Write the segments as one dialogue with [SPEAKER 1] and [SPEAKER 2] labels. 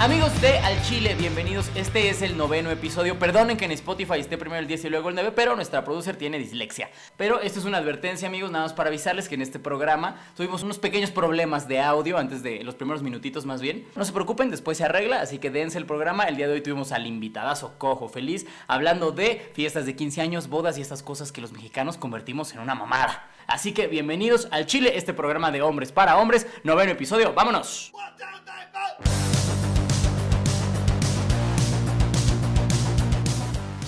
[SPEAKER 1] Amigos de Al Chile, bienvenidos. Este es el noveno episodio. Perdonen que en Spotify esté primero el 10 y luego el 9, pero nuestra producer tiene dislexia. Pero esto es una advertencia, amigos, nada más para avisarles que en este programa tuvimos unos pequeños problemas de audio antes de los primeros minutitos más bien. No se preocupen, después se arregla, así que dense el programa. El día de hoy tuvimos al invitadazo Cojo Feliz hablando de fiestas de 15 años, bodas y estas cosas que los mexicanos convertimos en una mamada. Así que bienvenidos al Chile, este programa de hombres para hombres, noveno episodio. ¡Vámonos!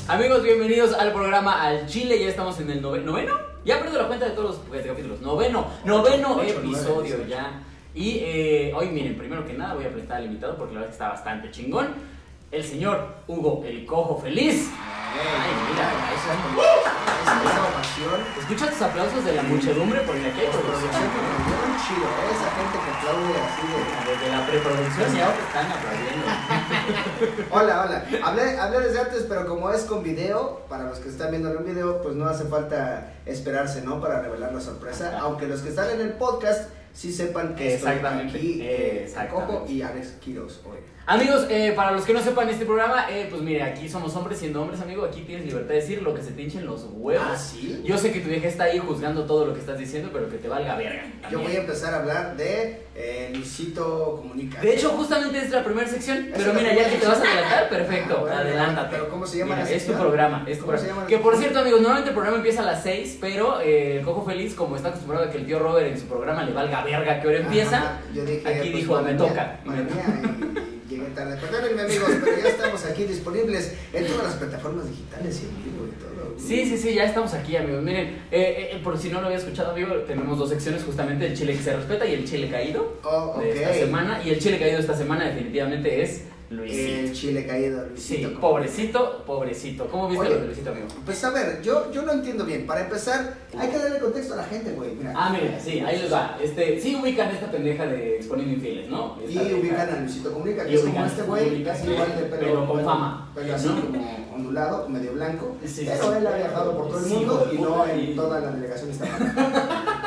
[SPEAKER 1] Amigos, bienvenidos al programa Al Chile. Ya estamos en el nove- noveno. Ya perdí la cuenta de todos los eh, capítulos. Noveno, noveno
[SPEAKER 2] Ocho, nueve,
[SPEAKER 1] episodio
[SPEAKER 2] dieciocho.
[SPEAKER 1] ya. Y eh, hoy, miren, primero que nada voy a presentar al invitado porque la verdad que está bastante chingón. El señor Hugo el Cojo Feliz. Ay, mira,
[SPEAKER 2] Esa ovación,
[SPEAKER 1] Escucha tus aplausos de la muchedumbre porque aquí hay
[SPEAKER 2] por producción
[SPEAKER 1] producción.
[SPEAKER 2] que nos dieron chido, ¿eh? esa gente que aplaude así de...
[SPEAKER 1] Desde la preproducción ya están aplaudiendo.
[SPEAKER 2] Hola, hola. Hablé, hablé desde antes, pero como es con video, para los que están viendo el video, pues no hace falta esperarse, ¿no? Para revelar la sorpresa.
[SPEAKER 1] Ajá.
[SPEAKER 2] Aunque los que están en el podcast sí sepan que estoy
[SPEAKER 1] Exactamente,
[SPEAKER 2] aquí, eh,
[SPEAKER 1] exactamente.
[SPEAKER 2] Coco y Alex Quiroz hoy.
[SPEAKER 1] Amigos, eh, para los que no sepan este programa, eh, pues mire, aquí somos hombres siendo hombres, amigo. Aquí tienes libertad de decir lo que se te hinchen los huevos.
[SPEAKER 2] Ah, ¿sí?
[SPEAKER 1] Yo sé que tu vieja está ahí juzgando todo lo que estás diciendo, pero que te valga verga.
[SPEAKER 2] Yo
[SPEAKER 1] también.
[SPEAKER 2] voy a empezar a hablar de eh, Luisito Comunica.
[SPEAKER 1] De hecho, justamente es la primera sección,
[SPEAKER 2] Es
[SPEAKER 1] pero
[SPEAKER 2] la
[SPEAKER 1] mira, ya
[SPEAKER 2] primera
[SPEAKER 1] que te vas a
[SPEAKER 2] sección.
[SPEAKER 1] adelantar,
[SPEAKER 2] Ah,
[SPEAKER 1] perfecto,
[SPEAKER 2] bueno,
[SPEAKER 1] adelántate.
[SPEAKER 2] pero ¿cómo se llama
[SPEAKER 1] Mira,
[SPEAKER 2] la
[SPEAKER 1] Es tu
[SPEAKER 2] sección?
[SPEAKER 1] programa, es tu
[SPEAKER 2] ¿Cómo se
[SPEAKER 1] programa.
[SPEAKER 2] llama la
[SPEAKER 1] Que por
[SPEAKER 2] sección?
[SPEAKER 1] cierto, amigos, normalmente el programa empieza a las 6, pero eh, el Cojo Feliz, como está acostumbrado a que el tío Robert en su programa le valga verga que hora empieza,
[SPEAKER 2] Ajá, yo dije,
[SPEAKER 1] aquí
[SPEAKER 2] pues,
[SPEAKER 1] dijo,
[SPEAKER 2] madre
[SPEAKER 1] me
[SPEAKER 2] mía,
[SPEAKER 1] toca.
[SPEAKER 2] madre mía, y- y llegué tarde. Perdónenme, amigos, pero ya estamos aquí disponibles en todas las plataformas digitales y en vivo y todo.
[SPEAKER 1] Sí, sí, sí, ya estamos aquí, amigos. Miren, eh, eh, por si no lo había escuchado, amigo, tenemos dos secciones, justamente el chile que se respeta y el chile caído
[SPEAKER 2] Oh,
[SPEAKER 1] de esta
[SPEAKER 2] ok.
[SPEAKER 1] semana. Y el chile caído de esta semana definitivamente es Luisito.
[SPEAKER 2] El chile caído, Luisito.
[SPEAKER 1] sí, pobrecito, pobrecito. ¿Cómo viste
[SPEAKER 2] Oye.
[SPEAKER 1] lo de Luisito, amigo?
[SPEAKER 2] Pues a ver, yo, yo no entiendo bien. Para empezar, hay que darle contexto a la gente, güey. Mira.
[SPEAKER 1] Ah, mira, sí, ahí les va. Este, sí ubican esta pendeja de exponiendo infieles, ¿no?
[SPEAKER 2] Y
[SPEAKER 1] Esta pendeja.
[SPEAKER 2] ubican a Luisito Comunica,
[SPEAKER 1] Y
[SPEAKER 2] que es como
[SPEAKER 1] ubican
[SPEAKER 2] este güey,
[SPEAKER 1] Comunica,
[SPEAKER 2] casi
[SPEAKER 1] sí,
[SPEAKER 2] igual de
[SPEAKER 1] pero
[SPEAKER 2] pelo,
[SPEAKER 1] con
[SPEAKER 2] pelo-
[SPEAKER 1] fama.
[SPEAKER 2] pelo así
[SPEAKER 1] ¿No?
[SPEAKER 2] como ondulado, medio blanco.
[SPEAKER 1] Sí,
[SPEAKER 2] pero
[SPEAKER 1] sí.
[SPEAKER 2] él ha viajado por todo el
[SPEAKER 1] Sí,
[SPEAKER 2] mundo
[SPEAKER 1] hijo de
[SPEAKER 2] y no
[SPEAKER 1] puta,
[SPEAKER 2] en
[SPEAKER 1] y-
[SPEAKER 2] toda la delegación está O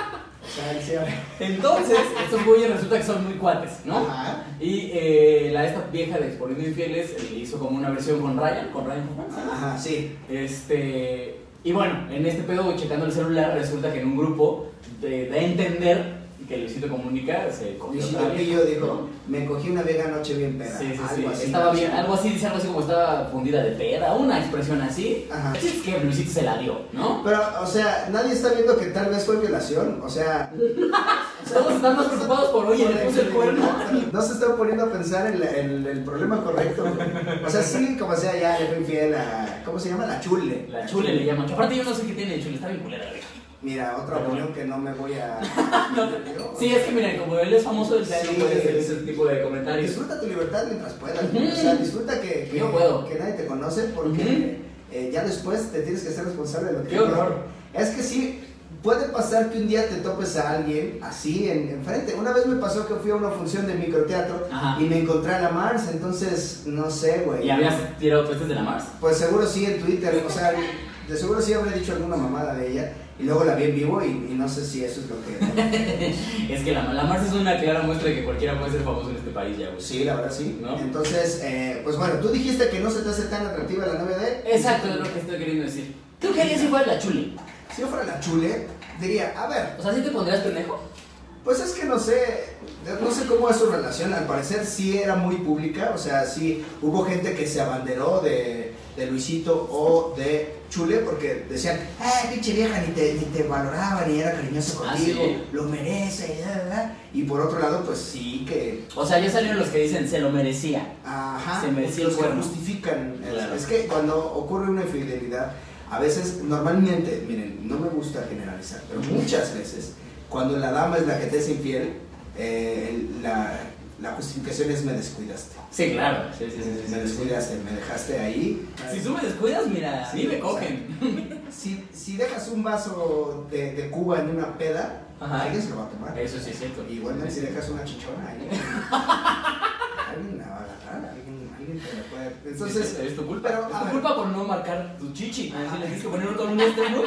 [SPEAKER 2] sea, él sí ha-
[SPEAKER 1] Entonces, estos güeyes resulta que son muy cuates, ¿no?
[SPEAKER 2] Ajá.
[SPEAKER 1] Y eh, la esta vieja de Exponiendo Infieles eh, le hizo como una versión con Ryan, con Ryan Hoffman, ¿sí?
[SPEAKER 2] Ajá, sí.
[SPEAKER 1] Este. Y bueno, en este pedo, checando el celular, resulta que en un grupo de- da a entender que Luisito Comunica se cogió
[SPEAKER 2] Luisito
[SPEAKER 1] otra vieja,
[SPEAKER 2] Pillo
[SPEAKER 1] ¿no?
[SPEAKER 2] dijo, me cogí una vega anoche bien peda.
[SPEAKER 1] Sí, sí, sí.
[SPEAKER 2] algo así.
[SPEAKER 1] estaba bien, algo así, dice algo así como estaba fundida de peda, una expresión así.
[SPEAKER 2] Ajá.
[SPEAKER 1] Es que Luisito se la dio, ¿no?
[SPEAKER 2] Pero, o sea, nadie está viendo que tal vez fue violación. O sea,
[SPEAKER 1] Todos están más preocupados por, oye, le puse el cuerno.
[SPEAKER 2] No se están poniendo a pensar en, la- en el problema correcto. güey. O sea, sí, como sea, ya le fue infiel a. ¿Cómo se llama? La chule.
[SPEAKER 1] La chule le llaman. Aparte, yo no sé qué tiene de chule, está bien culera, la vieja.
[SPEAKER 2] Mira, otra opinión que no me voy a.
[SPEAKER 1] Sí, es que miren, como él es famoso, él
[SPEAKER 2] Sí.
[SPEAKER 1] no puede hacer ese tipo de comentarios.
[SPEAKER 2] Disfruta tu libertad mientras puedas.
[SPEAKER 1] Ujú.
[SPEAKER 2] O sea, disfruta que, que,
[SPEAKER 1] Yo puedo.
[SPEAKER 2] que nadie te conoce porque eh, ya después te tienes que ser responsable de lo que
[SPEAKER 1] Qué
[SPEAKER 2] te
[SPEAKER 1] horror.
[SPEAKER 2] ocurre. Es que sí, puede pasar que un día te topes a alguien así en, enfrente. Una vez me pasó que fui a una función de microteatro
[SPEAKER 1] Ajá.
[SPEAKER 2] y me encontré a la Mars, entonces no sé, güey.
[SPEAKER 1] Y habías tirado puestas de la Mars.
[SPEAKER 2] Pues seguro sí en Twitter, o sea, de seguro sí habré dicho alguna mamada de ella y luego la vi en vivo y, y no sé si eso es lo que.
[SPEAKER 1] Es que la, la Mars es una clara muestra de que cualquiera puede ser famoso en este país ya, güey.
[SPEAKER 2] Sí, la verdad sí.
[SPEAKER 1] ¿No?
[SPEAKER 2] Entonces, eh, pues bueno, tú dijiste que no se te hace tan atractiva la novia de.
[SPEAKER 1] Exacto, es lo que estoy queriendo decir. ¿Tú qué harías si fuera la chule?
[SPEAKER 2] Si yo fuera la chule, diría, a ver,
[SPEAKER 1] O sea, ¿sí te pondrías pendejo?
[SPEAKER 2] pues es que no sé, no sé cómo es su relación. Al parecer sí era muy pública, o sea, sí hubo gente que se abanderó de, de Luisito o de Chule porque decían, ah, pinche vieja, ni te, ni te valoraba, ni era cariñoso
[SPEAKER 1] Ah,
[SPEAKER 2] contigo,
[SPEAKER 1] ¿sí?
[SPEAKER 2] lo merece, y, da, da, da". y por otro lado, pues sí que
[SPEAKER 1] O sea, ya salieron los que dicen, se lo merecía.
[SPEAKER 2] Ajá,
[SPEAKER 1] Se merecía
[SPEAKER 2] los
[SPEAKER 1] el
[SPEAKER 2] que
[SPEAKER 1] cuerno.
[SPEAKER 2] justifican. Es-
[SPEAKER 1] Claro.
[SPEAKER 2] Es, que cuando ocurre una infidelidad, a veces, normalmente, miren, no me gusta generalizar, pero muchas veces, cuando la dama es la que te es infiel, eh, el- la, la justificación es me descuidaste.
[SPEAKER 1] Sí, claro. Sí, sí, sí. sí,
[SPEAKER 2] me
[SPEAKER 1] sí, sí.
[SPEAKER 2] descuidaste, me dejaste ahí.
[SPEAKER 1] Si tú me descuidas, mira,
[SPEAKER 2] Sí,
[SPEAKER 1] sí, me
[SPEAKER 2] o sea,
[SPEAKER 1] cogen.
[SPEAKER 2] Si, si dejas un vaso de, de Cuba en una peda,
[SPEAKER 1] Ajá.
[SPEAKER 2] alguien se lo va a tomar.
[SPEAKER 1] Eso sí es cierto.
[SPEAKER 2] Igualmente si dejas una chichona ahí. alguien la va a agarrar, alguien, alguien te la puede. Entonces,
[SPEAKER 1] es, tu culpa.
[SPEAKER 2] pero,
[SPEAKER 1] es
[SPEAKER 2] a
[SPEAKER 1] tu
[SPEAKER 2] ver. Ah,
[SPEAKER 1] culpa por no marcar tu chichi. Así
[SPEAKER 2] Ajá.
[SPEAKER 1] este, le tienes que poner con un extremo.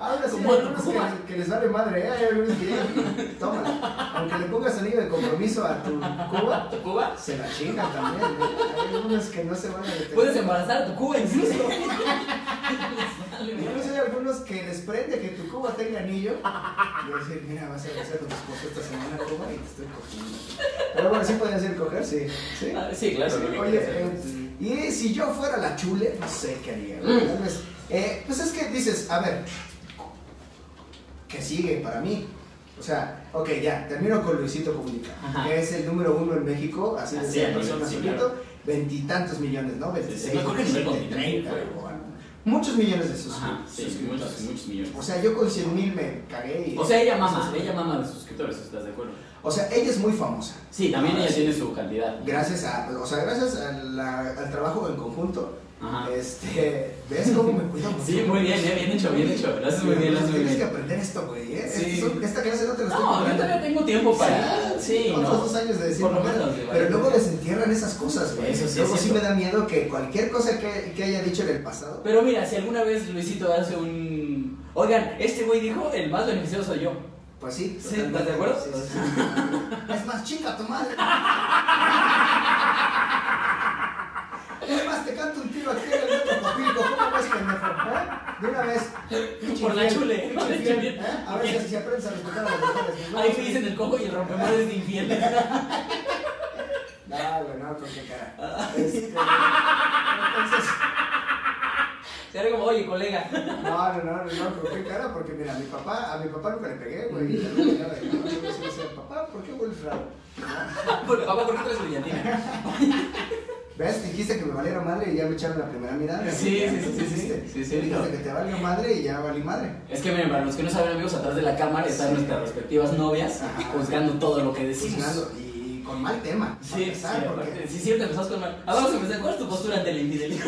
[SPEAKER 2] Ahora Ah, sí, hay algunos que, que les vale madre, ¿eh? hay algunos que ya, toma, aunque le pongas anillo de compromiso a tu cuba,
[SPEAKER 1] ¿Tu cuba?
[SPEAKER 2] se la chingan también, ¿eh? hay algunos que no se van a detener.
[SPEAKER 1] Puedes embarazar a tu cuba incluso.
[SPEAKER 2] Incluso hay algunos que les prende que tu cuba tenga anillo y decir, mira, vas a regresar con tu esposo esta semana a Cuba y te estoy cogiendo. Pero bueno, sí pueden ser coger, sí. sí.
[SPEAKER 1] Ah, Sí, claro. lo que
[SPEAKER 2] Oye,
[SPEAKER 1] quieras.
[SPEAKER 2] eh, y si yo fuera la chule, no sé qué haría. güey.
[SPEAKER 1] Mm.
[SPEAKER 2] Tal vez, eh, pues es que dices, a ver, ¿qué sigue para mí? O sea, ok, ya, termino con Luisito Comunica,
[SPEAKER 1] Ajá.
[SPEAKER 2] que es el número uno en México, así
[SPEAKER 1] Así
[SPEAKER 2] decía
[SPEAKER 1] es,
[SPEAKER 2] persona
[SPEAKER 1] sí,
[SPEAKER 2] solito, veintitantos millones, ¿no? Veintiséis,
[SPEAKER 1] Yo creo que ni
[SPEAKER 2] veintisiete,
[SPEAKER 1] con
[SPEAKER 2] treinta,
[SPEAKER 1] mil,
[SPEAKER 2] o algo. muchos millones de sus
[SPEAKER 1] Ajá, sí, muchos, muchos millones.
[SPEAKER 2] O sea, yo con 100 mil me cagué y...
[SPEAKER 1] O sea, ella mama, ella mama de suscriptores, ¿estás de acuerdo?
[SPEAKER 2] o sea, ella es muy famosa.
[SPEAKER 1] Sí, también ella
[SPEAKER 2] Sí.
[SPEAKER 1] tiene su cantidad.
[SPEAKER 2] Gracias a, o sea, gracias a la- al trabajo en conjunto.
[SPEAKER 1] Ajá.
[SPEAKER 2] Este, ¿ves cómo me cuido? mucho?
[SPEAKER 1] Sí, muy bien, eh, bien hecho, bien hecho. Lo haces muy bien, lo haces muy
[SPEAKER 2] Tienes que
[SPEAKER 1] bien.
[SPEAKER 2] aprender esto, güey. ¿eh?
[SPEAKER 1] Sí.
[SPEAKER 2] Esto son- Esta clase no te la estoy
[SPEAKER 1] No, yo
[SPEAKER 2] cobrando.
[SPEAKER 1] todavía tengo tiempo para. Sí,
[SPEAKER 2] Otros
[SPEAKER 1] no.
[SPEAKER 2] dos años de decir,
[SPEAKER 1] Por lo
[SPEAKER 2] no,
[SPEAKER 1] menos,
[SPEAKER 2] pero-
[SPEAKER 1] de
[SPEAKER 2] pero
[SPEAKER 1] varios
[SPEAKER 2] luego
[SPEAKER 1] años.
[SPEAKER 2] desentierran esas cosas, güey.
[SPEAKER 1] Eso sí es
[SPEAKER 2] luego sí me
[SPEAKER 1] cierto.
[SPEAKER 2] da miedo que cualquier cosa que, que haya dicho en el pasado.
[SPEAKER 1] Pero mira, si alguna vez Luisito hace un. Oigan, este güey dijo: el más beneficiado soy yo.
[SPEAKER 2] Pues sí.
[SPEAKER 1] Sí,
[SPEAKER 2] totalmente.
[SPEAKER 1] ¿estás de acuerdo?
[SPEAKER 2] Sí, sí, sí. es más chica tu madre. Es más, te canto un tiro aquí en el otro papilco. ¿Cómo ves, pendejo? ¿Eh? De una vez. Pinche
[SPEAKER 1] Por la
[SPEAKER 2] infiel,
[SPEAKER 1] chule,
[SPEAKER 2] pinche
[SPEAKER 1] ¿no?
[SPEAKER 2] infiel,
[SPEAKER 1] Pinche
[SPEAKER 2] ¿eh?
[SPEAKER 1] infiel.
[SPEAKER 2] A ver si si aprendes a respetar a las mujeres. ¿no?
[SPEAKER 1] Ahí me dicen el cojo y el rompemores de infieles.
[SPEAKER 2] No, güey, no, con qué
[SPEAKER 1] Ah.
[SPEAKER 2] cara. Este, entonces,
[SPEAKER 1] Será como, oye, colega.
[SPEAKER 2] no, no, no, no, no, con qué cara, porque mira, a mi papá, a mi papá nunca le pegué, güey. Yo le decía, Papá, ¿por qué hueles raro?
[SPEAKER 1] Bueno, papá, ¿por qué traes brillantina?
[SPEAKER 2] ¿Ves? Dijiste que me valiera madre y ya me echaron la primera mirada.
[SPEAKER 1] Sí,
[SPEAKER 2] Ya,
[SPEAKER 1] sí, sí,
[SPEAKER 2] ¿qué
[SPEAKER 1] sí, sí.
[SPEAKER 2] hiciste?
[SPEAKER 1] Sí, sí,
[SPEAKER 2] Dijiste
[SPEAKER 1] no.
[SPEAKER 2] que te valga madre y ya valí madre.
[SPEAKER 1] Es que miren, para los que no saben, amigos, atrás de la cámara están
[SPEAKER 2] Sí.
[SPEAKER 1] nuestras respectivas novias
[SPEAKER 2] Ajá.
[SPEAKER 1] juzgando todo lo que decimos.
[SPEAKER 2] Funcionando. Y con mal tema. para
[SPEAKER 1] Sí, sí,
[SPEAKER 2] empezar, porque
[SPEAKER 1] aparte- sí, cierto, empezamos con mal. Ah, vamos a empezar. ¿Cuál es tu postura ante la infidelidad?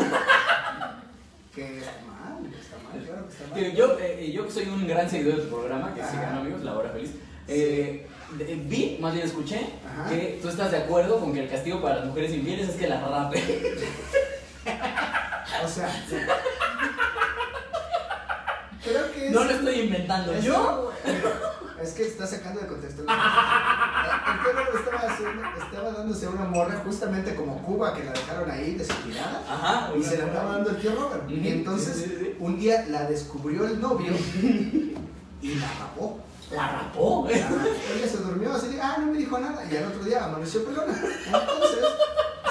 [SPEAKER 2] que está mal, está mal, claro que está
[SPEAKER 1] Que
[SPEAKER 2] mal.
[SPEAKER 1] Yo, eh, yo que soy un gran seguidor de tu programa, que se
[SPEAKER 2] Ajá.
[SPEAKER 1] ganó, amigos, La Hora Feliz. eh, de- eh, vi, más bien escuché,
[SPEAKER 2] Ajá.
[SPEAKER 1] que tú estás de acuerdo con que el castigo para las mujeres infieles es que las rape.
[SPEAKER 2] O sea. Creo que es.
[SPEAKER 1] No lo estoy inventando.
[SPEAKER 2] es-
[SPEAKER 1] ¿Yo?
[SPEAKER 2] Es que está sacando de contexto. la cosa. El tema lo estaba haciendo, estaba dándose una morra justamente como Cuba, que la dejaron ahí desesperada.
[SPEAKER 1] Ajá.
[SPEAKER 2] Y se la andaba dando el tío Robert.
[SPEAKER 1] Ujú.
[SPEAKER 2] Y entonces
[SPEAKER 1] Sí, sí, sí.
[SPEAKER 2] un día la descubrió el novio y la rapó.
[SPEAKER 1] La rapó.
[SPEAKER 2] La rapó. Ella se durmió así, de, ah, no me dijo nada. Y al otro día amaneció pelona. Entonces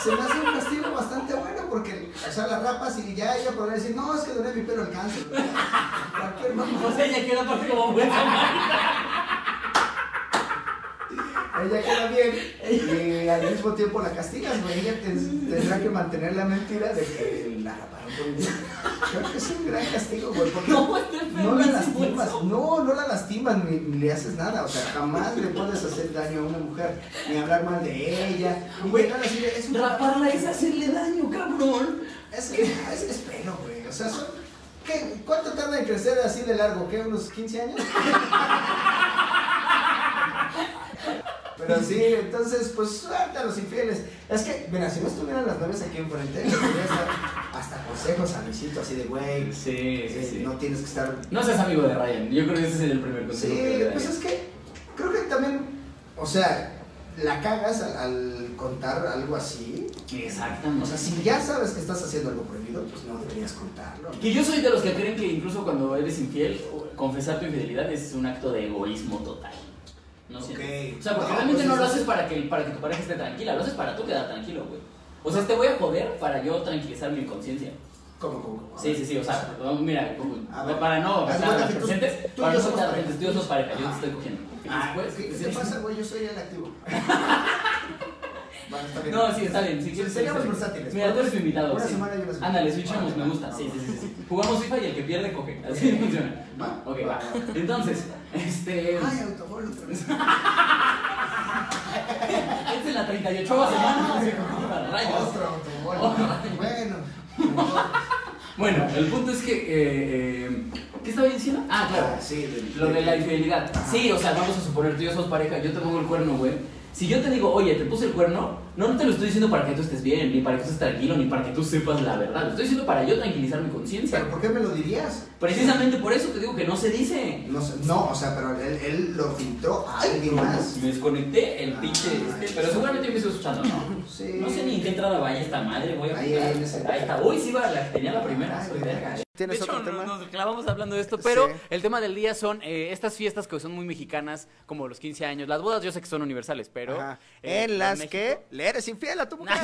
[SPEAKER 2] se me hace un castigo bastante bueno porque, o sea, la rapas y ya ella podrá decir, no, es que doné mi pelo al cáncer. Cualquier mamá.
[SPEAKER 1] O sea, ella queda parte como buena.
[SPEAKER 2] Ella queda bien y al mismo tiempo la castigas, güey. Ella ten- tendrá que mantener la mentira de que la raparon por un día. Creo que es un gran castigo, güey. porque-
[SPEAKER 1] No, este es
[SPEAKER 2] No la
[SPEAKER 1] enfermísimo
[SPEAKER 2] lastimas,
[SPEAKER 1] eso.
[SPEAKER 2] no, no la lastimas ni, ni le haces nada, o sea, jamás le puedes hacer daño a una mujer, ni hablar mal de ella, ni
[SPEAKER 1] Güey,
[SPEAKER 2] llegar a decirle, es un
[SPEAKER 1] Raparla es hacerle daño, cabrón.
[SPEAKER 2] es, es, es pelo, güey, o sea, son, ¿qué, ¿cuánto tarda en crecer así de largo? ¿Qué, unos 15 años? Pero sí, entonces, pues suelta a los infieles. Es que, mira, si no estuvieran las novias aquí enfrente, les podría dar hasta consejos a Luisito, así de, güey,
[SPEAKER 1] Sí, sí,
[SPEAKER 2] eh,
[SPEAKER 1] sí.
[SPEAKER 2] no tienes que estar
[SPEAKER 1] No seas amigo de Ryan. Yo creo que ese es el primer consejo que le
[SPEAKER 2] Sí,
[SPEAKER 1] daría.
[SPEAKER 2] pues es que creo que también, o sea, la cagas al, al contar algo así.
[SPEAKER 1] Exactamente.
[SPEAKER 2] O sea, si ya sabes que estás haciendo algo prohibido, pues no deberías contarlo.
[SPEAKER 1] Que yo soy de los que creen que incluso cuando eres infiel, confesar tu infidelidad es un acto de egoísmo total. No sé.
[SPEAKER 2] Ok.
[SPEAKER 1] O sea, porque
[SPEAKER 2] No,
[SPEAKER 1] realmente
[SPEAKER 2] pues
[SPEAKER 1] no
[SPEAKER 2] es-
[SPEAKER 1] lo haces para que, para que tu pareja esté tranquila, lo haces para tú quedar tranquilo, güey. O sea, te voy a joder para yo tranquilizar mi conciencia.
[SPEAKER 2] ¿Cómo, cómo, cómo?
[SPEAKER 1] Sí, sí, sí, o sea, no, mira, como-
[SPEAKER 2] A ver.
[SPEAKER 1] para no
[SPEAKER 2] Haz
[SPEAKER 1] ofender a
[SPEAKER 2] de cuenta
[SPEAKER 1] las
[SPEAKER 2] que tú-
[SPEAKER 1] presentes,
[SPEAKER 2] tú y
[SPEAKER 1] para
[SPEAKER 2] yo
[SPEAKER 1] no
[SPEAKER 2] somos
[SPEAKER 1] soltar a las
[SPEAKER 2] pareja.
[SPEAKER 1] presentes, tú y yo somos pareja, yo te
[SPEAKER 2] Ajá.
[SPEAKER 1] estoy cogiendo. Y
[SPEAKER 2] Ah,
[SPEAKER 1] después, pues
[SPEAKER 2] ¿qué, qué
[SPEAKER 1] sí.
[SPEAKER 2] te pasa, güey? Yo soy el activo. bueno, está bien.
[SPEAKER 1] No, sí, está bien, si quieres.
[SPEAKER 2] Seríamos
[SPEAKER 1] está bien.
[SPEAKER 2] versátiles.
[SPEAKER 1] Mira, tú eres mi invitado.
[SPEAKER 2] Una
[SPEAKER 1] sí.
[SPEAKER 2] semana y una semana.
[SPEAKER 1] Ándale, switchamos,
[SPEAKER 2] Vale,
[SPEAKER 1] me
[SPEAKER 2] va,
[SPEAKER 1] gusta.
[SPEAKER 2] va,
[SPEAKER 1] Sí,
[SPEAKER 2] va.
[SPEAKER 1] sí, sí, sí. Jugamos FIFA y el que pierde coge. Así funciona.
[SPEAKER 2] Va,
[SPEAKER 1] Ok,
[SPEAKER 2] va,
[SPEAKER 1] va.
[SPEAKER 2] va.
[SPEAKER 1] Entonces, este.
[SPEAKER 2] Ay, autobol otra vez.
[SPEAKER 1] Esta es la 38 semana. así como, Rayos.
[SPEAKER 2] Otro autobol. bueno.
[SPEAKER 1] Bueno, el punto es que. eh, eh, ¿Qué estaba yo diciendo? Ah, claro.
[SPEAKER 2] Ah, sí, del-
[SPEAKER 1] Lo de la
[SPEAKER 2] del-
[SPEAKER 1] infidelidad.
[SPEAKER 2] Ajá.
[SPEAKER 1] Sí, o sea, vamos a suponer tú y yo somos pareja, yo te pongo el cuerno, güey. Si yo te digo, oye, te puse el cuerno,
[SPEAKER 3] No, no te lo estoy diciendo para que tú estés bien, ni para que tú estés tranquilo, ni para que tú sepas la verdad. Lo estoy diciendo para yo tranquilizar mi conciencia.
[SPEAKER 4] ¿Pero por qué me lo dirías?
[SPEAKER 3] Precisamente por eso te digo que no se dice.
[SPEAKER 4] No, sé- no, o sea, pero él, él lo filtró a
[SPEAKER 3] Ay,
[SPEAKER 4] alguien más.
[SPEAKER 3] Me desconecté el pinche
[SPEAKER 2] Ah,
[SPEAKER 3] este, pero seguramente me estoy escuchando, ¿no?
[SPEAKER 4] Sí.
[SPEAKER 3] No sé ni en qué entrada vaya esta madre, voy a
[SPEAKER 4] Ahí,
[SPEAKER 3] jugar.
[SPEAKER 4] ahí, en ese-
[SPEAKER 3] Ahí está, uy, sí va, la que tenía la primera, soy verga. eh.
[SPEAKER 1] De
[SPEAKER 2] ¿Tienes
[SPEAKER 1] hecho,
[SPEAKER 2] otro
[SPEAKER 1] no-
[SPEAKER 2] tema?
[SPEAKER 1] nos clavamos hablando de esto, pero
[SPEAKER 2] Sí.
[SPEAKER 1] el tema del día son eh, estas fiestas que son muy mexicanas, como los 15 años. Las bodas yo sé que son universales, pero...
[SPEAKER 2] Ajá.
[SPEAKER 1] eh,
[SPEAKER 2] en las
[SPEAKER 1] México-
[SPEAKER 2] que le eres infiel a tu mujer.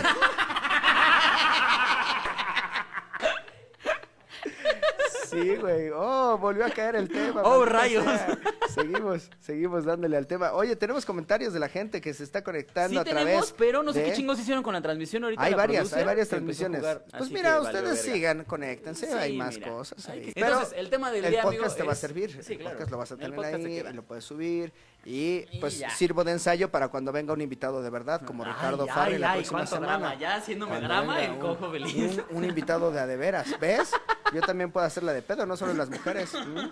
[SPEAKER 2] Sí, güey. Oh, volvió a caer el tema.
[SPEAKER 1] Oh,
[SPEAKER 2] maldita
[SPEAKER 1] rayos.
[SPEAKER 2] sea. Seguimos, seguimos dándole al tema. Oye, tenemos comentarios de la gente que se está
[SPEAKER 1] Ah, Sí
[SPEAKER 2] conectando a través.
[SPEAKER 1] tenemos, pero no sé
[SPEAKER 2] de-
[SPEAKER 1] qué chingos hicieron con la transmisión ahorita.
[SPEAKER 2] Hay
[SPEAKER 1] la
[SPEAKER 2] varias,
[SPEAKER 1] producer
[SPEAKER 2] hay varias
[SPEAKER 1] empezó a
[SPEAKER 2] transmisiones.
[SPEAKER 1] jugar,
[SPEAKER 2] Pues
[SPEAKER 1] así
[SPEAKER 2] mira,
[SPEAKER 1] que valió
[SPEAKER 2] ustedes
[SPEAKER 1] verga.
[SPEAKER 2] sigan, conéctense,
[SPEAKER 1] Sí,
[SPEAKER 2] hay más
[SPEAKER 1] mira.
[SPEAKER 2] cosas.
[SPEAKER 1] Hay
[SPEAKER 2] ahí.
[SPEAKER 1] que-
[SPEAKER 2] Pero
[SPEAKER 1] Entonces, el tema del
[SPEAKER 2] el
[SPEAKER 1] día,
[SPEAKER 2] podcast
[SPEAKER 1] amigo,
[SPEAKER 2] te va a
[SPEAKER 1] es-
[SPEAKER 2] servir.
[SPEAKER 1] Sí, claro.
[SPEAKER 2] El podcast lo vas a
[SPEAKER 1] El
[SPEAKER 2] tener
[SPEAKER 1] podcast se
[SPEAKER 2] ahí,
[SPEAKER 1] queda.
[SPEAKER 2] lo puedes subir. Y
[SPEAKER 1] Y
[SPEAKER 2] pues
[SPEAKER 1] ya.
[SPEAKER 2] sirvo de ensayo para cuando venga un invitado de verdad, como
[SPEAKER 1] Ay,
[SPEAKER 2] Ricardo
[SPEAKER 1] ay,
[SPEAKER 2] Farri la
[SPEAKER 1] ay,
[SPEAKER 2] próxima
[SPEAKER 1] cuánto
[SPEAKER 2] semana.
[SPEAKER 1] drama, ya haciéndome
[SPEAKER 2] Cuando
[SPEAKER 1] drama
[SPEAKER 2] venga
[SPEAKER 1] el cojo
[SPEAKER 2] un-
[SPEAKER 1] feliz.
[SPEAKER 2] Un, un invitado de a de veras, ¿ves? Yo también puedo hacer la de pedo, no solo las mujeres. ¿m?
[SPEAKER 1] Mm.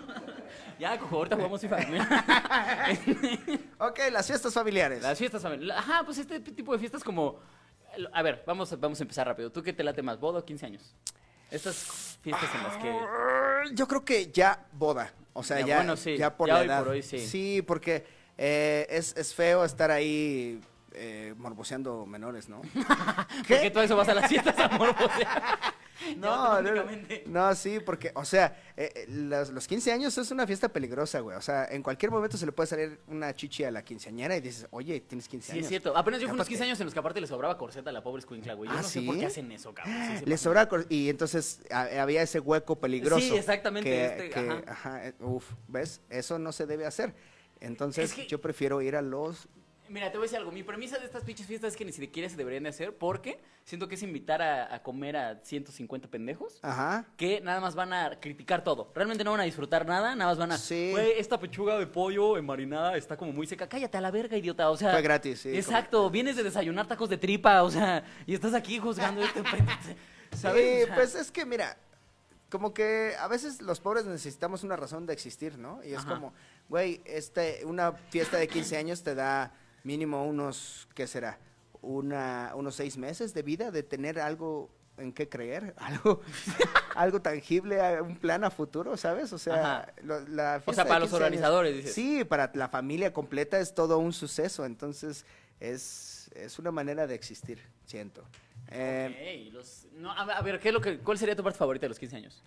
[SPEAKER 1] Ya, cojo, ahorita jugamos FIFA.
[SPEAKER 2] Ok, las fiestas familiares.
[SPEAKER 1] Las fiestas, a ver, la- Ajá, pues este tipo de fiestas como... A ver, vamos, vamos a empezar rápido. ¿Tú qué te late más, boda o 15 años? Estas fiestas en las que...
[SPEAKER 2] Ah. Yo creo que ya boda. O sea,
[SPEAKER 1] Ya,
[SPEAKER 2] ya,
[SPEAKER 1] bueno, sí,
[SPEAKER 2] ya por
[SPEAKER 1] ya
[SPEAKER 2] la
[SPEAKER 1] hoy
[SPEAKER 2] edad.
[SPEAKER 1] por hoy, sí.
[SPEAKER 2] porque eh, es, es feo estar ahí eh, morboseando menores, ¿no? ¿Qué?
[SPEAKER 1] ¿Por qué todo eso vas a las fiestas, amor? O sea,
[SPEAKER 2] No, no,
[SPEAKER 1] automáticamente.
[SPEAKER 2] no, sí, porque, o sea, eh, eh, las- los 15 años es una fiesta peligrosa, güey. O sea, en cualquier momento se le puede salir una chichi a la quinceañera y dices, oye, tienes 15
[SPEAKER 1] Sí,
[SPEAKER 2] años.
[SPEAKER 1] es cierto. Apenas yo fui
[SPEAKER 2] Capaz
[SPEAKER 1] unos 15
[SPEAKER 2] que-
[SPEAKER 1] años en los que aparte le sobraba corseta a la pobre escuincla, güey. Yo
[SPEAKER 2] ¿Ah,
[SPEAKER 1] no sé
[SPEAKER 2] sí?
[SPEAKER 1] por qué hacen eso, cabrón. Sí, se
[SPEAKER 2] Le
[SPEAKER 1] pasan.
[SPEAKER 2] sobraba cor- y entonces a- había ese hueco peligroso.
[SPEAKER 1] Sí, exactamente,
[SPEAKER 2] que-
[SPEAKER 1] este,
[SPEAKER 2] que-
[SPEAKER 1] ajá.
[SPEAKER 2] ajá, eh, uf, ¿ves? Eso no se debe hacer. Entonces
[SPEAKER 1] Es que-
[SPEAKER 2] yo prefiero ir a los...
[SPEAKER 1] Mira, te voy a decir algo. Mi premisa de estas pinches fiestas es que ni siquiera se deberían de hacer porque siento que es invitar a, a comer a 150 pendejos
[SPEAKER 2] Ajá.
[SPEAKER 1] que nada más van a criticar todo. Realmente no van a disfrutar nada, nada más van a...
[SPEAKER 2] Sí.
[SPEAKER 1] Güey, esta pechuga de pollo en marinada está como muy seca. Cállate a la verga, idiota. O sea...
[SPEAKER 2] Fue gratis, sí,
[SPEAKER 1] Exacto. Vienes de desayunar tacos de tripa, o sea... Y estás aquí juzgando este... pendejo, ¿Sabes?
[SPEAKER 2] Sí,
[SPEAKER 1] O sea,
[SPEAKER 2] pues es que mira, como que a veces los pobres necesitamos una razón de existir, ¿no? Y es
[SPEAKER 1] Ajá.
[SPEAKER 2] como, güey, este, una fiesta de 15 años te da mínimo unos, ¿qué será? Una, unos seis meses de vida, de tener algo en qué creer, algo, algo tangible, a- un plan a futuro, ¿sabes? O sea,
[SPEAKER 1] Ajá.
[SPEAKER 2] lo- la
[SPEAKER 1] O
[SPEAKER 2] fiesta
[SPEAKER 1] sea,
[SPEAKER 2] de
[SPEAKER 1] para los
[SPEAKER 2] 15 años-
[SPEAKER 1] organizadores, dices.
[SPEAKER 2] Sí, para la familia completa es todo un suceso, entonces es, es una manera de existir, siento. Eh,
[SPEAKER 1] Ey, los- no, a, a ver, ¿qué es lo que, ¿cuál sería tu parte favorita de los 15 años?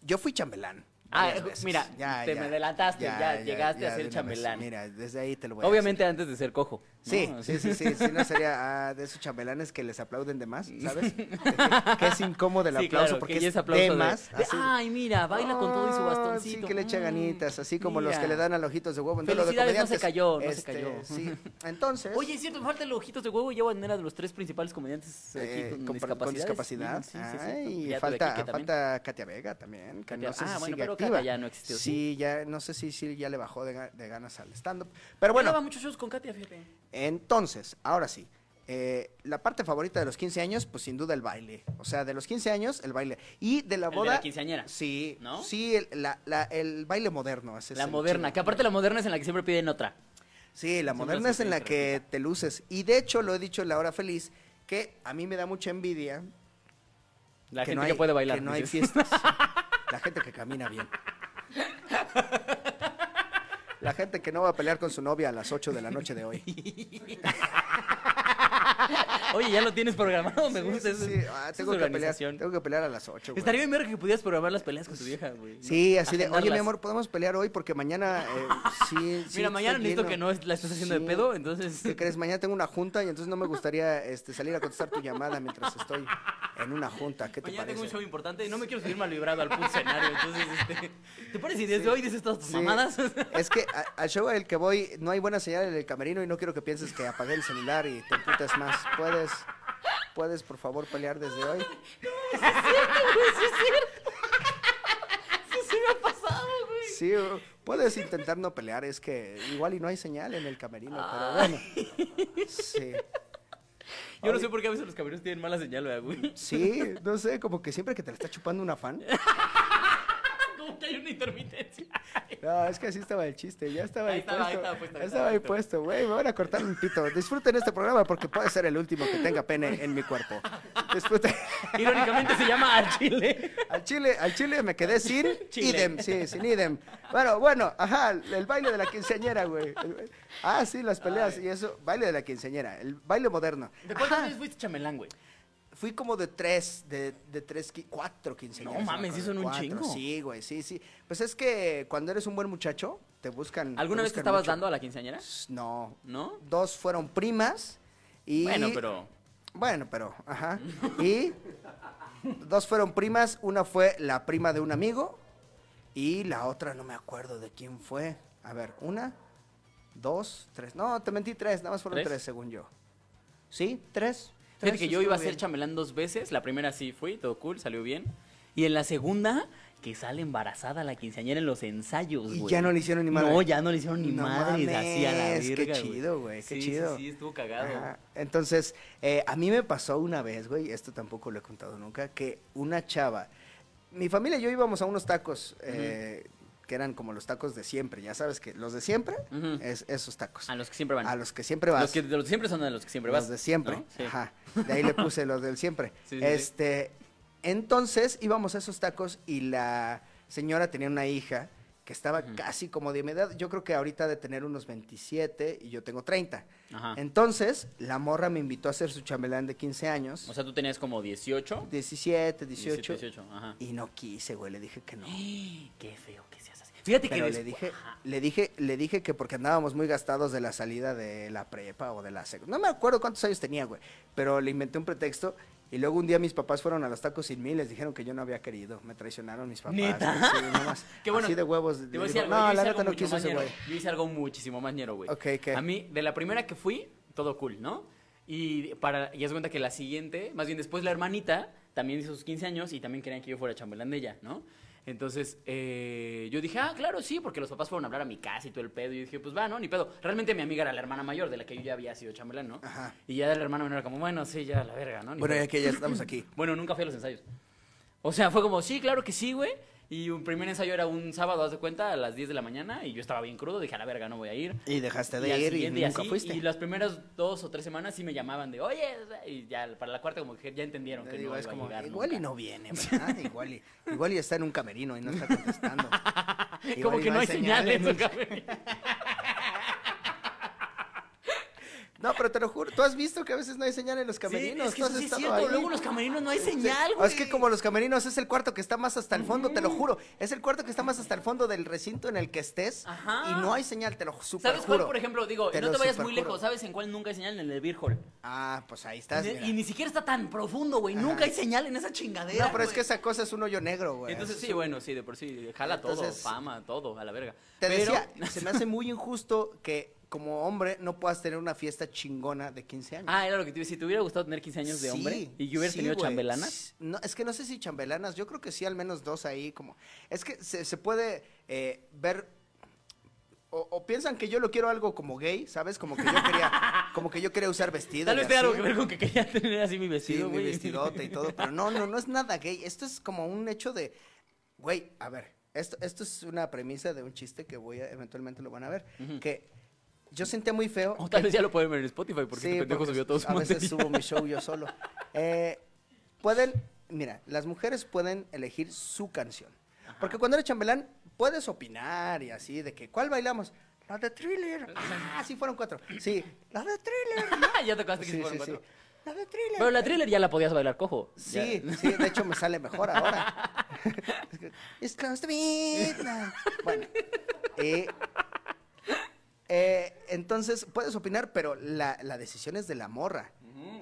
[SPEAKER 2] Yo fui chambelán.
[SPEAKER 1] Ah,
[SPEAKER 2] varias
[SPEAKER 1] eh, mira, te me delataste, ya, llegaste a
[SPEAKER 2] de
[SPEAKER 1] ser
[SPEAKER 2] una
[SPEAKER 1] chambelán.
[SPEAKER 2] vez. Mira, desde ahí te lo voy
[SPEAKER 1] Obviamente
[SPEAKER 2] a
[SPEAKER 1] antes de ser cojo. ¿no?
[SPEAKER 2] decir.
[SPEAKER 1] O sea,
[SPEAKER 2] Pues, eh, Sí, sí, sí, sí, sí, no sería ah, de esos chambelanes que les aplauden de más, ¿sabes? que, es incómodo el
[SPEAKER 1] Sí,
[SPEAKER 2] aplauso
[SPEAKER 1] claro,
[SPEAKER 2] porque
[SPEAKER 1] que ya
[SPEAKER 2] es
[SPEAKER 1] aplauso
[SPEAKER 2] de
[SPEAKER 1] de-
[SPEAKER 2] más.
[SPEAKER 1] de,
[SPEAKER 2] así.
[SPEAKER 1] Ay, mira, baila con todo y su
[SPEAKER 2] Ah,
[SPEAKER 1] bastoncito.
[SPEAKER 2] Sí, que le echa
[SPEAKER 1] mm,
[SPEAKER 2] ganitas, así como los que
[SPEAKER 1] mira.
[SPEAKER 2] le dan a los ojitos de huevo. en duelo de
[SPEAKER 1] Felicidades, no se
[SPEAKER 2] comediantes. este,
[SPEAKER 1] cayó, no se cayó.
[SPEAKER 2] Sí, entonces.
[SPEAKER 1] Oye, es cierto, me faltan los ojitos de huevo y llevo bandera de los tres principales comediantes aquí
[SPEAKER 2] eh,
[SPEAKER 1] con,
[SPEAKER 2] con,
[SPEAKER 1] discapacidades.
[SPEAKER 2] con discapacidad.
[SPEAKER 1] Mm, sí, sí, es cierto.
[SPEAKER 2] Ay,
[SPEAKER 1] Ya tuve aquí
[SPEAKER 2] falta,
[SPEAKER 1] que también.
[SPEAKER 2] falta Katia Vega también, que
[SPEAKER 1] Katia-
[SPEAKER 2] no sé
[SPEAKER 1] ah,
[SPEAKER 2] si
[SPEAKER 1] bueno,
[SPEAKER 2] sigue
[SPEAKER 1] pero
[SPEAKER 2] activa.
[SPEAKER 1] Katia ya no existió,
[SPEAKER 2] Sí,
[SPEAKER 1] ¿sí?
[SPEAKER 2] ya, no sé si, si ya le bajó de, ga- de ganas al stand-up. Pero bueno,
[SPEAKER 1] Yo daba muchos shows con Katia, fíjate.
[SPEAKER 2] entonces, ahora sí. eh, la parte favorita de los 15 años, pues sin duda el baile. O sea, de los 15 años, el baile. Y de la
[SPEAKER 1] El de
[SPEAKER 2] boda.
[SPEAKER 1] la quinceañera,
[SPEAKER 2] Sí,
[SPEAKER 1] ¿no?
[SPEAKER 2] Sí, el, la- la- el baile moderno. ese es
[SPEAKER 1] La
[SPEAKER 2] el
[SPEAKER 1] moderna,
[SPEAKER 2] chido.
[SPEAKER 1] que aparte la moderna es en la que siempre piden otra.
[SPEAKER 2] Sí, la
[SPEAKER 1] Siempre
[SPEAKER 2] moderna
[SPEAKER 1] se
[SPEAKER 2] es en
[SPEAKER 1] tiene
[SPEAKER 2] la
[SPEAKER 1] que
[SPEAKER 2] que te luces. Y de hecho, lo he dicho en la hora feliz, que a mí me da mucha envidia
[SPEAKER 1] La gente que puede bailar.
[SPEAKER 2] Que no hay
[SPEAKER 1] dices.
[SPEAKER 2] fiestas. La gente que camina bien. La gente que no va a pelear con su novia a las 8 de la noche de hoy.
[SPEAKER 1] Oye, ya lo tienes programado, me gusta
[SPEAKER 2] Sí,
[SPEAKER 1] eso.
[SPEAKER 2] sí, sí. Ah,
[SPEAKER 1] eso
[SPEAKER 2] tengo,
[SPEAKER 1] es
[SPEAKER 2] que pelear,
[SPEAKER 1] organización.
[SPEAKER 2] tengo que pelear a las 8. güey.
[SPEAKER 1] Estaría bien ver que pudieras programar las peleas con tu vieja, güey. ¿no?
[SPEAKER 2] Sí, así de, oye, mi
[SPEAKER 1] Agendarlas.
[SPEAKER 2] amor, podemos pelear hoy porque mañana. eh, sí, sí,
[SPEAKER 1] Mira, mañana
[SPEAKER 2] estoy
[SPEAKER 1] necesito
[SPEAKER 2] lleno".
[SPEAKER 1] que no es- la estés haciendo
[SPEAKER 2] Sí.
[SPEAKER 1] de pedo, entonces.
[SPEAKER 2] ¿Qué crees? Mañana tengo una junta y entonces no me gustaría este, salir a contestar tu llamada mientras estoy en una junta. ¿Qué te
[SPEAKER 1] Mañana tengo un
[SPEAKER 2] parece?
[SPEAKER 1] show importante y no me quiero subir mal vibrado al puto escenario. Entonces, este, ¿te parece si desde hoy dices todas tus
[SPEAKER 2] Sí.
[SPEAKER 1] mamadas?
[SPEAKER 2] Es que a- al show al que voy no hay buena señal en el camerino y no quiero que pienses que apagué el celular y te putas más. Puedes, puedes por favor pelear desde hoy.
[SPEAKER 1] sí me ha pasado, güey.
[SPEAKER 2] Sí, o- puedes intentar no pelear, es que igual y no hay señal en el camerino, pero bueno. Sí.
[SPEAKER 1] Yo no sé por qué a veces los camiones tienen mala señal, ¿verdad, güey.
[SPEAKER 2] Sí, no sé, como que siempre que te la está chupando una fan.
[SPEAKER 1] Ah, Como ya hay una intermitencia.
[SPEAKER 2] No, es que así estaba el chiste, ya estaba
[SPEAKER 1] Ahí
[SPEAKER 2] ahí,
[SPEAKER 1] estaba, ahí
[SPEAKER 2] puesto.
[SPEAKER 1] estaba puesto, ahí estaba
[SPEAKER 2] ya estaba ahí
[SPEAKER 1] puesto.
[SPEAKER 2] puesto, güey, me van a cortar un pito. Disfruten este programa porque puede ser el último que tenga pene en mi cuerpo. Disfruten.
[SPEAKER 1] Irónicamente se llama al chile.
[SPEAKER 2] Al chile, al chile me quedé sin
[SPEAKER 1] Chile.
[SPEAKER 2] idem, sí, sin idem. Bueno, bueno, ajá, el baile de la quinceañera, güey. El- Ah, sí, las peleas
[SPEAKER 1] Ay.
[SPEAKER 2] y eso, baile de la quinceañera, el baile moderno.
[SPEAKER 1] ¿De cuántas
[SPEAKER 2] Ajá, Pues
[SPEAKER 1] veces fuiste chamelán, güey?
[SPEAKER 2] Fui como de tres, de, de tres, qui- cuatro quinceañeras.
[SPEAKER 1] No
[SPEAKER 2] me
[SPEAKER 1] mames, sí
[SPEAKER 2] acuerdo,
[SPEAKER 1] son un
[SPEAKER 2] cuatro,
[SPEAKER 1] chingo.
[SPEAKER 2] Sí, güey, sí, sí. Pues es que cuando eres un buen muchacho, te buscan.
[SPEAKER 1] ¿Alguna vez te
[SPEAKER 2] buscan
[SPEAKER 1] estabas
[SPEAKER 2] mucho.
[SPEAKER 1] dando a la quinceañera?
[SPEAKER 2] No,
[SPEAKER 1] ¿No?
[SPEAKER 2] dos fueron primas y...
[SPEAKER 1] Bueno, pero.
[SPEAKER 2] Bueno, pero, ajá. Y dos fueron primas, una fue la prima de un amigo y la otra no me acuerdo de quién fue. A ver, una, dos, tres. No, te mentí tres, nada más fueron
[SPEAKER 1] ¿Tres?
[SPEAKER 2] tres, según yo. ¿Sí? ¿Tres?
[SPEAKER 1] Fíjate
[SPEAKER 2] tres,
[SPEAKER 1] que yo iba a
[SPEAKER 2] estuvo
[SPEAKER 1] ser
[SPEAKER 2] bien.
[SPEAKER 1] chamelán dos veces. La primera sí fui, todo cool, salió bien. Y en la segunda, que sale embarazada la quinceañera en los ensayos,
[SPEAKER 2] Y
[SPEAKER 1] güey.
[SPEAKER 2] ya no le hicieron ni madre.
[SPEAKER 1] No, ya no le hicieron ni
[SPEAKER 2] No
[SPEAKER 1] madre.
[SPEAKER 2] mames,
[SPEAKER 1] así a la
[SPEAKER 2] qué
[SPEAKER 1] verga,
[SPEAKER 2] chido, güey, qué
[SPEAKER 1] Sí,
[SPEAKER 2] chido.
[SPEAKER 1] Sí, sí, estuvo cagado.
[SPEAKER 2] Ajá. Entonces, eh, a mí me pasó una vez, güey, esto tampoco lo he contado nunca, que una chava, mi familia y yo íbamos a unos tacos, eh, que eran como los tacos de siempre, ya sabes que los de siempre,
[SPEAKER 1] Ujú.
[SPEAKER 2] es esos tacos.
[SPEAKER 1] A los que siempre van.
[SPEAKER 2] A los que siempre vas.
[SPEAKER 1] Los que los siempre son de los que siempre vas.
[SPEAKER 2] Los de siempre.
[SPEAKER 1] ¿no? Sí.
[SPEAKER 2] Ajá. De ahí le puse los del siempre.
[SPEAKER 1] Sí, sí, sí.
[SPEAKER 2] este, entonces íbamos a esos tacos y la señora tenía una hija que estaba casi como de mi edad. Yo creo que ahorita ha de tener unos 27 y yo tengo 30.
[SPEAKER 1] Ajá.
[SPEAKER 2] Entonces, la morra me invitó a ser su chambelán de 15 años.
[SPEAKER 1] O sea, tú tenías como 18.
[SPEAKER 2] 17, 18.
[SPEAKER 1] 17, 18. Ajá.
[SPEAKER 2] Y no quise, güey, le dije que no.
[SPEAKER 1] Qué feo que seas así. Fíjate
[SPEAKER 2] Pero
[SPEAKER 1] que
[SPEAKER 2] le
[SPEAKER 1] despu-
[SPEAKER 2] dije,
[SPEAKER 1] Ajá.
[SPEAKER 2] le dije, le dije que porque andábamos muy gastados de la salida de la prepa o de la sec- No me acuerdo cuántos años tenía, güey. Pero le inventé un pretexto. Y luego un día mis papás fueron a los tacos sin mí y les dijeron que yo no había querido. Me traicionaron mis papás.
[SPEAKER 1] ¿Neta?
[SPEAKER 2] güey, sí, nada más.
[SPEAKER 1] Qué bueno.
[SPEAKER 2] Así de huevos.
[SPEAKER 1] Te voy a
[SPEAKER 2] les
[SPEAKER 1] decir
[SPEAKER 2] digo,
[SPEAKER 1] algo, yo
[SPEAKER 2] no,
[SPEAKER 1] hice
[SPEAKER 2] la
[SPEAKER 1] algo
[SPEAKER 2] neta no
[SPEAKER 1] mucho
[SPEAKER 2] quiso
[SPEAKER 1] más
[SPEAKER 2] ese
[SPEAKER 1] ñero.
[SPEAKER 2] güey.
[SPEAKER 1] Yo hice algo muchísimo más ñero, güey.
[SPEAKER 2] Ok, ¿qué?
[SPEAKER 1] A mí, de la primera que fui, todo cool, ¿no? Y para y haz de cuenta que la siguiente, más bien después la hermanita, también hizo sus 15 años y también querían que yo fuera chambelán de ella, ¿no? Entonces, eh, yo dije, ah, claro, sí, porque los papás fueron a hablar a mi casa y todo el pedo. Y yo dije, pues va, no, ni pedo. Realmente mi amiga era la hermana mayor de la que yo ya había sido chambelán, ¿no?
[SPEAKER 2] Ajá.
[SPEAKER 1] Y ya la hermana menor era como, bueno, sí, ya la verga, ¿no? Ni
[SPEAKER 2] Bueno,
[SPEAKER 1] pedo.
[SPEAKER 2] ya que ya estamos aquí.
[SPEAKER 1] Bueno, nunca fui a los ensayos. O sea, fue como, sí, claro que sí, güey. Y un primer ensayo era un sábado, haz de cuenta, a las 10 de la mañana. Y yo estaba bien crudo, dije, a la verga, no voy a ir.
[SPEAKER 2] Y dejaste de
[SPEAKER 1] al
[SPEAKER 2] ir y
[SPEAKER 1] siguiente
[SPEAKER 2] nunca
[SPEAKER 1] así,
[SPEAKER 2] fuiste.
[SPEAKER 1] Y las primeras dos o tres semanas sí me llamaban de, oye, y ya para la cuarta como que ya entendieron
[SPEAKER 2] Le
[SPEAKER 1] que
[SPEAKER 2] digo,
[SPEAKER 1] no
[SPEAKER 2] es
[SPEAKER 1] iba
[SPEAKER 2] como,
[SPEAKER 1] a llegar
[SPEAKER 2] igual y
[SPEAKER 1] nunca".
[SPEAKER 2] no viene, ¿verdad? igual, y, igual y está en un camerino y no está contestando. Igual
[SPEAKER 1] Como
[SPEAKER 2] y
[SPEAKER 1] que no hay señales.
[SPEAKER 2] No, pero te lo juro, tú has visto que a veces no hay señal en los
[SPEAKER 1] Sí,
[SPEAKER 2] camerinos.
[SPEAKER 1] es que
[SPEAKER 2] ¿Tú
[SPEAKER 1] eso
[SPEAKER 2] has
[SPEAKER 1] sí es
[SPEAKER 2] estado
[SPEAKER 1] cierto.
[SPEAKER 2] ahí?
[SPEAKER 1] Luego en los camerinos no hay
[SPEAKER 2] Sí.
[SPEAKER 1] señal,
[SPEAKER 2] O
[SPEAKER 1] güey. Mm.
[SPEAKER 2] Es que como los camerinos es el cuarto que está más hasta el fondo, te lo juro. Es el cuarto que está más hasta el fondo del recinto en el que estés.
[SPEAKER 1] Ajá.
[SPEAKER 2] Y no hay señal, te lo super
[SPEAKER 1] ¿Sabes cuál, por ejemplo? Digo,
[SPEAKER 2] Te
[SPEAKER 1] no te
[SPEAKER 2] lo
[SPEAKER 1] vayas muy
[SPEAKER 2] superjuro.
[SPEAKER 1] lejos. ¿Sabes en cuál nunca hay señal? En el de Beer Hall.
[SPEAKER 2] Ah, pues ahí estás.
[SPEAKER 1] Ne-
[SPEAKER 2] mira.
[SPEAKER 1] Y ni siquiera está tan profundo, güey.
[SPEAKER 2] Ajá.
[SPEAKER 1] Nunca hay señal en esa chingadera.
[SPEAKER 2] No, pero es
[SPEAKER 1] güey.
[SPEAKER 2] que esa cosa es un hoyo negro, güey.
[SPEAKER 1] Entonces, sí, bueno, sí, de por sí, jala todo,
[SPEAKER 2] Pues. Entonces-
[SPEAKER 1] fama, todo, a la verga.
[SPEAKER 2] Te
[SPEAKER 1] Pero-
[SPEAKER 2] decía, se me hace muy injusto que como hombre no puedas tener una fiesta chingona de 15 años.
[SPEAKER 1] Ah, era lo que te iba a decir. ¿Te hubiera gustado tener 15 años de
[SPEAKER 2] Sí,
[SPEAKER 1] hombre? ¿Y que hubieras
[SPEAKER 2] sí,
[SPEAKER 1] tenido
[SPEAKER 2] güey.
[SPEAKER 1] chambelanas?
[SPEAKER 2] No, es que no sé si chambelanas, yo creo que sí, al menos dos ahí, como. Es que se, se puede eh, ver. O, o piensan que yo lo quiero algo como gay, ¿sabes? Como que yo quería, como que yo quería usar vestido.
[SPEAKER 1] Tal
[SPEAKER 2] y
[SPEAKER 1] vez tenga
[SPEAKER 2] así.
[SPEAKER 1] algo que ver con que quería tener así mi
[SPEAKER 2] Sí,
[SPEAKER 1] vestido,
[SPEAKER 2] mi
[SPEAKER 1] güey.
[SPEAKER 2] vestidote y todo, pero no, no, no es nada gay. Esto es como un hecho de, güey, a ver, esto, esto es una premisa de un chiste que voy a, eventualmente lo van a ver, que yo sentía muy feo.
[SPEAKER 1] O
[SPEAKER 2] que-
[SPEAKER 1] tal vez ya lo pueden ver en Spotify porque este pendejo
[SPEAKER 2] porque
[SPEAKER 1] subió todo su
[SPEAKER 2] A veces
[SPEAKER 1] material.
[SPEAKER 2] subo mi show yo solo. Eh, pueden, mira, las mujeres pueden elegir su canción. Porque cuando eres chambelán, puedes opinar y así, de que, ¿cuál bailamos? La de Thriller. Ah, sí fueron cuatro. Sí, la de Thriller.
[SPEAKER 1] ya tocaste que se
[SPEAKER 2] Sí,
[SPEAKER 1] fueron
[SPEAKER 2] sí, sí.
[SPEAKER 1] cuatro.
[SPEAKER 2] La de Thriller.
[SPEAKER 1] Pero la thriller ya la podías bailar cojo.
[SPEAKER 2] Sí, sí, de hecho me sale mejor ahora. It's close to midnight. Bueno, eh, eh, entonces puedes opinar, pero la, la decisión es de la morra.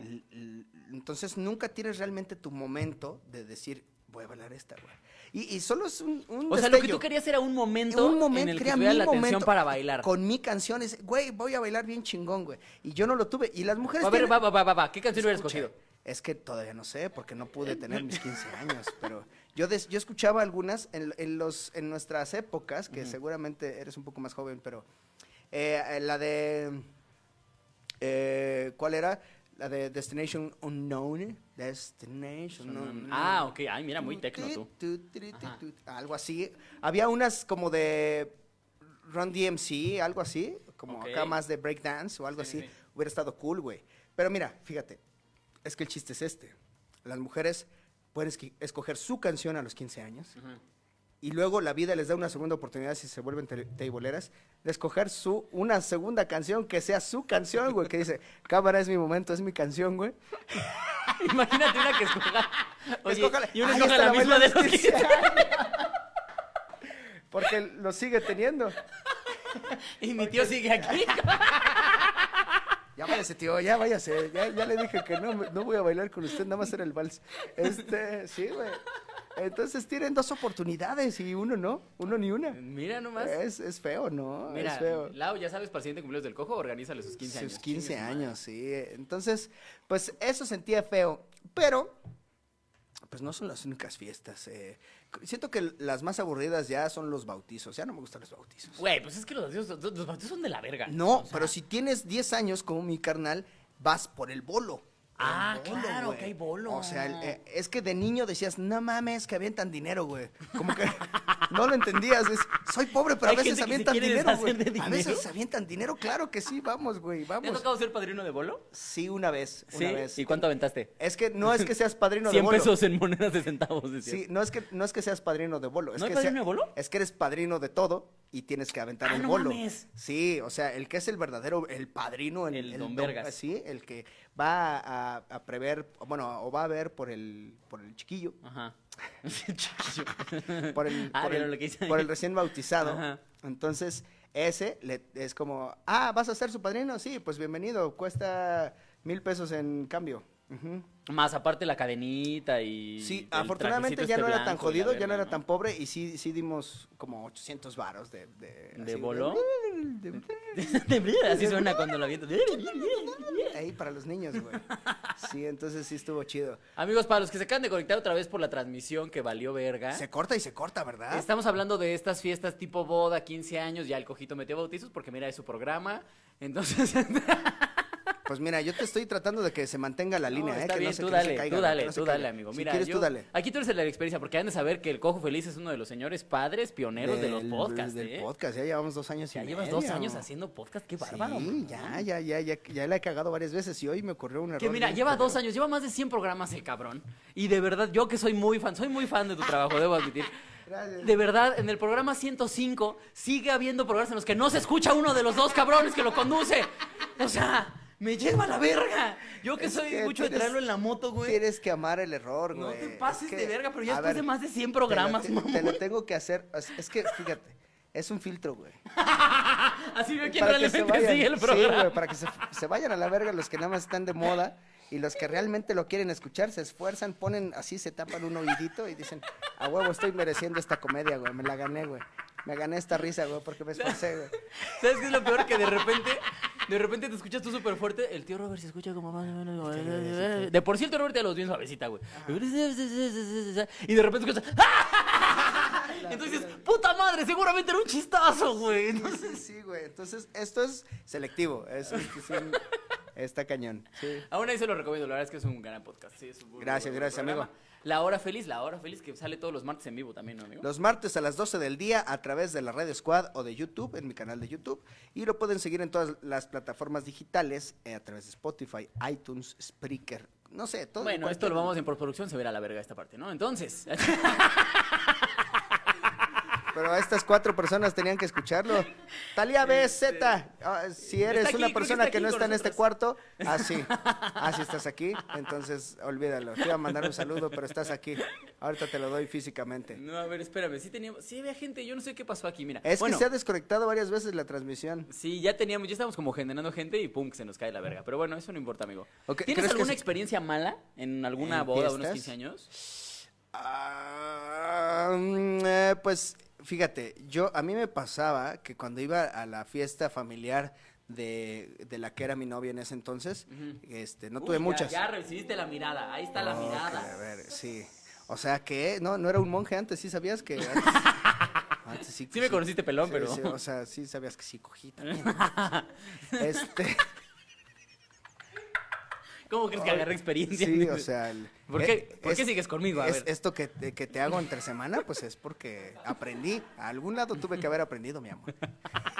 [SPEAKER 2] L- l- Entonces nunca tienes realmente tu momento de decir, voy a bailar esta, güey. Y, y solo es un, un
[SPEAKER 1] O sea, lo que
[SPEAKER 2] destello.
[SPEAKER 1] tú querías era un momento,
[SPEAKER 2] un momento,
[SPEAKER 1] en el que
[SPEAKER 2] crea
[SPEAKER 1] tuviera
[SPEAKER 2] mi
[SPEAKER 1] la atención
[SPEAKER 2] momento
[SPEAKER 1] para bailar.
[SPEAKER 2] Con mi canción es, güey, voy a bailar bien chingón, güey. Y yo no lo tuve. Y las mujeres.
[SPEAKER 1] A ver,
[SPEAKER 2] tienen-
[SPEAKER 1] va, va, va, va, va. ¿Qué canción hubieras
[SPEAKER 2] Escucha,
[SPEAKER 1] escogido?
[SPEAKER 2] Es que todavía no sé, porque no pude tener mis 15 años, pero yo, des- yo escuchaba algunas en, en los, en nuestras épocas, que seguramente eres un poco más joven, pero eh, eh, la de... eh, ¿Cuál era? La de Destination Unknown. Destination Unknown.
[SPEAKER 1] Ah, ok. Ay, mira, muy tecno tú.
[SPEAKER 2] Tu, tu, tu, tu,
[SPEAKER 5] Ajá.
[SPEAKER 2] tu, Algo así. Había unas como de Run DMC, algo así. Como
[SPEAKER 1] Ok.
[SPEAKER 2] acá más de breakdance o algo
[SPEAKER 5] Sí, sí,
[SPEAKER 2] así.
[SPEAKER 5] sí.
[SPEAKER 2] Hubiera estado cool, güey. Pero mira, fíjate. Es que el chiste es este. Las mujeres pueden esqui- escoger su canción a los 15 años. Y luego la vida les da una segunda oportunidad si se vuelven te- teiboleras de escoger su, una segunda canción que sea su canción, güey. Que dice, cámara es mi momento, es mi canción, güey.
[SPEAKER 1] Imagínate una que escoja. Oye,
[SPEAKER 2] Escójala.
[SPEAKER 1] y una
[SPEAKER 2] Ay,
[SPEAKER 1] escoja
[SPEAKER 2] esta
[SPEAKER 1] la misma de los
[SPEAKER 2] bailan los
[SPEAKER 1] 15.
[SPEAKER 2] 15 años. Porque lo sigue teniendo.
[SPEAKER 1] Y mi tío sigue aquí.
[SPEAKER 2] Ya váyase, tío, ya váyase. Ya, ya le dije que no, me- no voy a bailar con usted, nada más era el vals. Este, sí, güey. Entonces tienen dos oportunidades y uno no, uno ni una.
[SPEAKER 1] Mira nomás.
[SPEAKER 2] Es, es feo, ¿no? es
[SPEAKER 1] Mira,
[SPEAKER 2] feo.
[SPEAKER 1] Lau, ya sabes, para el siguiente cumpleaños del cojo, organízale sus 15 años.
[SPEAKER 2] Sus 15 años, sí. Entonces, pues eso sentía feo. Pero, pues no son las únicas fiestas. eh. Siento que las más aburridas ya son los bautizos. Ya no me gustan los bautizos.
[SPEAKER 1] Güey, pues es que los bautizos, los los bautizos son de la verga.
[SPEAKER 2] No,
[SPEAKER 1] O sea,
[SPEAKER 2] pero si tienes 10 años como mi carnal, vas por el bolo.
[SPEAKER 1] Ah,
[SPEAKER 2] El bolo,
[SPEAKER 1] claro,
[SPEAKER 2] güey.
[SPEAKER 1] que hay bolo.
[SPEAKER 2] O sea, el- eh, es que de niño decías, no mames, que avientan dinero, güey. Como que no lo entendías. es, soy pobre, pero
[SPEAKER 1] Hay
[SPEAKER 2] a veces
[SPEAKER 1] gente que se
[SPEAKER 2] avientan
[SPEAKER 1] quiere
[SPEAKER 2] dinero, güey.
[SPEAKER 1] deshacer de
[SPEAKER 2] A
[SPEAKER 1] dinero.
[SPEAKER 2] veces avientan dinero, claro que sí, vamos, güey,
[SPEAKER 1] ¿Te ha
[SPEAKER 2] vamos.
[SPEAKER 1] tocado ser padrino de bolo?
[SPEAKER 2] Sí, una vez, una vez.
[SPEAKER 1] ¿Y cuánto aventaste?
[SPEAKER 2] Es que no es que seas padrino de
[SPEAKER 1] 100
[SPEAKER 2] bolo.
[SPEAKER 1] pesos en monedas de centavos, decías.
[SPEAKER 2] Sí, no es que no es que seas padrino de bolo. Es
[SPEAKER 1] ¿No hay
[SPEAKER 2] que
[SPEAKER 1] padrino de bolo?
[SPEAKER 2] Es que eres padrino de todo y tienes que aventar
[SPEAKER 1] Ah,
[SPEAKER 2] el
[SPEAKER 1] no
[SPEAKER 2] bolo.
[SPEAKER 1] mames.
[SPEAKER 2] Sí, o sea, el que es el verdadero, el padrino, el,
[SPEAKER 1] El don vergas.
[SPEAKER 2] Sí, el que va a, a prever, bueno, o va a ver por el, por el chiquillo,
[SPEAKER 1] Ajá. Chiquillo.
[SPEAKER 2] por el,
[SPEAKER 1] Ah,
[SPEAKER 2] por
[SPEAKER 1] vieron
[SPEAKER 2] el-
[SPEAKER 1] lo que hice ahí.
[SPEAKER 2] por el recién bautizado.
[SPEAKER 1] Ajá.
[SPEAKER 2] Entonces, ese le- es como, ah, ¿vas a ser su padrino? Sí, pues bienvenido, cuesta mil pesos en cambio. Ujú.
[SPEAKER 1] Más aparte la cadenita y.
[SPEAKER 2] Sí,
[SPEAKER 1] el
[SPEAKER 2] afortunadamente
[SPEAKER 1] trajecito
[SPEAKER 2] ya no
[SPEAKER 1] este
[SPEAKER 2] era tan
[SPEAKER 1] blanco y la
[SPEAKER 2] jodido, ya no
[SPEAKER 1] verga,
[SPEAKER 2] era tan pobre y sí, sí dimos como 800 varos de... ¿De,
[SPEAKER 1] ¿De
[SPEAKER 2] así,
[SPEAKER 1] bolo?
[SPEAKER 2] de- de-
[SPEAKER 1] Así suena cuando la viento.
[SPEAKER 2] ahí para los niños, güey. Sí, entonces sí estuvo chido.
[SPEAKER 1] Amigos, para los que se acaban de conectar otra vez por la transmisión que valió verga.
[SPEAKER 2] Se corta y se corta, ¿verdad?
[SPEAKER 1] Estamos hablando de estas fiestas tipo boda, 15 años, ya el cojito metió bautizos porque mira, es su programa. Entonces,
[SPEAKER 2] Pues mira, yo te estoy tratando de que se mantenga la línea, ¿eh?
[SPEAKER 1] está
[SPEAKER 2] que
[SPEAKER 1] bien,
[SPEAKER 2] no se,
[SPEAKER 1] tú
[SPEAKER 2] que no se
[SPEAKER 1] dale,
[SPEAKER 2] caiga,
[SPEAKER 1] tú
[SPEAKER 2] güey, que
[SPEAKER 1] dale,
[SPEAKER 2] no se
[SPEAKER 1] tú dale,
[SPEAKER 2] caiga.
[SPEAKER 1] amigo.
[SPEAKER 2] Si
[SPEAKER 1] Mira,
[SPEAKER 2] quieres,
[SPEAKER 1] yo-
[SPEAKER 2] tú dale.
[SPEAKER 1] aquí tú eres el de la experiencia porque han de saber que el Cojo Feliz es uno de los señores padres pioneros de los
[SPEAKER 2] Del-
[SPEAKER 1] podcasts,
[SPEAKER 2] Del
[SPEAKER 1] ¿eh?
[SPEAKER 2] podcast, ya llevamos dos años y
[SPEAKER 1] Ya llevas
[SPEAKER 2] medio.
[SPEAKER 1] dos años haciendo podcast, qué bárbaro.
[SPEAKER 2] Sí,
[SPEAKER 1] man.
[SPEAKER 2] ya, ya, ya, ya, ya la he cagado varias veces y hoy me ocurrió un error.
[SPEAKER 1] Que mira,
[SPEAKER 2] bien
[SPEAKER 1] lleva
[SPEAKER 2] culero.
[SPEAKER 1] dos años, lleva más de 100 programas el cabrón. Y de verdad, yo que soy muy fan, soy muy fan de tu trabajo, debo admitir.
[SPEAKER 2] Ah. Gracias.
[SPEAKER 1] De verdad, en el programa 105 sigue habiendo programas en los que no se escucha uno de los dos cabrones que lo conduce. O sea, me lleva a la verga. Yo que
[SPEAKER 2] Es
[SPEAKER 1] soy
[SPEAKER 2] que
[SPEAKER 1] mucho de
[SPEAKER 2] tienes-
[SPEAKER 1] traerlo en la moto, güey.
[SPEAKER 2] Tienes que amar el error,
[SPEAKER 1] No
[SPEAKER 2] güey.
[SPEAKER 1] te
[SPEAKER 2] Es
[SPEAKER 1] pases
[SPEAKER 2] que-
[SPEAKER 1] de verga, pero ya
[SPEAKER 2] a
[SPEAKER 1] después de
[SPEAKER 2] ver,
[SPEAKER 1] más de 100
[SPEAKER 2] te lo
[SPEAKER 1] programas,
[SPEAKER 2] te-
[SPEAKER 1] mamón.
[SPEAKER 2] Te lo tengo que hacer. Es es que, fíjate, es un filtro, güey.
[SPEAKER 1] Así veo quién
[SPEAKER 2] Para que se
[SPEAKER 1] realmente
[SPEAKER 2] vayan-
[SPEAKER 1] sigue el
[SPEAKER 2] sí,
[SPEAKER 1] programa.
[SPEAKER 2] güey, para que se, se vayan a la verga los que nada más están de moda y los que realmente lo quieren escuchar se esfuerzan, ponen así, se tapan un oídito y dicen, a huevo, estoy mereciendo esta comedia, güey. Me la gané, güey. Me gané esta risa, güey, porque me esforcé, güey.
[SPEAKER 1] ¿Sabes qué es lo peor? Que de repente, de repente te escuchas tú súper fuerte. El tío Robert se escucha como más o menos. De por sí, el tío Robert ya los bien suavecita, güey. Y de repente escuchas. ¡ah! Entonces, dices, puta madre, seguramente era un chistazo, güey. Entonces,
[SPEAKER 2] Sí, sí, güey. Entonces, esto es selectivo. Es, es un- está cañón. Sí.
[SPEAKER 1] Aún ahí se lo recomiendo, la verdad es que es un gran podcast. Sí, es un muy
[SPEAKER 2] Gracias,
[SPEAKER 1] buen
[SPEAKER 2] gracias,
[SPEAKER 1] programa.
[SPEAKER 2] amigo.
[SPEAKER 1] La hora feliz, la hora feliz que sale todos los martes en vivo también, ¿no, amigo?
[SPEAKER 2] Los martes a las 12 del día a través de la Radio Squad o de YouTube, en mi canal de YouTube. Y lo pueden seguir en todas las plataformas digitales, eh, a través de Spotify, iTunes, Spreaker, no sé, todo.
[SPEAKER 1] Bueno, esto
[SPEAKER 2] cualquier-
[SPEAKER 1] lo vamos en postproducción, se verá la verga esta parte, ¿no? Entonces,
[SPEAKER 2] Pero estas cuatro personas tenían que escucharlo. Talia BZ, ah, si eres
[SPEAKER 1] aquí, creo
[SPEAKER 2] una
[SPEAKER 1] que Este, está
[SPEAKER 2] persona que
[SPEAKER 1] aquí
[SPEAKER 2] no
[SPEAKER 1] con
[SPEAKER 2] está en este
[SPEAKER 1] nosotros.
[SPEAKER 2] cuarto, así, así estás aquí, entonces olvídalo. Te iba a mandar un saludo, pero estás aquí. Ahorita te lo doy físicamente.
[SPEAKER 1] no, a ver, espérame, sí teníamos, sí había gente, yo no sé qué pasó aquí, mira.
[SPEAKER 2] Es
[SPEAKER 1] Bueno,
[SPEAKER 2] que se ha desconectado varias veces la transmisión.
[SPEAKER 1] Sí, ya teníamos, ya estábamos como generando gente y pum, que se nos cae la verga. Pero bueno, eso no importa, amigo.
[SPEAKER 2] Ok,
[SPEAKER 1] ¿Tienes
[SPEAKER 2] ¿crees que
[SPEAKER 1] alguna
[SPEAKER 2] se-
[SPEAKER 1] experiencia mala en alguna
[SPEAKER 2] ¿En
[SPEAKER 1] boda o unos
[SPEAKER 2] fiestas?
[SPEAKER 1] 15 años?
[SPEAKER 2] Ah, mm, eh, pues fíjate, yo a mí me pasaba que cuando iba a la fiesta familiar de, de la que era mi novia en ese entonces, este, no
[SPEAKER 1] Uy,
[SPEAKER 2] tuve
[SPEAKER 1] ya-
[SPEAKER 2] muchas.
[SPEAKER 1] Ya, recibiste la mirada, ahí está la
[SPEAKER 2] Ok, a
[SPEAKER 1] mirada.
[SPEAKER 2] ver, sí. O sea que no, no era un monje antes, sí sabías que antes, antes sí.
[SPEAKER 1] Sí me conociste pelón,
[SPEAKER 2] sí,
[SPEAKER 1] pero-
[SPEAKER 2] sí, o sea, sí sabías que sí cogí también. este,
[SPEAKER 1] ¿Cómo crees que agarré experiencia?
[SPEAKER 2] Sí, o sea. el-
[SPEAKER 1] ¿Por qué,
[SPEAKER 2] eh,
[SPEAKER 1] por qué
[SPEAKER 2] es-
[SPEAKER 1] sigues conmigo? A
[SPEAKER 2] es-
[SPEAKER 1] ver.
[SPEAKER 2] esto que, te- que te hago entre semana, pues es porque aprendí. A algún lado tuve que haber aprendido, mi amor.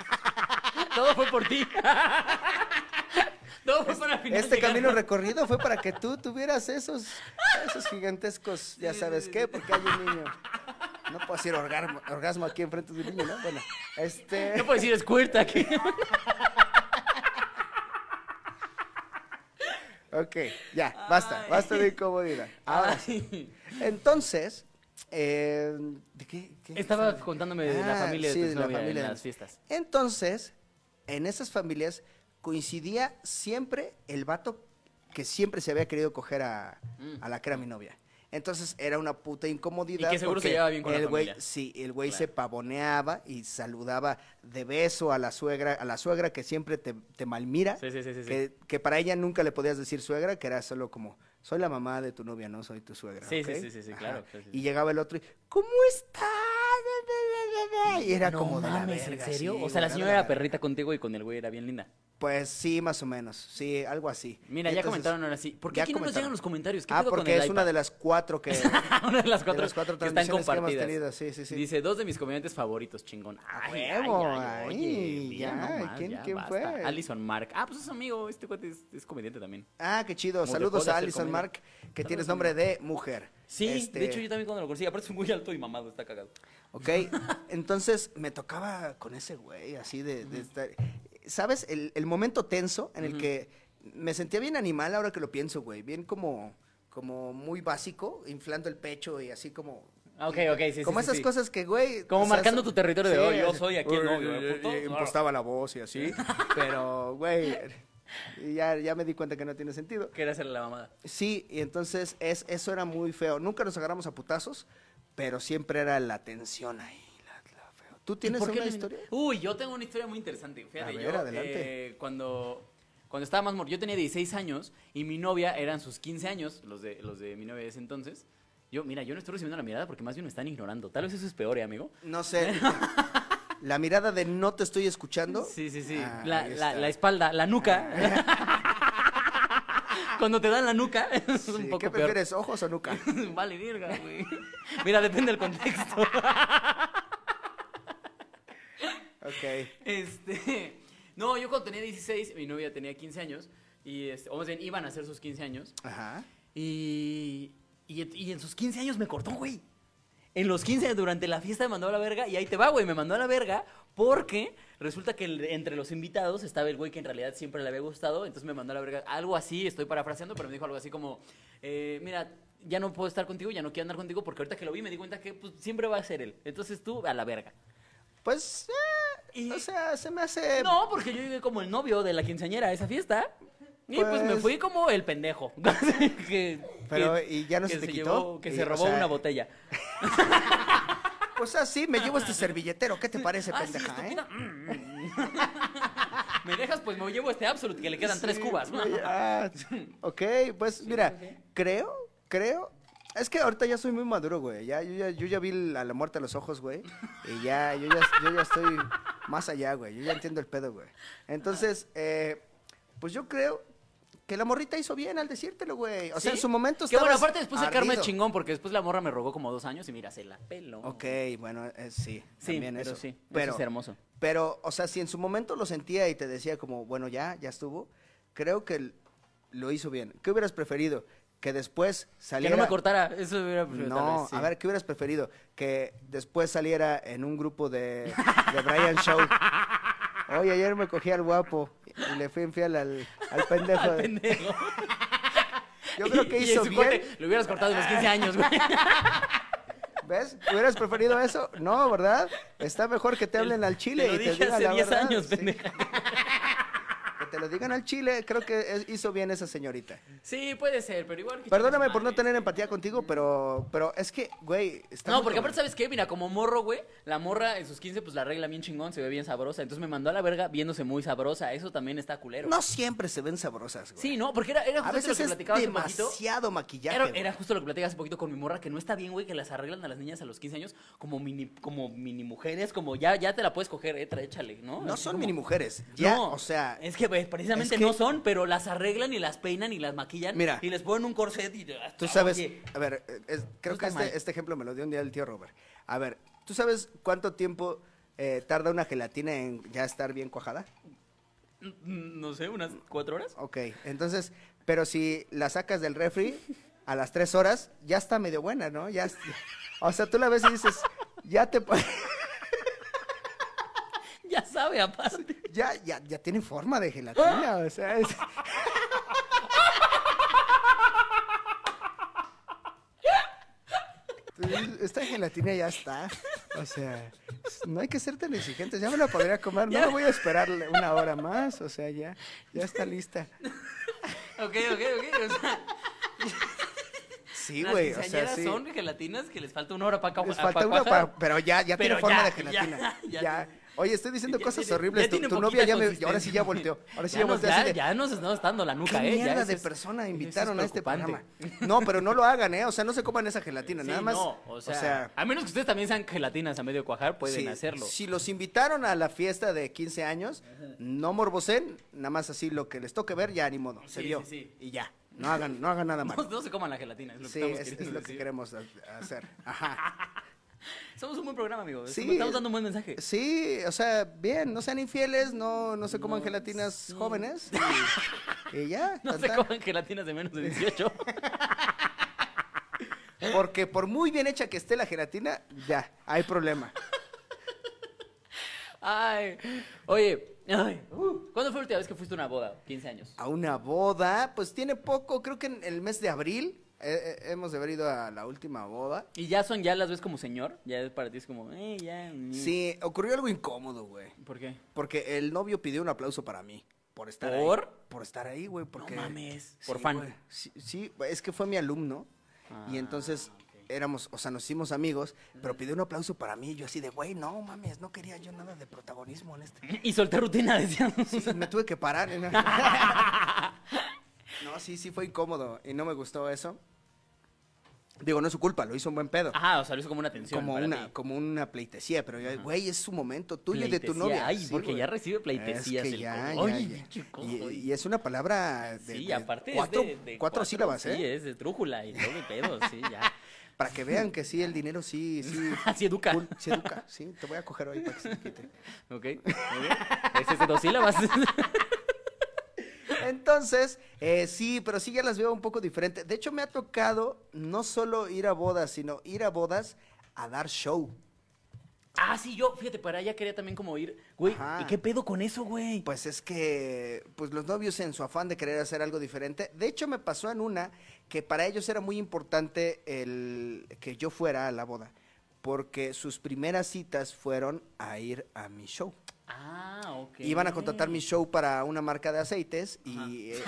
[SPEAKER 1] Todo fue por ti. Todo fue para final.
[SPEAKER 2] Este
[SPEAKER 1] llegar.
[SPEAKER 2] camino recorrido fue para que tú tuvieras esos, esos gigantescos, ya sabes qué, porque hay un niño. No puedo decir orgasmo, orgasmo aquí enfrente de un niño, ¿no? Bueno, este.
[SPEAKER 1] ¿Qué puedo decir? Es cuerta aquí.
[SPEAKER 2] Ok, ya, basta, basta de incomodidad. Ahora sí. Entonces, eh, ¿de qué, qué
[SPEAKER 1] Estaba contándome de la
[SPEAKER 2] Ah,
[SPEAKER 1] familia
[SPEAKER 2] sí,
[SPEAKER 1] de
[SPEAKER 2] de
[SPEAKER 1] tu
[SPEAKER 2] la
[SPEAKER 1] novia
[SPEAKER 2] familia
[SPEAKER 1] en
[SPEAKER 2] de-
[SPEAKER 1] las fiestas.
[SPEAKER 2] Entonces, en esas familias coincidía siempre el vato que siempre se había querido coger a, a la que era mi novia. Entonces era una puta incomodidad.
[SPEAKER 1] Mm. Y que seguro se
[SPEAKER 2] porque
[SPEAKER 1] llevaba bien con la
[SPEAKER 2] el güey-
[SPEAKER 1] familia.
[SPEAKER 2] Sí, el güey se
[SPEAKER 1] Claro.
[SPEAKER 2] pavoneaba y saludaba de beso a la suegra, a la suegra que siempre te, te malmira.
[SPEAKER 1] Sí, sí, sí, sí, sí.
[SPEAKER 2] Que, que para ella nunca le podías decir suegra, que era solo como, soy la mamá de tu novia, no soy tu suegra.
[SPEAKER 1] Sí,
[SPEAKER 2] ¿ok?
[SPEAKER 1] sí, sí, sí, sí,
[SPEAKER 2] Ajá.
[SPEAKER 1] claro, sí, sí, sí.
[SPEAKER 2] Y llegaba el otro y, ¿cómo está? Y era
[SPEAKER 1] no
[SPEAKER 2] como de la
[SPEAKER 1] mames,
[SPEAKER 2] verga,
[SPEAKER 1] ¿en serio?
[SPEAKER 2] sí,
[SPEAKER 1] o sea, la
[SPEAKER 2] güey,
[SPEAKER 1] señora
[SPEAKER 2] de
[SPEAKER 1] era
[SPEAKER 2] verga.
[SPEAKER 1] perrita contigo y con el güey era bien linda.
[SPEAKER 2] Pues sí, más o menos. Sí, algo así.
[SPEAKER 1] Mira,
[SPEAKER 2] Y
[SPEAKER 1] ya
[SPEAKER 2] entonces-
[SPEAKER 1] comentaron ahora sí. ¿Por qué
[SPEAKER 2] ya
[SPEAKER 1] aquí no nos
[SPEAKER 2] comentaron.
[SPEAKER 1] llegan los comentarios? ¿Qué
[SPEAKER 2] Ah,
[SPEAKER 1] pedo con
[SPEAKER 2] porque
[SPEAKER 1] el
[SPEAKER 2] es una
[SPEAKER 1] iPad?
[SPEAKER 2] de las cuatro que.
[SPEAKER 1] una de las cuatro,
[SPEAKER 2] de las cuatro
[SPEAKER 1] que están
[SPEAKER 2] transmisiones que hemos
[SPEAKER 1] compartidas.
[SPEAKER 2] tenido, sí, sí, sí.
[SPEAKER 1] Dice, dos de mis comediantes favoritos, chingón. Ay, ay,
[SPEAKER 2] huevo,
[SPEAKER 1] ay, oye,
[SPEAKER 2] ay,
[SPEAKER 1] mira
[SPEAKER 2] ya,
[SPEAKER 1] nomás,
[SPEAKER 2] ¿quién-
[SPEAKER 1] ya,
[SPEAKER 2] quién
[SPEAKER 1] basta.
[SPEAKER 2] fue?
[SPEAKER 1] Alison Mark. Ah, pues es amigo, este cuate es, es comediante también.
[SPEAKER 2] Ah, qué chido.
[SPEAKER 1] Como dejó
[SPEAKER 2] Saludos
[SPEAKER 1] de
[SPEAKER 2] a
[SPEAKER 1] hacer
[SPEAKER 2] Alison
[SPEAKER 1] comedia.
[SPEAKER 2] Mark, que
[SPEAKER 1] Saludos,
[SPEAKER 2] tienes nombre de mujer.
[SPEAKER 1] Sí,
[SPEAKER 2] Este,
[SPEAKER 1] de hecho yo también cuando lo conocí, aparte es muy alto y mamado, está cagado.
[SPEAKER 2] Ok, entonces me tocaba con ese güey, así de, de estar. ¿Sabes? El, el momento tenso en el que me sentía bien animal ahora que lo pienso, güey. Bien como, como muy básico, inflando el pecho y así como.
[SPEAKER 1] Ah, ok, ok, sí, sí,
[SPEAKER 2] como
[SPEAKER 1] sí,
[SPEAKER 2] esas
[SPEAKER 1] sí.
[SPEAKER 2] cosas que, güey.
[SPEAKER 1] Como
[SPEAKER 2] o sea,
[SPEAKER 1] marcando
[SPEAKER 2] so-
[SPEAKER 1] tu territorio de,
[SPEAKER 2] sí,
[SPEAKER 1] "Oh, yo soy aquí el
[SPEAKER 2] uy,
[SPEAKER 1] novio,
[SPEAKER 2] uy, uy,
[SPEAKER 1] puto".
[SPEAKER 2] y Impostaba la voz y así. pero, güey. y Ya, ya me di cuenta que no tiene sentido.
[SPEAKER 1] Quería hacerle la mamada.
[SPEAKER 2] Sí, y entonces es, eso era muy feo. Nunca nos agarramos a putazos, pero siempre era la tensión ahí. la- la feo. ¿Tú tienes
[SPEAKER 1] ¿Por qué
[SPEAKER 2] una
[SPEAKER 1] le-
[SPEAKER 2] historia?
[SPEAKER 1] Uy, yo tengo una historia muy interesante. Fíjate,
[SPEAKER 2] A ver,
[SPEAKER 1] yo,
[SPEAKER 2] adelante.
[SPEAKER 1] eh, cuando, cuando estaba más morro, yo tenía 16 años y mi novia eran sus 15 años, los de, los de mi novia de ese entonces. Yo, mira, yo no estoy recibiendo la mirada porque más bien me están ignorando. Tal vez eso es peor, ¿eh, amigo?
[SPEAKER 2] No sé. la mirada de no te estoy escuchando.
[SPEAKER 1] Sí, sí, sí.
[SPEAKER 2] Ah,
[SPEAKER 1] la,
[SPEAKER 2] ahí
[SPEAKER 1] la-
[SPEAKER 2] está.
[SPEAKER 1] la espalda, la nuca. Cuando te dan la nuca, es
[SPEAKER 2] Ah. Sí,
[SPEAKER 1] un poco
[SPEAKER 2] ¿Qué
[SPEAKER 1] peor.
[SPEAKER 2] prefieres, ojos o nuca?
[SPEAKER 1] Vale, verga, güey. Mira, depende del contexto.
[SPEAKER 2] Ok.
[SPEAKER 1] Este, no, yo cuando tenía 16, mi novia tenía 15 años, y este, o más bien iban a hacer sus 15 años,
[SPEAKER 2] Ajá.
[SPEAKER 1] y, y, en- y en sus 15 años me cortó, güey. En los 15, durante la fiesta me mandó a la verga, y ahí te va, güey, me mandó a la verga, porque resulta que el- entre los invitados estaba el güey que en realidad siempre le había gustado, entonces me mandó a la verga, algo así, estoy parafraseando, pero me dijo algo así como, eh, mira... Ya no puedo estar contigo, ya no quiero andar contigo porque ahorita que lo vi me di cuenta que pues, siempre va a ser él. Entonces tú a la verga.
[SPEAKER 2] Pues, eh,
[SPEAKER 1] Y-
[SPEAKER 2] o sea, se me hace...
[SPEAKER 1] No, porque yo llegué como el novio de la quinceañera a esa fiesta. Y pues, me
[SPEAKER 2] Pues-
[SPEAKER 1] fui como el pendejo. que,
[SPEAKER 2] Pero,
[SPEAKER 1] que-
[SPEAKER 2] ¿y ya no
[SPEAKER 1] que
[SPEAKER 2] se te quitó?
[SPEAKER 1] llevó- que
[SPEAKER 2] Y,
[SPEAKER 1] se
[SPEAKER 2] o
[SPEAKER 1] robó
[SPEAKER 2] sea,
[SPEAKER 1] una botella.
[SPEAKER 2] Pues así, me llevo este servilletero. ¿Qué te parece,
[SPEAKER 1] Ah, sí,
[SPEAKER 2] pendeja, eh?
[SPEAKER 1] estúpida. Mm. me dejas, pues me llevo este Absolute que le quedan tres
[SPEAKER 2] Sí,
[SPEAKER 1] cubas.
[SPEAKER 2] güey, ah, ok, pues mira, creo, creo. Es que ahorita ya soy muy maduro, güey. Ya, yo, ya, yo ya vi la, la muerte a los ojos, güey. Y ya, yo ya, yo ya estoy más allá, güey. Yo ya entiendo el pedo, güey. Entonces, eh, pues yo creo que la morrita hizo bien al decírtelo, güey. O sea,
[SPEAKER 1] ¿Sí?
[SPEAKER 2] en su momento
[SPEAKER 1] Que bueno,
[SPEAKER 2] estabas
[SPEAKER 1] aparte después el karma es
[SPEAKER 2] ardido.
[SPEAKER 1] chingón porque después la morra me rogó como dos años y mira, se la peló.
[SPEAKER 2] Ok, bueno, eh, sí.
[SPEAKER 1] Sí,
[SPEAKER 2] también
[SPEAKER 1] pero
[SPEAKER 2] eso.
[SPEAKER 1] sí, eso
[SPEAKER 2] Pero,
[SPEAKER 1] es hermoso.
[SPEAKER 2] Pero, o sea, si en su momento lo sentía y te decía como, bueno, ya, ya estuvo, creo que l- lo hizo bien. ¿Qué hubieras preferido? Que después
[SPEAKER 1] Que
[SPEAKER 2] saliera...
[SPEAKER 1] no me cortara, eso hubiera preferido tal
[SPEAKER 2] No,
[SPEAKER 1] vez, sí.
[SPEAKER 2] a ver, ¿qué hubieras preferido? Que después saliera en un grupo de, de Brian Show. Oye, ayer me cogí al guapo y le fui infiel al, al pendejo.
[SPEAKER 1] Al pendejo.
[SPEAKER 2] Yo creo que
[SPEAKER 1] Y- y
[SPEAKER 2] hizo
[SPEAKER 1] su
[SPEAKER 2] bien.
[SPEAKER 1] corte, Lo hubieras cortado en los 15 años, güey.
[SPEAKER 2] ¿Ves? ¿Hubieras preferido eso? No, ¿verdad? Está mejor que te hablen al chile
[SPEAKER 1] Te lo
[SPEAKER 2] y te
[SPEAKER 1] dije
[SPEAKER 2] digan
[SPEAKER 1] hace
[SPEAKER 2] la
[SPEAKER 1] 10
[SPEAKER 2] verdad.
[SPEAKER 1] años,
[SPEAKER 2] Sí.
[SPEAKER 1] pendeja.
[SPEAKER 2] Que te lo digan al chile, creo que es- hizo bien esa señorita.
[SPEAKER 1] Sí, puede ser, pero igual. que
[SPEAKER 2] Perdóname
[SPEAKER 1] chingas
[SPEAKER 2] por no
[SPEAKER 1] madre.
[SPEAKER 2] tener empatía contigo, pero, pero es que, güey, está
[SPEAKER 1] No,
[SPEAKER 2] muy
[SPEAKER 1] porque
[SPEAKER 2] cabrón.
[SPEAKER 1] aparte, ¿sabes qué? Mira, como morro, güey, la morra en sus 15, pues la regla bien chingón, se ve bien sabrosa. Entonces me mandó a la verga viéndose muy sabrosa. Eso también está culero.
[SPEAKER 2] No siempre se ven sabrosas, güey.
[SPEAKER 1] Sí, no, porque era, era
[SPEAKER 2] A
[SPEAKER 1] justo lo
[SPEAKER 2] veces
[SPEAKER 1] que
[SPEAKER 2] es
[SPEAKER 1] platicaba hace poquito.
[SPEAKER 2] demasiado maquillaje.
[SPEAKER 1] Era,
[SPEAKER 2] güey.
[SPEAKER 1] era justo lo que platicaba hace poquito con mi morra, que no está bien, güey, que las arreglan a las niñas a los 15 años como mini, como mini mujeres, como ya, ya te la puedes coger, eh, tra- échale, ¿no?
[SPEAKER 2] No
[SPEAKER 1] Así
[SPEAKER 2] son
[SPEAKER 1] como-
[SPEAKER 2] mini mujeres. Ya,
[SPEAKER 1] No,
[SPEAKER 2] o sea,
[SPEAKER 1] Es que, güey, pre- precisamente
[SPEAKER 2] Es que-
[SPEAKER 1] no son, pero las arreglan y las peinan y las maquillan.
[SPEAKER 2] Mira.
[SPEAKER 1] Y les ponen un corset y. ah,
[SPEAKER 2] Tú sabes,
[SPEAKER 1] Oye,
[SPEAKER 2] a ver, eh, es- creo
[SPEAKER 1] está
[SPEAKER 2] que
[SPEAKER 1] mal.
[SPEAKER 2] este, este ejemplo me lo dio un día el tío Robert. A ver, ¿tú sabes cuánto tiempo eh, tarda una gelatina en ya estar bien cuajada?
[SPEAKER 1] mm, no sé, unas cuatro horas.
[SPEAKER 2] Ok, entonces, pero si la sacas del refri a las tres horas, ya está medio buena, ¿no? Ya, es- o sea, tú la ves y dices, ya te... pa-
[SPEAKER 1] Ya sabe, aparte.
[SPEAKER 2] Ya, ya, ya tiene forma de gelatina, o sea, es- Entonces, Esta gelatina ya está. O sea, no hay que ser tan exigentes. Ya me la podría comer. No
[SPEAKER 1] Ya.
[SPEAKER 2] me voy a esperar una hora más. O sea, ya, ya está lista.
[SPEAKER 1] Ok, ok, ok. O sea,
[SPEAKER 2] Sí,
[SPEAKER 1] las
[SPEAKER 2] güey. O sea,
[SPEAKER 1] quinceañeras
[SPEAKER 2] sí.
[SPEAKER 1] son gelatinas que les falta una hora para
[SPEAKER 2] Les falta una para- pero ya, ya
[SPEAKER 1] Pero
[SPEAKER 2] tiene forma
[SPEAKER 1] ya,
[SPEAKER 2] de gelatina.
[SPEAKER 1] ya, ya
[SPEAKER 2] Ya,
[SPEAKER 1] tiene-
[SPEAKER 2] Oye, estoy diciendo
[SPEAKER 1] Ya
[SPEAKER 2] cosas
[SPEAKER 1] tiene-
[SPEAKER 2] horribles.
[SPEAKER 1] ya
[SPEAKER 2] Tu,
[SPEAKER 1] tiene
[SPEAKER 2] tu
[SPEAKER 1] poquita
[SPEAKER 2] novia ya me.
[SPEAKER 1] consistencia.
[SPEAKER 2] Ahora sí ya volteó. Ahora sí
[SPEAKER 1] Ya
[SPEAKER 2] ya,
[SPEAKER 1] nos-
[SPEAKER 2] volteó.
[SPEAKER 1] ya-
[SPEAKER 2] así de,
[SPEAKER 1] ya nos estamos dando la nuca,
[SPEAKER 2] ¿Qué
[SPEAKER 1] ¿eh? Ya
[SPEAKER 2] mierda
[SPEAKER 1] eso
[SPEAKER 2] de
[SPEAKER 1] es-
[SPEAKER 2] persona
[SPEAKER 1] eso es
[SPEAKER 2] invitaron a este
[SPEAKER 1] preocupante.
[SPEAKER 2] programa? No, pero no lo hagan, ¿eh? O sea, no se coman esa gelatina,
[SPEAKER 1] Sí,
[SPEAKER 2] nada más.
[SPEAKER 1] no, o sea, a menos que ustedes también sean gelatinas a medio cuajar, pueden
[SPEAKER 2] si-
[SPEAKER 1] hacerlo.
[SPEAKER 2] Si los invitaron a la fiesta de 15 años, no morbosen, nada más así lo que les toque ver, ya ni modo, se
[SPEAKER 1] Sí,
[SPEAKER 2] vio.
[SPEAKER 1] sí, sí.
[SPEAKER 2] Y ya, no hagan, no hagan nada
[SPEAKER 1] No,
[SPEAKER 2] más.
[SPEAKER 1] no se coman la gelatina, es lo que
[SPEAKER 2] sí,
[SPEAKER 1] estamos
[SPEAKER 2] es, es
[SPEAKER 1] queriendo
[SPEAKER 2] lo que
[SPEAKER 1] decir.
[SPEAKER 2] queremos ha- hacer. Ah, Ajá.
[SPEAKER 1] Somos un buen programa, amigo.
[SPEAKER 2] Sí.
[SPEAKER 1] Estamos dando un buen mensaje.
[SPEAKER 2] Sí, o sea, bien, no sean infieles, no, no se coman
[SPEAKER 1] No,
[SPEAKER 2] gelatinas
[SPEAKER 1] sí.
[SPEAKER 2] jóvenes. Y, y ya,
[SPEAKER 1] No
[SPEAKER 2] tan,
[SPEAKER 1] se
[SPEAKER 2] tan.
[SPEAKER 1] coman gelatinas de menos de 18.
[SPEAKER 2] porque por muy bien hecha que esté la gelatina, ya, hay problema.
[SPEAKER 1] Ay. Oye, ay. uh, ¿cuándo fue la última vez que fuiste a una boda? 15 años.
[SPEAKER 2] a una boda. Pues tiene poco, creo que en el mes de abril eh, eh, hemos de haber ido a la última boda.
[SPEAKER 1] Y ya son, ya las ves como señor. Ya es para ti es como, eh, ya. mm.
[SPEAKER 2] Sí, ocurrió algo incómodo, güey.
[SPEAKER 1] ¿Por qué?
[SPEAKER 2] Porque el novio pidió un aplauso para mí. Por estar
[SPEAKER 1] ¿Por?
[SPEAKER 2] ahí. Por estar ahí, güey. Porque...
[SPEAKER 1] mames, por fan. Ah,
[SPEAKER 2] güey. Sí, sí, es que fue mi alumno. y entonces éramos, o sea, nos hicimos amigos,
[SPEAKER 1] Mm.
[SPEAKER 2] pero pidió un aplauso para mí. Yo así de, güey, no mames, no quería yo nada de protagonismo en este.
[SPEAKER 1] Y solté rutina, decían.
[SPEAKER 2] Sí, me tuve que parar. No, sí, sí fue incómodo y no me gustó eso. Digo, no es su culpa, lo hizo un buen pedo.
[SPEAKER 1] Ajá, o sea, lo hizo como una tensión.
[SPEAKER 2] como
[SPEAKER 1] para
[SPEAKER 2] una,
[SPEAKER 1] ti.
[SPEAKER 2] como una pleitesía, pero yo, güey, es su momento tuyo y de tu
[SPEAKER 1] Pleitesía.
[SPEAKER 2] novia.
[SPEAKER 1] Ay,
[SPEAKER 2] Sí,
[SPEAKER 1] porque
[SPEAKER 2] güey.
[SPEAKER 1] ya recibe pleitesías
[SPEAKER 2] Es que
[SPEAKER 1] el
[SPEAKER 2] ya,
[SPEAKER 1] codo.
[SPEAKER 2] ya,
[SPEAKER 1] Ay,
[SPEAKER 2] ya.
[SPEAKER 1] pinche codo,
[SPEAKER 2] Y,
[SPEAKER 1] ay.
[SPEAKER 2] y es una palabra de,
[SPEAKER 1] sí,
[SPEAKER 2] de
[SPEAKER 1] aparte es
[SPEAKER 2] cuatro,
[SPEAKER 1] de- de
[SPEAKER 2] cuatro sílabas,
[SPEAKER 1] Sí,
[SPEAKER 2] ¿eh?
[SPEAKER 1] es de trújula y todo el pedo, sí, ya.
[SPEAKER 2] Para que vean que sí, el dinero sí, sí,
[SPEAKER 1] Así educa.
[SPEAKER 2] cul- se educa, sí, te voy a coger hoy para que se te quite.
[SPEAKER 1] Ok. Es de dos sílabas.
[SPEAKER 2] Entonces, eh, sí, pero sí ya las veo un poco diferente. De hecho, me ha tocado no solo ir a bodas, sino ir a bodas a dar show.
[SPEAKER 1] ah, sí, yo, fíjate, para allá quería también como ir. Güey,
[SPEAKER 2] Ajá.
[SPEAKER 1] ¿y qué pedo con eso, güey?
[SPEAKER 2] Pues es que, pues los novios en su afán de querer hacer algo diferente. De hecho, me pasó en una que para ellos era muy importante el que yo fuera a la boda, porque sus primeras citas fueron a ir a mi show.
[SPEAKER 1] Ah, ok.
[SPEAKER 2] Iban a contratar mi show para una marca de aceites y. eh,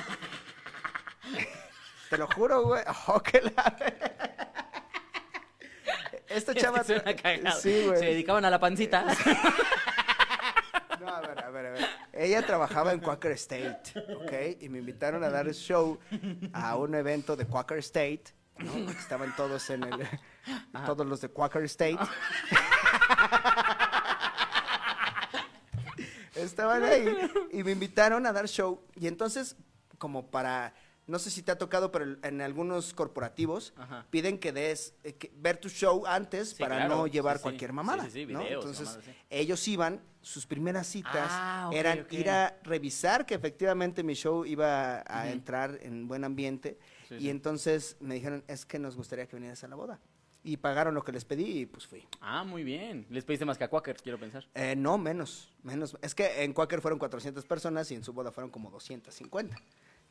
[SPEAKER 2] te lo juro, güey. Ojo, que la- Esta
[SPEAKER 1] Este
[SPEAKER 2] chava.
[SPEAKER 1] suena cagado.
[SPEAKER 2] Sí, güey. Eh,
[SPEAKER 1] Se dedicaban a la pancita.
[SPEAKER 2] No, a ver, a ver, a ver. Ella trabajaba en Quaker State, ¿ok? Y me invitaron a dar el show a un evento de Quaker State, ¿no? Estaban todos en el... Todos los de Quaker State. Estaban ahí y me invitaron a dar show. Y entonces, como para... No sé si te ha tocado, pero en algunos corporativos
[SPEAKER 1] Ajá.
[SPEAKER 2] piden que des eh, que- ver tu show antes
[SPEAKER 1] Sí,
[SPEAKER 2] para
[SPEAKER 1] claro.
[SPEAKER 2] no llevar
[SPEAKER 1] Sí, sí.
[SPEAKER 2] cualquier mamada.
[SPEAKER 1] Sí, sí, sí,
[SPEAKER 2] ¿no?
[SPEAKER 1] videos,
[SPEAKER 2] Entonces,
[SPEAKER 1] mamadas, sí.
[SPEAKER 2] ellos iban, sus primeras citas
[SPEAKER 1] Ah, ok,
[SPEAKER 2] eran
[SPEAKER 1] ok.
[SPEAKER 2] ir a revisar que efectivamente mi show iba a entrar en buen ambiente.
[SPEAKER 1] Sí,
[SPEAKER 2] y
[SPEAKER 1] sí.
[SPEAKER 2] entonces me dijeron, es que nos gustaría que vinieras a la boda. Y pagaron lo que les pedí y pues fui.
[SPEAKER 1] Ah, muy bien. Les pediste más que a Quaker, quiero pensar.
[SPEAKER 2] Eh, no, menos, menos. Es que en Quaker fueron 400 personas y en su boda fueron como 250.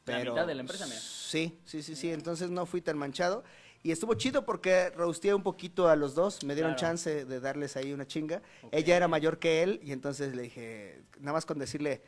[SPEAKER 1] La
[SPEAKER 2] Pero,
[SPEAKER 1] mitad de la empresa, mira.
[SPEAKER 2] Sí, sí, sí, sí. Entonces no fui tan manchado. Y estuvo chido porque roasteé un poquito a los dos. Me dieron
[SPEAKER 1] Claro.
[SPEAKER 2] chance de darles ahí una chinga. Ella era mayor que él y entonces le dije, nada más con decirle,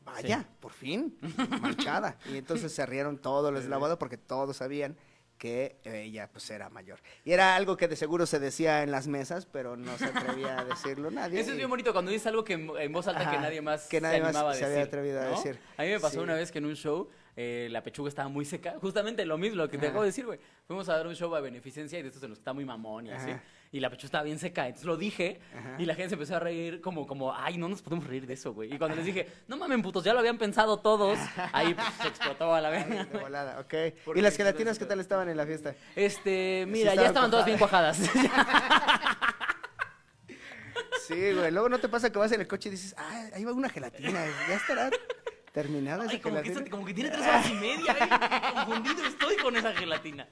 [SPEAKER 2] vaya, por fin, manchada. y entonces se rieron todos los de la boda porque todos sabían que ella pues era mayor. Y era algo que de seguro se decía en las mesas, pero no se atrevía a decirlo nadie.
[SPEAKER 1] Eso es
[SPEAKER 2] Y-
[SPEAKER 1] bien bonito cuando dices algo que en en voz alta que
[SPEAKER 2] Ajá,
[SPEAKER 1] nadie más
[SPEAKER 2] que nadie
[SPEAKER 1] se
[SPEAKER 2] más
[SPEAKER 1] animaba
[SPEAKER 2] se
[SPEAKER 1] a decir.
[SPEAKER 2] había atrevido a
[SPEAKER 1] ¿no?
[SPEAKER 2] decir.
[SPEAKER 1] A mí me pasó
[SPEAKER 2] Sí.
[SPEAKER 1] una vez que en un show eh, la pechuga estaba muy seca. Justamente lo mismo, lo que te
[SPEAKER 2] Ajá.
[SPEAKER 1] acabo de decir, güey. Fuimos a dar un show a beneficencia y de estos en los que está muy mamón y así.
[SPEAKER 2] Ajá.
[SPEAKER 1] y la pechuga estaba bien seca. Entonces lo dije y la gente se empezó a reír como, como, ay, no nos podemos reír de eso, güey. Y cuando les dije, no mamen, putos, ya lo habían pensado todos, ahí pues, se explotó a la
[SPEAKER 2] Ay,
[SPEAKER 1] vez.
[SPEAKER 2] de volada, ok. ¿Y las gelatinas qué tal estaban en la fiesta?
[SPEAKER 1] Este, mira,
[SPEAKER 2] estaban
[SPEAKER 1] ya estaban todas bien cuajadas.
[SPEAKER 2] Sí, güey. Luego no te pasa que vas en el coche y dices, ah, ahí va una gelatina, ya estará terminada esa
[SPEAKER 1] Ay, como, que
[SPEAKER 2] gelatina.
[SPEAKER 1] esto- como que tiene tres horas y media, eh. confundido estoy con esa gelatina.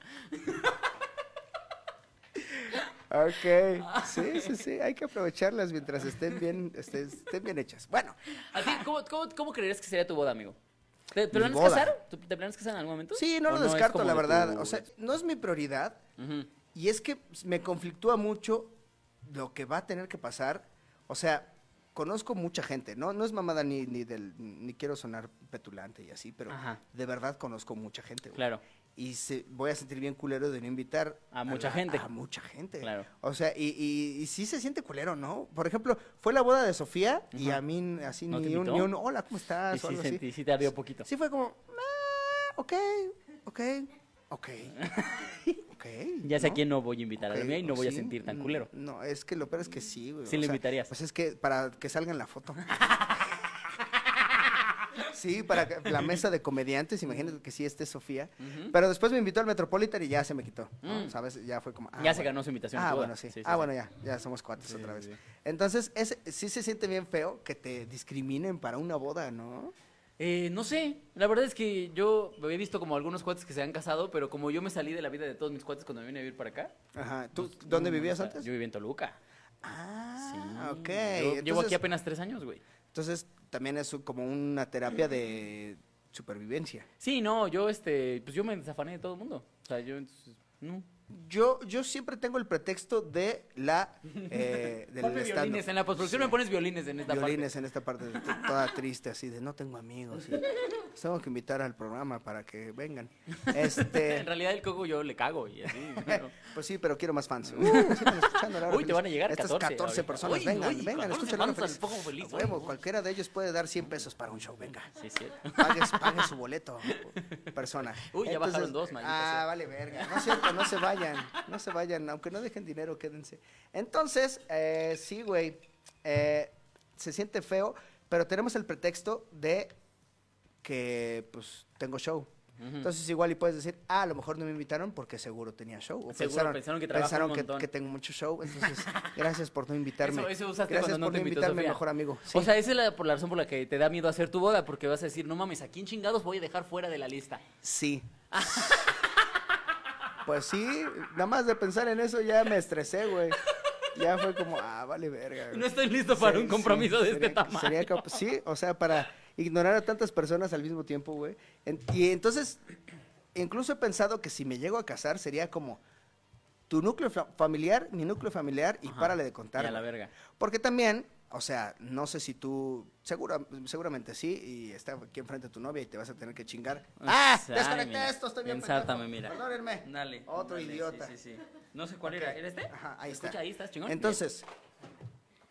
[SPEAKER 2] Ok. Sí, sí, sí. Hay que aprovecharlas mientras estén bien, estén, estén bien hechas. Bueno,
[SPEAKER 1] ¿A ti cómo, cómo, cómo creerías que sería tu boda, amigo? ¿Te, te planeas
[SPEAKER 2] boda.
[SPEAKER 1] casar? ¿Te, te planeas casar en algún momento?
[SPEAKER 2] sí, no
[SPEAKER 1] ¿O
[SPEAKER 2] lo
[SPEAKER 1] es
[SPEAKER 2] descarto,
[SPEAKER 1] como
[SPEAKER 2] la
[SPEAKER 1] de
[SPEAKER 2] verdad.
[SPEAKER 1] tu-
[SPEAKER 2] O sea, no es mi prioridad.
[SPEAKER 1] Ujú.
[SPEAKER 2] Y es que me conflictúa mucho lo que va a tener que pasar. O sea, conozco mucha gente, ¿no? No es mamada ni, ni del. ni quiero sonar petulante y así, pero
[SPEAKER 1] Ajá.
[SPEAKER 2] de verdad conozco mucha gente, güey.
[SPEAKER 1] Claro.
[SPEAKER 2] Y se, voy a sentir bien culero de no invitar
[SPEAKER 1] A mucha gente.
[SPEAKER 2] A mucha gente.
[SPEAKER 1] Claro.
[SPEAKER 2] O sea, y, y, y sí se siente culero, ¿no? Por ejemplo, fue la boda de Sofía y
[SPEAKER 1] Ajá.
[SPEAKER 2] a mí así
[SPEAKER 1] ¿No te
[SPEAKER 2] ni, un,
[SPEAKER 1] invitó?
[SPEAKER 2] ni un hola, ¿cómo
[SPEAKER 1] Y
[SPEAKER 2] estás? ah, o
[SPEAKER 1] sí,
[SPEAKER 2] algo así.
[SPEAKER 1] sentí, sí te ardió poquito.
[SPEAKER 2] Sí fue como, ah, ok, ok, ok, ok.
[SPEAKER 1] Ya sé a
[SPEAKER 2] ¿no?
[SPEAKER 1] quién no voy a invitar a la
[SPEAKER 2] Ok,
[SPEAKER 1] mía y no voy a
[SPEAKER 2] sí,
[SPEAKER 1] sentir tan
[SPEAKER 2] mm,
[SPEAKER 1] culero.
[SPEAKER 2] No, es que lo peor es que sí, güey.
[SPEAKER 1] Sí
[SPEAKER 2] o
[SPEAKER 1] lo
[SPEAKER 2] sea,
[SPEAKER 1] invitarías.
[SPEAKER 2] Pues es que para que salga en la foto. Sí, para que- la mesa de comediantes, imagínate que sí esté Sofía. Pero después me invitó al Metropolitan y ya se me quitó. ¿no? ¿Sabes? Ya fue como. ah,
[SPEAKER 1] Mm. Ya se
[SPEAKER 2] bueno.
[SPEAKER 1] ganó su invitación a
[SPEAKER 2] Ah,
[SPEAKER 1] tu boda.
[SPEAKER 2] bueno, sí.
[SPEAKER 1] Sí, sí,
[SPEAKER 2] ah,
[SPEAKER 1] sí.
[SPEAKER 2] bueno, ya. Ya somos cuates otra vez. Entonces, ese- sí se siente bien feo que te discriminen para una boda, ¿no?
[SPEAKER 1] Eh, no sé, la verdad es que yo había visto como algunos cuates que se han casado, pero como yo me salí de la vida de todos mis cuates cuando me vine a vivir para acá.
[SPEAKER 2] Ajá. ¿Tú dónde
[SPEAKER 1] no,
[SPEAKER 2] vivías
[SPEAKER 1] o sea,
[SPEAKER 2] antes?
[SPEAKER 1] Yo vivía en Toluca.
[SPEAKER 2] Ah, ok.
[SPEAKER 1] Yo Llevo aquí
[SPEAKER 2] Entonces-
[SPEAKER 1] apenas tres años, güey.
[SPEAKER 2] Entonces, también es como una terapia de supervivencia.
[SPEAKER 1] Sí, no, yo este, pues yo me desafané de todo el mundo. O sea, yo entonces, no.
[SPEAKER 2] Yo, yo siempre tengo el pretexto de la eh, del
[SPEAKER 1] Ponme
[SPEAKER 2] stand-up.
[SPEAKER 1] violines, en la postproducción me pones violines en esta
[SPEAKER 2] Violines en esta parte de- toda triste así de no tengo amigos. y los tengo que invitar al programa para que vengan.
[SPEAKER 1] parte.
[SPEAKER 2] Este,
[SPEAKER 1] En realidad el coco yo le cago y así. ¿no?
[SPEAKER 2] pues sí, pero quiero más fans. Uh, sigan escuchando la hora
[SPEAKER 1] Uy, te
[SPEAKER 2] feliz.
[SPEAKER 1] van a llegar
[SPEAKER 2] Estas
[SPEAKER 1] 14 ahorita.
[SPEAKER 2] personas,
[SPEAKER 1] Uy,
[SPEAKER 2] vengan,
[SPEAKER 1] uy,
[SPEAKER 2] vengan,
[SPEAKER 1] 14
[SPEAKER 2] escuchen la hora
[SPEAKER 1] fans al
[SPEAKER 2] feliz.
[SPEAKER 1] Poco Feliz,
[SPEAKER 2] A huevo,
[SPEAKER 1] uy.
[SPEAKER 2] cualquiera de ellos puede dar 100 pesos para un show, venga.
[SPEAKER 1] Sí, es cierto.
[SPEAKER 2] Pague, pague su boleto, persona.
[SPEAKER 1] Uy, ya bajaron dos, eh. maldita
[SPEAKER 2] Ah,
[SPEAKER 1] sea.
[SPEAKER 2] vale, verga. No es cierto, no se vayan. No se vayan. Aunque no dejen dinero, quédense. Entonces, eh, sí, güey. eh, se siente feo, pero tenemos el pretexto de que, pues, tengo show. Entonces, igual y puedes decir, ah, a lo mejor no me invitaron porque seguro tenía show. O
[SPEAKER 1] Seguro, pensaron que trabajo
[SPEAKER 2] pensaron
[SPEAKER 1] un
[SPEAKER 2] que-
[SPEAKER 1] montón.
[SPEAKER 2] que tengo mucho show. Entonces, gracias por no invitarme.
[SPEAKER 1] Eso, eso usaste
[SPEAKER 2] gracias
[SPEAKER 1] cuando no
[SPEAKER 2] por
[SPEAKER 1] te invitó
[SPEAKER 2] invitarme,
[SPEAKER 1] Sofía.
[SPEAKER 2] mejor amigo.
[SPEAKER 1] O
[SPEAKER 2] Sí.
[SPEAKER 1] sea, esa es la, por la razón por la que te da miedo hacer tu boda, porque vas a decir, no mames, ¿a quién chingados voy a dejar fuera de la lista?
[SPEAKER 2] Sí. pues sí, nada más de pensar en eso ya me estresé, güey. Ya fue como, ah, vale verga. güey.
[SPEAKER 1] No estoy listo para
[SPEAKER 2] Sí,
[SPEAKER 1] un compromiso
[SPEAKER 2] sí,
[SPEAKER 1] de este
[SPEAKER 2] sería-
[SPEAKER 1] tamaño.
[SPEAKER 2] sería cap- sí, o sea, para ignorar a tantas personas al mismo tiempo, güey. En- y entonces, incluso he pensado que si me llego a casar sería como tu núcleo fa- familiar, mi núcleo familiar y párale de contar.
[SPEAKER 1] Y a la
[SPEAKER 2] güey.
[SPEAKER 1] verga.
[SPEAKER 2] Porque también, o sea, no sé si tú, segura, seguramente sí, y está aquí enfrente tu novia y te vas a tener que chingar. ¡Ah!
[SPEAKER 1] Ay,
[SPEAKER 2] Desconecté
[SPEAKER 1] mira.
[SPEAKER 2] esto, estoy bien
[SPEAKER 1] Ensártame,
[SPEAKER 2] pendejo.
[SPEAKER 1] mira.
[SPEAKER 2] Perdónenme.
[SPEAKER 1] Dale.
[SPEAKER 2] Otro
[SPEAKER 1] dale,
[SPEAKER 2] idiota.
[SPEAKER 1] Sí, sí, sí. No sé cuál era. ¿Era este?
[SPEAKER 2] Ajá, ahí
[SPEAKER 1] Escucha,
[SPEAKER 2] está.
[SPEAKER 1] ahí estás, chingón.
[SPEAKER 2] Entonces,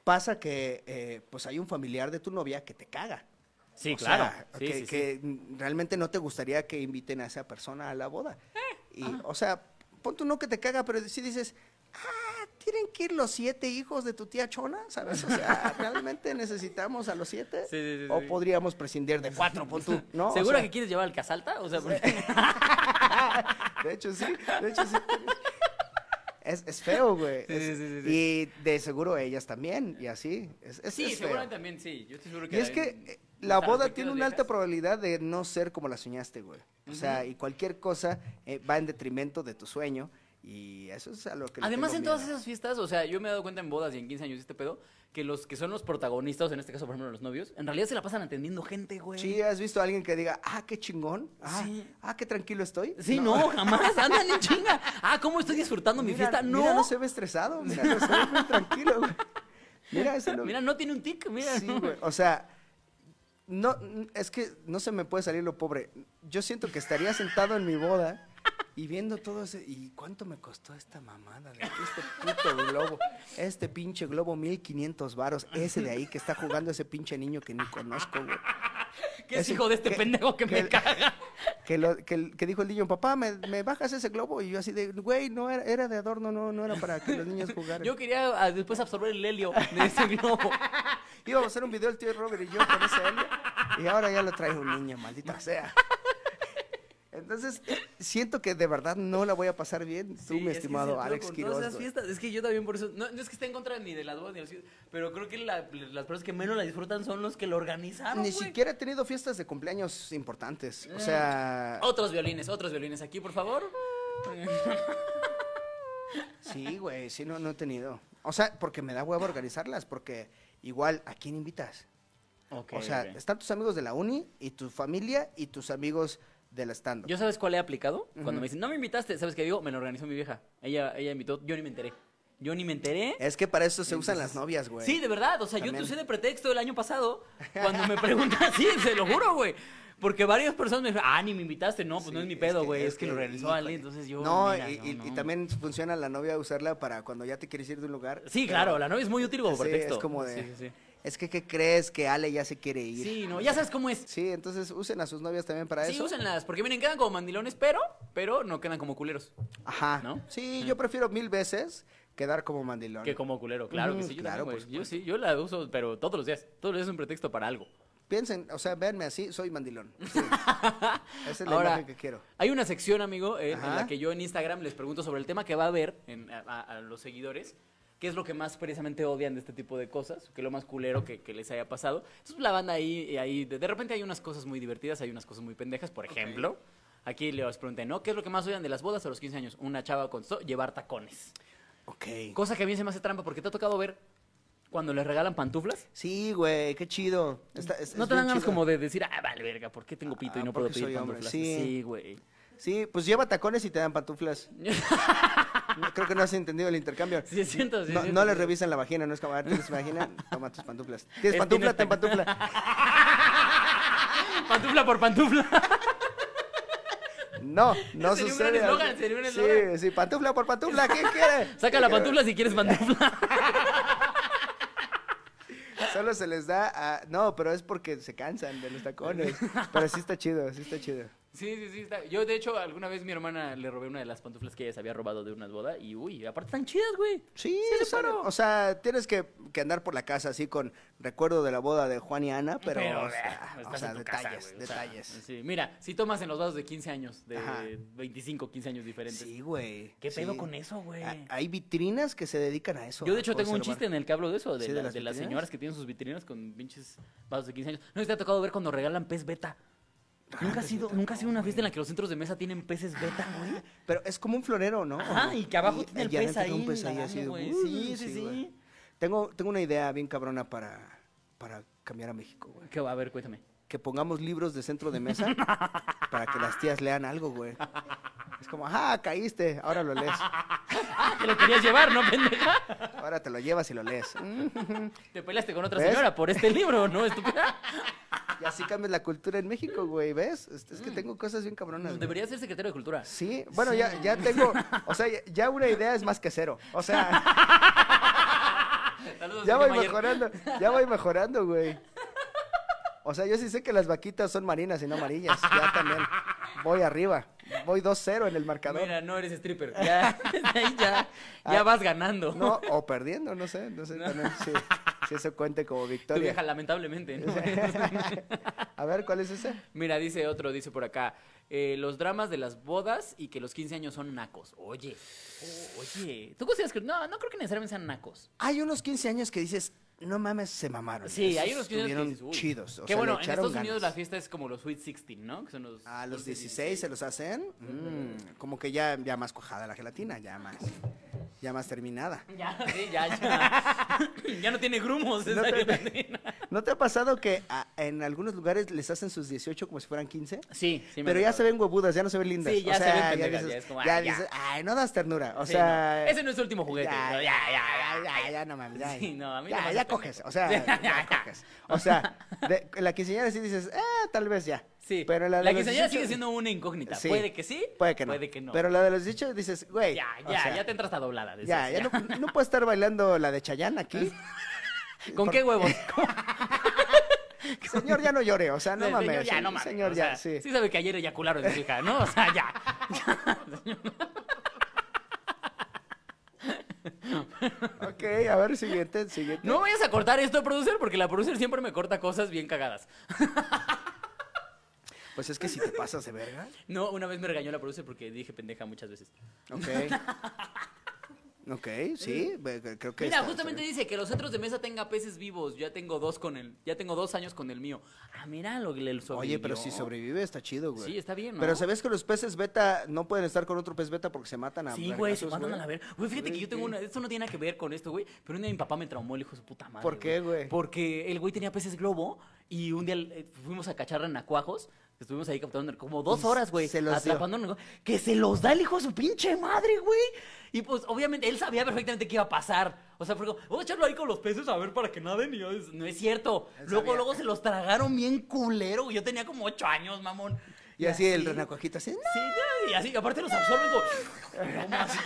[SPEAKER 2] pasa que eh, pues hay un familiar de tu novia que te caga.
[SPEAKER 1] Bien. Sí,
[SPEAKER 2] O
[SPEAKER 1] claro.
[SPEAKER 2] sea,
[SPEAKER 1] sí,
[SPEAKER 2] que,
[SPEAKER 1] sí, sí.
[SPEAKER 2] que, mm, realmente no te gustaría que inviten a esa persona a la boda.
[SPEAKER 1] Eh,
[SPEAKER 2] Y, O sea, pon tú no que te caga, pero si dices, ah, tienen que ir los siete hijos de tu tía Chona, ¿sabes? O sea, ¿realmente necesitamos a los siete?
[SPEAKER 1] Sí, sí, sí,
[SPEAKER 2] o
[SPEAKER 1] sí.
[SPEAKER 2] podríamos prescindir de cuatro, pon tú, ¿no? O
[SPEAKER 1] ¿Segura
[SPEAKER 2] sea,
[SPEAKER 1] que quieres llevar al Casalta? O sea, porque-
[SPEAKER 2] de hecho, sí. De hecho, sí. Es, es feo, güey.
[SPEAKER 1] Sí,
[SPEAKER 2] Es-
[SPEAKER 1] sí, sí, sí.
[SPEAKER 2] Y de seguro ellas también, y así. Es, es-
[SPEAKER 1] sí,
[SPEAKER 2] es feo.
[SPEAKER 1] seguramente también, sí. Yo estoy seguro que.
[SPEAKER 2] Y es
[SPEAKER 1] hay-
[SPEAKER 2] que eh, la
[SPEAKER 1] hasta
[SPEAKER 2] boda
[SPEAKER 1] los
[SPEAKER 2] tiene
[SPEAKER 1] vestidos
[SPEAKER 2] una alta
[SPEAKER 1] viejas.
[SPEAKER 2] probabilidad de no ser como la soñaste, güey. O sea, y cualquier cosa eh, va en detrimento de tu sueño. Y eso es a lo que le
[SPEAKER 1] Además,
[SPEAKER 2] tengo
[SPEAKER 1] en todas
[SPEAKER 2] miedo.
[SPEAKER 1] esas fiestas, o sea, yo me he dado cuenta en bodas y en 15 años y este pedo, que los que son los protagonistas, en este caso, por ejemplo, los novios, en realidad se la pasan atendiendo gente, güey.
[SPEAKER 2] Sí, ¿has visto a alguien que diga, ah, qué chingón? Ah,
[SPEAKER 1] Sí.
[SPEAKER 2] ah qué tranquilo estoy.
[SPEAKER 1] Sí, no, jamás. Ándale, chinga. Ah, ¿cómo estoy disfrutando mi
[SPEAKER 2] Mira,
[SPEAKER 1] fiesta? No.
[SPEAKER 2] Mira, no se ve estresado. Mira, no se ve muy tranquilo, güey. Mira, ese no...
[SPEAKER 1] Mira, no tiene un tic, mira.
[SPEAKER 2] Sí,
[SPEAKER 1] no.
[SPEAKER 2] güey. O sea, no, n- es que no se me puede salir lo pobre. Yo siento que estaría sentado en mi boda y viendo todo ese. ¿Y cuánto me costó esta mamada? De aquí, este puto globo. Este pinche globo, 1500 varos. Ese de ahí que está jugando ese pinche niño que ni conozco, güey.
[SPEAKER 1] ¿Qué es
[SPEAKER 2] Ese-
[SPEAKER 1] hijo de este
[SPEAKER 2] que-
[SPEAKER 1] pendejo que,
[SPEAKER 2] que-
[SPEAKER 1] me caga?
[SPEAKER 2] que, lo- que- que dijo el niño, papá, ¿me, me bajas ese globo? Y yo así de, güey, no era, era de adorno, no, no era para que los niños jugaran.
[SPEAKER 1] Yo quería ah, después absorber el helio de ese globo.
[SPEAKER 2] Íbamos a hacer un video el tío Robert y yo con ese helio, y ahora ya lo trae un niño, maldita sea. Entonces, siento que de verdad no la voy a pasar bien, tú,
[SPEAKER 1] Sí,
[SPEAKER 2] mi
[SPEAKER 1] es que
[SPEAKER 2] estimado
[SPEAKER 1] ese pedo
[SPEAKER 2] Alex
[SPEAKER 1] con todas
[SPEAKER 2] Quiroz.
[SPEAKER 1] esas
[SPEAKER 2] güey.
[SPEAKER 1] fiestas, es que yo también por eso, no, no es que esté en contra ni de las bodas ni de las fiestas, pero creo que la- las personas que menos la disfrutan son los que lo organizaron,
[SPEAKER 2] Ni
[SPEAKER 1] güey. Eh.
[SPEAKER 2] siquiera he tenido fiestas de cumpleaños importantes. O sea,
[SPEAKER 1] Otros violines, otros violines aquí, por favor.
[SPEAKER 2] sí, güey, sí, no, no he tenido. O sea, porque me da huevo organizarlas, porque igual, ¿a quién invitas? o sea, están tus amigos de la uni y tu familia y tus amigos del stand
[SPEAKER 1] ¿Yo sabes cuál he aplicado? Cuando me dicen, no me invitaste, ¿sabes qué digo? Me lo organizó mi vieja. Ella, ella invitó, yo ni me enteré. Yo ni me enteré.
[SPEAKER 2] Es que para eso se usan las novias, güey.
[SPEAKER 1] Sí, de verdad. O sea, yo
[SPEAKER 2] También.
[SPEAKER 1] te usé de pretexto el año pasado cuando me preguntan, sí, se lo juro, güey. Porque varias personas me dijeron, ah, ni me invitaste. No, pues no es
[SPEAKER 2] Sí,
[SPEAKER 1] mi pedo, güey. Es, que, lo
[SPEAKER 2] realizó
[SPEAKER 1] realizó alguien, entonces yo.
[SPEAKER 2] No,
[SPEAKER 1] mira,
[SPEAKER 2] y,
[SPEAKER 1] yo
[SPEAKER 2] y-
[SPEAKER 1] no.
[SPEAKER 2] y también funciona la novia usarla para cuando ya te quieres ir de un lugar.
[SPEAKER 1] Sí,
[SPEAKER 2] pero-
[SPEAKER 1] claro, la novia es muy útil como
[SPEAKER 2] Sí,
[SPEAKER 1] pretexto.
[SPEAKER 2] es como de.
[SPEAKER 1] Sí, sí, sí.
[SPEAKER 2] Es que, ¿qué crees que Ale ya se quiere ir?
[SPEAKER 1] Sí, no, ya sabes cómo es.
[SPEAKER 2] Sí, entonces usen a sus novias también para
[SPEAKER 1] Sí,
[SPEAKER 2] eso.
[SPEAKER 1] úsenlas, porque miren, quedan como mandilones, pero, pero no quedan como culeros.
[SPEAKER 2] Ajá.
[SPEAKER 1] ¿No?
[SPEAKER 2] Sí, yo prefiero mil veces quedar como mandilón.
[SPEAKER 1] Que como culero, claro que
[SPEAKER 2] Ujú,
[SPEAKER 1] sí, yo
[SPEAKER 2] claro,
[SPEAKER 1] también,
[SPEAKER 2] por
[SPEAKER 1] güey. Yo sí, yo la uso, pero todos los días. Todos los días es un pretexto para algo.
[SPEAKER 2] Piensen, o sea, véanme así, soy mandilón. Sí. Esa es la
[SPEAKER 1] Ahora-
[SPEAKER 2] imagen que quiero.
[SPEAKER 1] Hay una sección, amigo, eh, en
[SPEAKER 2] Ajá.
[SPEAKER 1] la que yo en Instagram les pregunto sobre el tema que va a haber en- a, a- a los seguidores. ¿Qué es lo que más precisamente odian de este tipo de cosas? ¿Qué es lo más culero que, que les haya pasado? Entonces la banda ahí, eh, ahí de, de repente hay unas cosas muy divertidas, hay unas cosas muy pendejas. Por ejemplo, aquí les pregunté, ¿no? ¿Qué es lo que más odian de las bodas a los 15 años? Una chava contestó, llevar tacones.
[SPEAKER 2] Ok.
[SPEAKER 1] Cosa que a mí se me hace trampa porque te ha tocado ver cuando les regalan pantuflas.
[SPEAKER 2] Sí, güey, qué chido. Está- es-
[SPEAKER 1] No
[SPEAKER 2] es
[SPEAKER 1] te dan
[SPEAKER 2] bien
[SPEAKER 1] ganas
[SPEAKER 2] chido.
[SPEAKER 1] como de decir, ah, vale, verga, ¿por qué tengo pito y
[SPEAKER 2] Ah,
[SPEAKER 1] no puedo
[SPEAKER 2] porque
[SPEAKER 1] pedir
[SPEAKER 2] soy hombre,
[SPEAKER 1] pantuflas?
[SPEAKER 2] sí.
[SPEAKER 1] Sí, güey.
[SPEAKER 2] Sí, pues lleva tacones y te dan pantuflas. No, Creo que no has entendido el intercambio.
[SPEAKER 1] Sí, es cierto, sí, es
[SPEAKER 2] no,
[SPEAKER 1] cierto.
[SPEAKER 2] no le revisan la vagina, no es como, a ver, ¿tienes vagina? Toma tus pantuflas. ¿Tienes
[SPEAKER 1] Es-
[SPEAKER 2] pantufla?
[SPEAKER 1] tienes
[SPEAKER 2] Ten
[SPEAKER 1] tac-
[SPEAKER 2] pantufla.
[SPEAKER 1] Pantufla por pantufla.
[SPEAKER 2] No, no
[SPEAKER 1] Sería un
[SPEAKER 2] sucede.
[SPEAKER 1] gran eslogan, sería un eslogan.
[SPEAKER 2] sí, sí, pantufla por pantufla, ¿qué quiere?
[SPEAKER 1] Saca la pantufla si quieres pantufla.
[SPEAKER 2] Solo se les da a... No, pero es porque se cansan de los tacones. Pero sí está chido, sí está chido.
[SPEAKER 1] Sí, sí, sí. está- Yo, de hecho, alguna vez mi hermana le robé una de las pantuflas que ella se había robado de una boda. Y, uy, aparte están chidas, güey.
[SPEAKER 2] Sí,
[SPEAKER 1] le
[SPEAKER 2] sale-
[SPEAKER 1] paro.
[SPEAKER 2] o sea, tienes que, que andar por la casa así con recuerdo de la boda de Juan y Ana, pero, o sea,
[SPEAKER 1] eh,
[SPEAKER 2] o
[SPEAKER 1] estás
[SPEAKER 2] sea,
[SPEAKER 1] en tu casa,
[SPEAKER 2] detalles,
[SPEAKER 1] güey, o sea,
[SPEAKER 2] detalles.
[SPEAKER 1] sí. Mira, si tomas en los vasos de 15 años, de
[SPEAKER 2] Ajá.
[SPEAKER 1] 25, 15 años diferentes.
[SPEAKER 2] Sí, güey.
[SPEAKER 1] ¿Qué pedo
[SPEAKER 2] sí. Ah,
[SPEAKER 1] con eso, güey?
[SPEAKER 2] Ha- Hay vitrinas que se dedican a eso.
[SPEAKER 1] Yo,
[SPEAKER 2] a
[SPEAKER 1] de hecho, tengo un
[SPEAKER 2] conservar.
[SPEAKER 1] chiste en el que hablo de eso, de,
[SPEAKER 2] Sí, de
[SPEAKER 1] la-
[SPEAKER 2] las
[SPEAKER 1] de las
[SPEAKER 2] vitrinas.
[SPEAKER 1] señoras que tienen sus vitrinas con pinches vasos de 15 años. ¿No te ha tocado ver cuando regalan pez beta?
[SPEAKER 2] Ah,
[SPEAKER 1] Nunca ha sido, nunca ha sido una fiesta en la que los centros de mesa tienen peces beta, güey.
[SPEAKER 2] Pero es como un florero, ¿no?
[SPEAKER 1] Ajá,
[SPEAKER 2] Ajá,
[SPEAKER 1] y que abajo tiene el pez ahí
[SPEAKER 2] Un pez ahí
[SPEAKER 1] nadando,
[SPEAKER 2] así de,
[SPEAKER 1] güey.
[SPEAKER 2] "Uh,
[SPEAKER 1] Sí, sí, sí.
[SPEAKER 2] güey". Tengo, tengo una idea bien cabrona para, para cambiar a México, güey.
[SPEAKER 1] ¿Qué va? A ver, cuéntame.
[SPEAKER 2] Que pongamos libros de centro de mesa para que las tías lean algo, güey. Es como, ajá, caíste, ahora lo lees.
[SPEAKER 1] Te lo querías llevar, ¿no, pendeja?
[SPEAKER 2] Ahora te lo llevas y lo lees. Mm,
[SPEAKER 1] Te peleaste con otra
[SPEAKER 2] ¿Ves?
[SPEAKER 1] señora por este libro, ¿no, estúpida?
[SPEAKER 2] Y así cambias la cultura en México, güey, ¿ves? Es es que tengo cosas bien cabronas. güey.
[SPEAKER 1] Debería Pues ser secretario de Cultura.
[SPEAKER 2] Sí, bueno, Ya, ya tengo, o sea, ya- ya una idea es más que cero. O sea,
[SPEAKER 1] Saludos,
[SPEAKER 2] ya
[SPEAKER 1] señor
[SPEAKER 2] voy
[SPEAKER 1] Mayer.
[SPEAKER 2] mejorando, ya voy mejorando, güey. O sea, yo sí sé que las vaquitas son marinas y no amarillas. Ya también voy arriba. Voy 2-0 en el marcador.
[SPEAKER 1] Mira, no eres stripper. Ya, desde ahí ya, ya vas ganando.
[SPEAKER 2] Ah, No, o perdiendo, no sé, no sé también si, si eso cuente como
[SPEAKER 1] tu
[SPEAKER 2] victoria.
[SPEAKER 1] vieja, lamentablemente. ¿no?
[SPEAKER 2] A ver, ¿cuál es ese?
[SPEAKER 1] Mira, dice otro, dice por acá. eh, los dramas de las bodas y que los 15 años son nacos. Oye, o- oye. ¿Tú consideras que.? No, no creo que necesariamente sean nacos.
[SPEAKER 2] Hay unos 15 años que dices, no mames, se mamaron.
[SPEAKER 1] Sí,
[SPEAKER 2] Esos
[SPEAKER 1] hay unos 15 años
[SPEAKER 2] estuvieron
[SPEAKER 1] que dices, uy.
[SPEAKER 2] chidos. O
[SPEAKER 1] que
[SPEAKER 2] sea, le
[SPEAKER 1] bueno, en
[SPEAKER 2] echaron
[SPEAKER 1] Estados Unidos la
[SPEAKER 2] ganas.
[SPEAKER 1] fiesta es como los Sweet 16, ¿no? Que son los.
[SPEAKER 2] A los
[SPEAKER 1] 15,
[SPEAKER 2] 16 se los hacen. mm, como que ya, ya más cuajada la gelatina, ya más, ya más terminada.
[SPEAKER 1] Ya, sí, ya, ya. ya no tiene grumos. esa
[SPEAKER 2] No te-
[SPEAKER 1] gelatina.
[SPEAKER 2] ¿No te ha pasado que a- en algunos lugares les hacen sus 18 como si fueran 15?
[SPEAKER 1] Sí, sí me
[SPEAKER 2] Pero ya
[SPEAKER 1] acuerdo.
[SPEAKER 2] se ven huevudas, ya no se ven lindas.
[SPEAKER 1] Sí, ya
[SPEAKER 2] o
[SPEAKER 1] se
[SPEAKER 2] sea,
[SPEAKER 1] ven pendejas,
[SPEAKER 2] dices,
[SPEAKER 1] ya es como, ah,
[SPEAKER 2] ya
[SPEAKER 1] ya.
[SPEAKER 2] dices, ay, no das ternura. O
[SPEAKER 1] Sí,
[SPEAKER 2] sea,
[SPEAKER 1] no. Ese no es su último juguete.
[SPEAKER 2] ya, ya,
[SPEAKER 1] ¿no?
[SPEAKER 2] ya, ya, ya, ya, no mames, ya.
[SPEAKER 1] Sí, no, a mí no me
[SPEAKER 2] ya,
[SPEAKER 1] hace
[SPEAKER 2] ya
[SPEAKER 1] pendejo.
[SPEAKER 2] coges, o sea,
[SPEAKER 1] Ya,
[SPEAKER 2] ya
[SPEAKER 1] ya.
[SPEAKER 2] coges. O sea, de- la quinceañera sí dices, eh, tal vez ya.
[SPEAKER 1] Sí.
[SPEAKER 2] pero la, de
[SPEAKER 1] la
[SPEAKER 2] los
[SPEAKER 1] quinceañera
[SPEAKER 2] 18
[SPEAKER 1] sigue siendo una incógnita.
[SPEAKER 2] Sí.
[SPEAKER 1] Puede que sí.
[SPEAKER 2] Puede que no.
[SPEAKER 1] Puede que no.
[SPEAKER 2] Pero la de los 18 dices, güey.
[SPEAKER 1] Ya,
[SPEAKER 2] o
[SPEAKER 1] ya,
[SPEAKER 2] sea,
[SPEAKER 1] ya te entras a doblada. decías,
[SPEAKER 2] Ya, ya no, no puedo estar bailando la de Chayanne aquí.
[SPEAKER 1] ¿Con
[SPEAKER 2] Por-
[SPEAKER 1] qué huevos?
[SPEAKER 2] Señor, ya no llore, o sea, no
[SPEAKER 1] El
[SPEAKER 2] mames.
[SPEAKER 1] Señor, ya,
[SPEAKER 2] el
[SPEAKER 1] no mames.
[SPEAKER 2] Señor,
[SPEAKER 1] o sea,
[SPEAKER 2] ya, sí.
[SPEAKER 1] Sí sabe que ayer eyacularon su hija, ¿no? O sea, ya.
[SPEAKER 2] Ok, a ver, siguiente, siguiente.
[SPEAKER 1] No vayas a cortar esto, producer, porque la producer siempre me corta cosas bien cagadas.
[SPEAKER 2] Pues es que si te pasas de verga.
[SPEAKER 1] No, una vez me regañó la producer porque dije pendeja muchas veces.
[SPEAKER 2] Ok. Ok, sí, ve- ve- creo que.
[SPEAKER 1] Mira,
[SPEAKER 2] está-
[SPEAKER 1] justamente dice que los centros de mesa tenga peces vivos. Ya tengo dos con el, ya tengo dos años con el mío. Ah, mira lo que le
[SPEAKER 2] Oye, pero si
[SPEAKER 1] sobrevivió.
[SPEAKER 2] sobrevive está chido, güey.
[SPEAKER 1] Sí, está bien, ¿no?
[SPEAKER 2] Pero ¿sabes que los peces beta no pueden estar con otro pez beta porque se matan a
[SPEAKER 1] Sí, güey, se
[SPEAKER 2] vergazos,
[SPEAKER 1] mandan a la ver. Güey, fíjate que yo tengo
[SPEAKER 2] Sí.
[SPEAKER 1] una. Esto no tiene nada que ver con esto, güey. Pero un día mi papá me traumó el hijo de su puta madre.
[SPEAKER 2] ¿Por qué, güey?
[SPEAKER 1] Porque el güey tenía peces globo y un día eh, fuimos a cacharra en Acuajos. Estuvimos ahí capturando como dos
[SPEAKER 2] Y
[SPEAKER 1] horas, güey.
[SPEAKER 2] se los dio.
[SPEAKER 1] Atrapando un- Que se los da el hijo de su pinche madre, güey. Y pues, obviamente, él sabía perfectamente qué iba a pasar. O sea, porque vamos a echarlo ahí con los peces a ver para que naden. Y yo, es- no es cierto.
[SPEAKER 2] Él
[SPEAKER 1] Luego,
[SPEAKER 2] sabía.
[SPEAKER 1] luego se los tragaron bien culero. güey. Yo tenía como ocho años, mamón.
[SPEAKER 2] Y así el
[SPEAKER 1] Sí.
[SPEAKER 2] renacuajito, así,
[SPEAKER 1] Sí, y así, y aparte los absorben como... ¿Cómo así?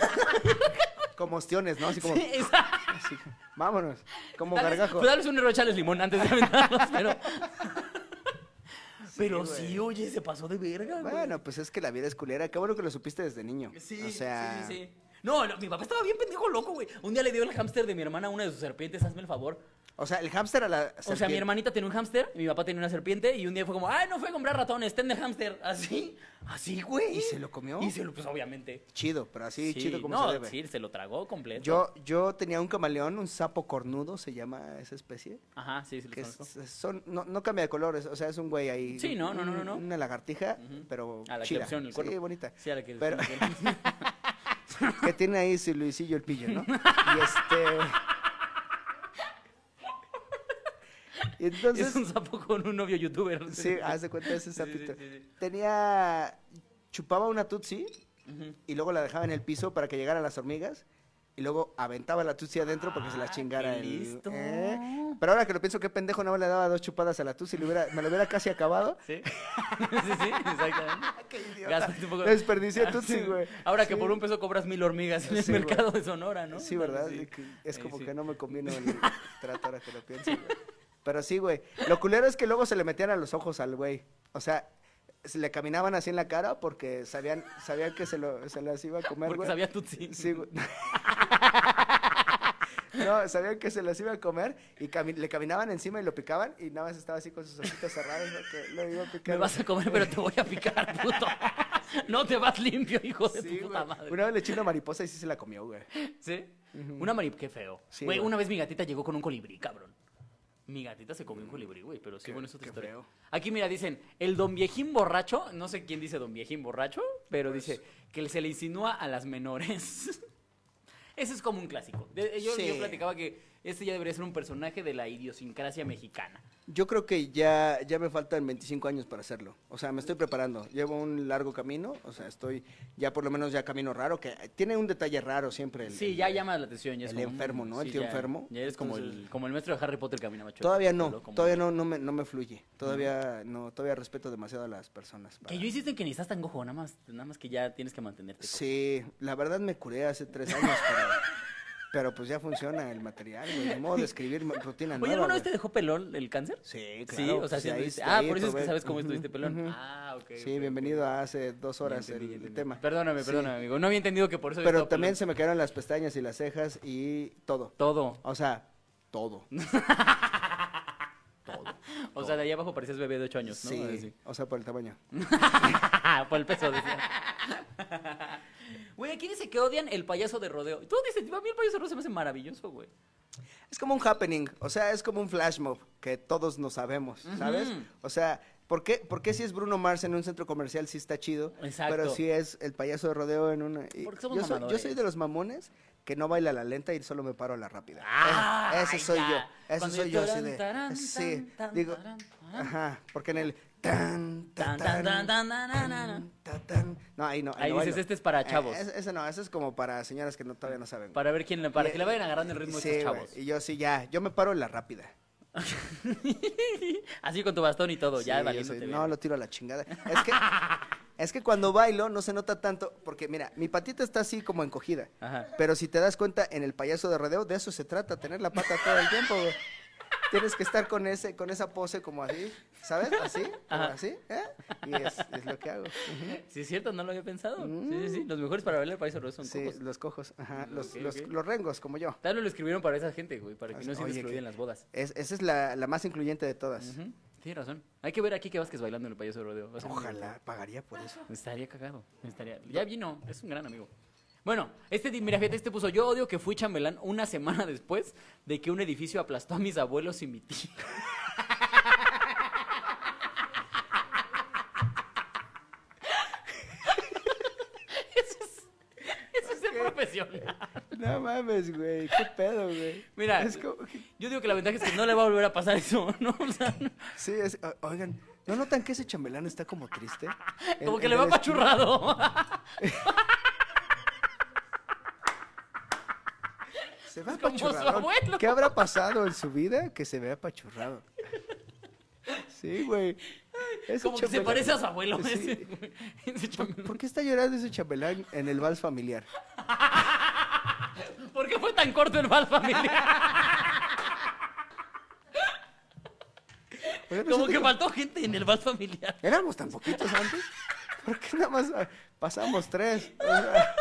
[SPEAKER 2] como ostiones, ¿no? Así como,
[SPEAKER 1] Sí, exacto.
[SPEAKER 2] así, vámonos, como
[SPEAKER 1] Tal vez-
[SPEAKER 2] gargajo.
[SPEAKER 1] pues, dale un error Charles Limón antes de aventarnos, pero. pero
[SPEAKER 2] güey.
[SPEAKER 1] sí, oye, se pasó de verga, güey.
[SPEAKER 2] Bueno, pues es que la vida es culera. Qué bueno que lo supiste desde niño.
[SPEAKER 1] Sí,
[SPEAKER 2] o sea,
[SPEAKER 1] sí, sí, sí. No, lo- mi papá estaba bien pendejo loco, güey. Un día le dio el hámster de mi hermana a una de sus serpientes, hazme el favor.
[SPEAKER 2] O sea, el hámster a la.
[SPEAKER 1] O sea, mi
[SPEAKER 2] serpiente.
[SPEAKER 1] hermanita tenía un hámster, mi papá tenía una serpiente, y un día fue como, ay, no fue a comprar ratones, ten el hámster. Así, así, güey.
[SPEAKER 2] ¿Y se lo comió?
[SPEAKER 1] Y se lo, pues obviamente.
[SPEAKER 2] Chido, pero así chido como
[SPEAKER 1] no,
[SPEAKER 2] se debe.
[SPEAKER 1] Sí, se lo tragó completo.
[SPEAKER 2] Yo, yo tenía un camaleón, un sapo cornudo, se llama esa especie.
[SPEAKER 1] Ajá, sí, sí, lo
[SPEAKER 2] Que es-
[SPEAKER 1] conozco.
[SPEAKER 2] son, no, no cambia de colores, o sea, es un güey ahí.
[SPEAKER 1] Sí, no, no, no, no,
[SPEAKER 2] un-
[SPEAKER 1] no.
[SPEAKER 2] Una lagartija, pero.
[SPEAKER 1] A la que
[SPEAKER 2] chida.
[SPEAKER 1] le pusieron el cuerno.
[SPEAKER 2] Sí, bonita.
[SPEAKER 1] Sí, a la que le
[SPEAKER 2] Pero-
[SPEAKER 1] pusieron el cuerno.
[SPEAKER 2] que tiene ahí su Luisillo el pillo, ¿no? Y este. Y entonces.
[SPEAKER 1] es un sapo con un novio youtuber.
[SPEAKER 2] Sí, haz de cuenta
[SPEAKER 1] Sí,
[SPEAKER 2] ese
[SPEAKER 1] sí,
[SPEAKER 2] sapito.
[SPEAKER 1] sí, sí.
[SPEAKER 2] Tenía. Chupaba una tutsi y luego la dejaba en el piso para que llegaran las hormigas. Y luego aventaba la tutsi adentro porque se las
[SPEAKER 1] Ah,
[SPEAKER 2] chingara
[SPEAKER 1] qué
[SPEAKER 2] el.
[SPEAKER 1] listo.
[SPEAKER 2] ¿eh? Pero ahora que lo pienso, qué pendejo, no le daba dos chupadas a la tutsi. le hubiera- me lo hubiera casi acabado.
[SPEAKER 1] Sí, sí, sí, exactamente.
[SPEAKER 2] Qué idiota.
[SPEAKER 1] Gastaste un poco.
[SPEAKER 2] Desperdicié tutsi, güey.
[SPEAKER 1] Ahora que
[SPEAKER 2] Sí.
[SPEAKER 1] por un peso cobras mil hormigas en el
[SPEAKER 2] Sí, güey.
[SPEAKER 1] mercado de Sonora, ¿no?
[SPEAKER 2] Sí, ¿verdad?
[SPEAKER 1] Entonces,
[SPEAKER 2] De
[SPEAKER 1] sí.
[SPEAKER 2] que Es
[SPEAKER 1] Ahí
[SPEAKER 2] como
[SPEAKER 1] sí.
[SPEAKER 2] que no me conviene el trato ahora que lo pienso. güey. Pero sí, güey. Lo culero es que luego se le metían a los ojos al güey. O sea, se le caminaban así en la cara porque sabían, sabían que se, lo, se las iba a comer,
[SPEAKER 1] Porque
[SPEAKER 2] güey.
[SPEAKER 1] sabía Tutsi.
[SPEAKER 2] Sí, güey. No, sabían que se las iba a comer y cami- le caminaban encima y lo picaban y nada más estaba así con sus ojitos cerrados, ¿no? Que lo iba a picar.
[SPEAKER 1] Me vas a comer, pero te voy a picar, puto. No te vas limpio, hijo de
[SPEAKER 2] Sí,
[SPEAKER 1] tu puta
[SPEAKER 2] güey.
[SPEAKER 1] madre.
[SPEAKER 2] Una vez le eché una mariposa y sí se la comió, güey.
[SPEAKER 1] ¿Sí? Una marip, qué feo.
[SPEAKER 2] Sí,
[SPEAKER 1] güey,
[SPEAKER 2] güey.
[SPEAKER 1] una vez mi gatita llegó con un colibrí, cabrón. Mi gatita se comió un colibrí, güey, pero sí, bueno, es otra
[SPEAKER 2] Mm. qué
[SPEAKER 1] historia.
[SPEAKER 2] feo.
[SPEAKER 1] Aquí, mira, dicen, el don viejín borracho, no sé quién dice don viejín borracho, pero
[SPEAKER 2] Pues
[SPEAKER 1] dice que se le insinúa a las menores. Ese es como un clásico. De- eh, yo, yo
[SPEAKER 2] Sí.
[SPEAKER 1] platicaba que este ya debería ser un personaje de la idiosincrasia mexicana.
[SPEAKER 2] Yo creo que ya, ya me faltan 25 años para hacerlo. O sea, me estoy preparando. Llevo un largo camino. O sea, estoy ya por lo menos ya camino raro, que tiene un detalle raro siempre. el-
[SPEAKER 1] sí, ya llama la atención. Ya es
[SPEAKER 2] el
[SPEAKER 1] como,
[SPEAKER 2] enfermo, ¿no? El
[SPEAKER 1] sí,
[SPEAKER 2] tío
[SPEAKER 1] ya-
[SPEAKER 2] enfermo.
[SPEAKER 1] Ya eres como, el,
[SPEAKER 2] Entonces-
[SPEAKER 1] como el maestro de Harry Potter camina macho.
[SPEAKER 2] Todavía no,
[SPEAKER 1] Solo como-
[SPEAKER 2] todavía no, no, me, no me fluye. Todavía no, todavía respeto demasiado a las personas. para-
[SPEAKER 1] Que yo insisto en que ni estás tan gojo, nada más, nada más que ya tienes que mantenerte. cojo.
[SPEAKER 2] Sí, la verdad me curé hace tres años, pero, pero pues ya funciona el material, güey. De modo de escribir ma- rutina
[SPEAKER 1] Oye,
[SPEAKER 2] nueva,
[SPEAKER 1] ¿alguna vez te
[SPEAKER 2] güey.
[SPEAKER 1] dejó pelón el cáncer?
[SPEAKER 2] Sí, claro.
[SPEAKER 1] Sí, o sea,
[SPEAKER 2] pues,
[SPEAKER 1] siempre
[SPEAKER 2] ahí-
[SPEAKER 1] dices,
[SPEAKER 2] ahí
[SPEAKER 1] ah, por eso es que
[SPEAKER 2] probé.
[SPEAKER 1] sabes cómo
[SPEAKER 2] Ujú,
[SPEAKER 1] estuviste pelón.
[SPEAKER 2] ujú.
[SPEAKER 1] Ah, ok.
[SPEAKER 2] Sí, bienvenido a hace dos horas el tema.
[SPEAKER 1] Perdóname,
[SPEAKER 2] Sí.
[SPEAKER 1] perdóname, amigo. No había entendido que por eso.
[SPEAKER 2] Pero también se me quedaron las pestañas y las cejas y todo.
[SPEAKER 1] Todo.
[SPEAKER 2] O sea, todo. todo.
[SPEAKER 1] O sea, de allá abajo parecías bebé de 8 años, ¿no?
[SPEAKER 2] Oh. Sí,
[SPEAKER 1] Así.
[SPEAKER 2] o sea, por el tamaño.
[SPEAKER 1] por el peso. decía. Güey, aquí dice que odian el payaso de rodeo. Tú dices, a mí el payaso de rodeo se me hace maravilloso, güey.
[SPEAKER 2] Es como un happening, o sea, es como un flash mob que todos nos sabemos, ¿sabes? O sea, ¿por qué, por qué si es Bruno Mars en un centro comercial sí está chido?
[SPEAKER 1] Exacto.
[SPEAKER 2] Pero si es el payaso de rodeo en una... y-
[SPEAKER 1] Porque somos
[SPEAKER 2] yo, soy, yo
[SPEAKER 1] mamadores.
[SPEAKER 2] soy de los mamones que no baila la lenta y solo me paro a la rápida. Eh,
[SPEAKER 1] Ah,
[SPEAKER 2] Ese- ese soy
[SPEAKER 1] ya.
[SPEAKER 2] yo, ese
[SPEAKER 1] Cuando
[SPEAKER 2] soy
[SPEAKER 1] el
[SPEAKER 2] yo así
[SPEAKER 1] tarán,
[SPEAKER 2] de... eh,
[SPEAKER 1] tarán,
[SPEAKER 2] Sí,
[SPEAKER 1] tan,
[SPEAKER 2] digo...
[SPEAKER 1] tarán, tarán.
[SPEAKER 2] Ajá, porque en el... Tan,
[SPEAKER 1] Tan,
[SPEAKER 2] tan,
[SPEAKER 1] tan, tan, tan,
[SPEAKER 2] tan,
[SPEAKER 1] tan, tan, tan.
[SPEAKER 2] tan, tan. No, ahí no.
[SPEAKER 1] Ahí
[SPEAKER 2] no
[SPEAKER 1] dices,
[SPEAKER 2] bailo.
[SPEAKER 1] este es para
[SPEAKER 2] Eh,
[SPEAKER 1] chavos.
[SPEAKER 2] ese- ese no, ese es como para señoras que no, todavía no saben.
[SPEAKER 1] Para ver quién, le- para
[SPEAKER 2] Y-
[SPEAKER 1] que le vayan agarrando el ritmo a
[SPEAKER 2] Sí,
[SPEAKER 1] estos
[SPEAKER 2] güey,
[SPEAKER 1] chavos.
[SPEAKER 2] Y yo sí, ya, yo me paro en la rápida.
[SPEAKER 1] Así con tu bastón y todo,
[SPEAKER 2] Sí,
[SPEAKER 1] ya
[SPEAKER 2] yo
[SPEAKER 1] valiéndote.
[SPEAKER 2] soy-
[SPEAKER 1] verga.
[SPEAKER 2] No, lo tiro a la chingada. Es que, es que cuando bailo no se nota tanto, porque mira, mi patita está así como encogida.
[SPEAKER 1] Ajá.
[SPEAKER 2] Pero si te das cuenta, en el payaso de rodeo, de eso se trata, tener la pata todo el tiempo, güey. Tienes que estar con ese, con esa pose como así, ¿sabes? Así, como así, ¿eh? Y es, es lo que hago. Ujú.
[SPEAKER 1] Sí, es cierto, no lo había pensado.
[SPEAKER 2] Mm.
[SPEAKER 1] Sí, sí, sí. Los mejores para bailar para eso son
[SPEAKER 2] Sí,
[SPEAKER 1] cocos.
[SPEAKER 2] los cojos, ajá, los,
[SPEAKER 1] Ok,
[SPEAKER 2] los,
[SPEAKER 1] ok.
[SPEAKER 2] los rengos, como yo.
[SPEAKER 1] Tal vez lo escribieron para esa gente, güey, para que no se
[SPEAKER 2] Oye,
[SPEAKER 1] excluyan
[SPEAKER 2] que-
[SPEAKER 1] las bodas.
[SPEAKER 2] Es, esa es la, la más incluyente de todas.
[SPEAKER 1] Ujú, Tienes razón. Hay que ver aquí que Vázquez bailando en el payaso de rodeo. Va a ser muy
[SPEAKER 2] Ojalá, pagaría por eso.
[SPEAKER 1] Estaría cagado. Estaría... Ya vino, es un gran amigo. Bueno, este, di- mira, fíjate, este puso, yo odio que fui chambelán una semana después de que un edificio aplastó a mis abuelos y mi tía. Eso es, eso es ser profesional.
[SPEAKER 2] No mames, güey, qué pedo, güey.
[SPEAKER 1] Mira,
[SPEAKER 2] Es como que-
[SPEAKER 1] yo digo que la ventaja es que no le va a volver a pasar eso, ¿no? O sea, no-
[SPEAKER 2] sí, es, o- oigan, ¿no notan que ese chambelán está como triste?
[SPEAKER 1] como
[SPEAKER 2] El-
[SPEAKER 1] que
[SPEAKER 2] el
[SPEAKER 1] le va
[SPEAKER 2] de la esquina.
[SPEAKER 1] apachurrado.
[SPEAKER 2] Se ve
[SPEAKER 1] como su
[SPEAKER 2] apachurrado.
[SPEAKER 1] abuelo.
[SPEAKER 2] ¿Qué habrá pasado en su vida que se ve apachurrado? Sí, güey. Ese
[SPEAKER 1] Como que se
[SPEAKER 2] chambelán-
[SPEAKER 1] parece a su abuelo.
[SPEAKER 2] Sí.
[SPEAKER 1] ese, güey. Ese chambelán.
[SPEAKER 2] ¿Por qué está llorando ese chambelán en el vals familiar?
[SPEAKER 1] ¿Por qué fue tan corto el bal familiar?
[SPEAKER 2] Oigan,
[SPEAKER 1] Como
[SPEAKER 2] nosotros-
[SPEAKER 1] que faltó gente en el bal familiar.
[SPEAKER 2] Éramos tan poquitos antes. ¿Por qué nada más ah, pasamos tres? O sea,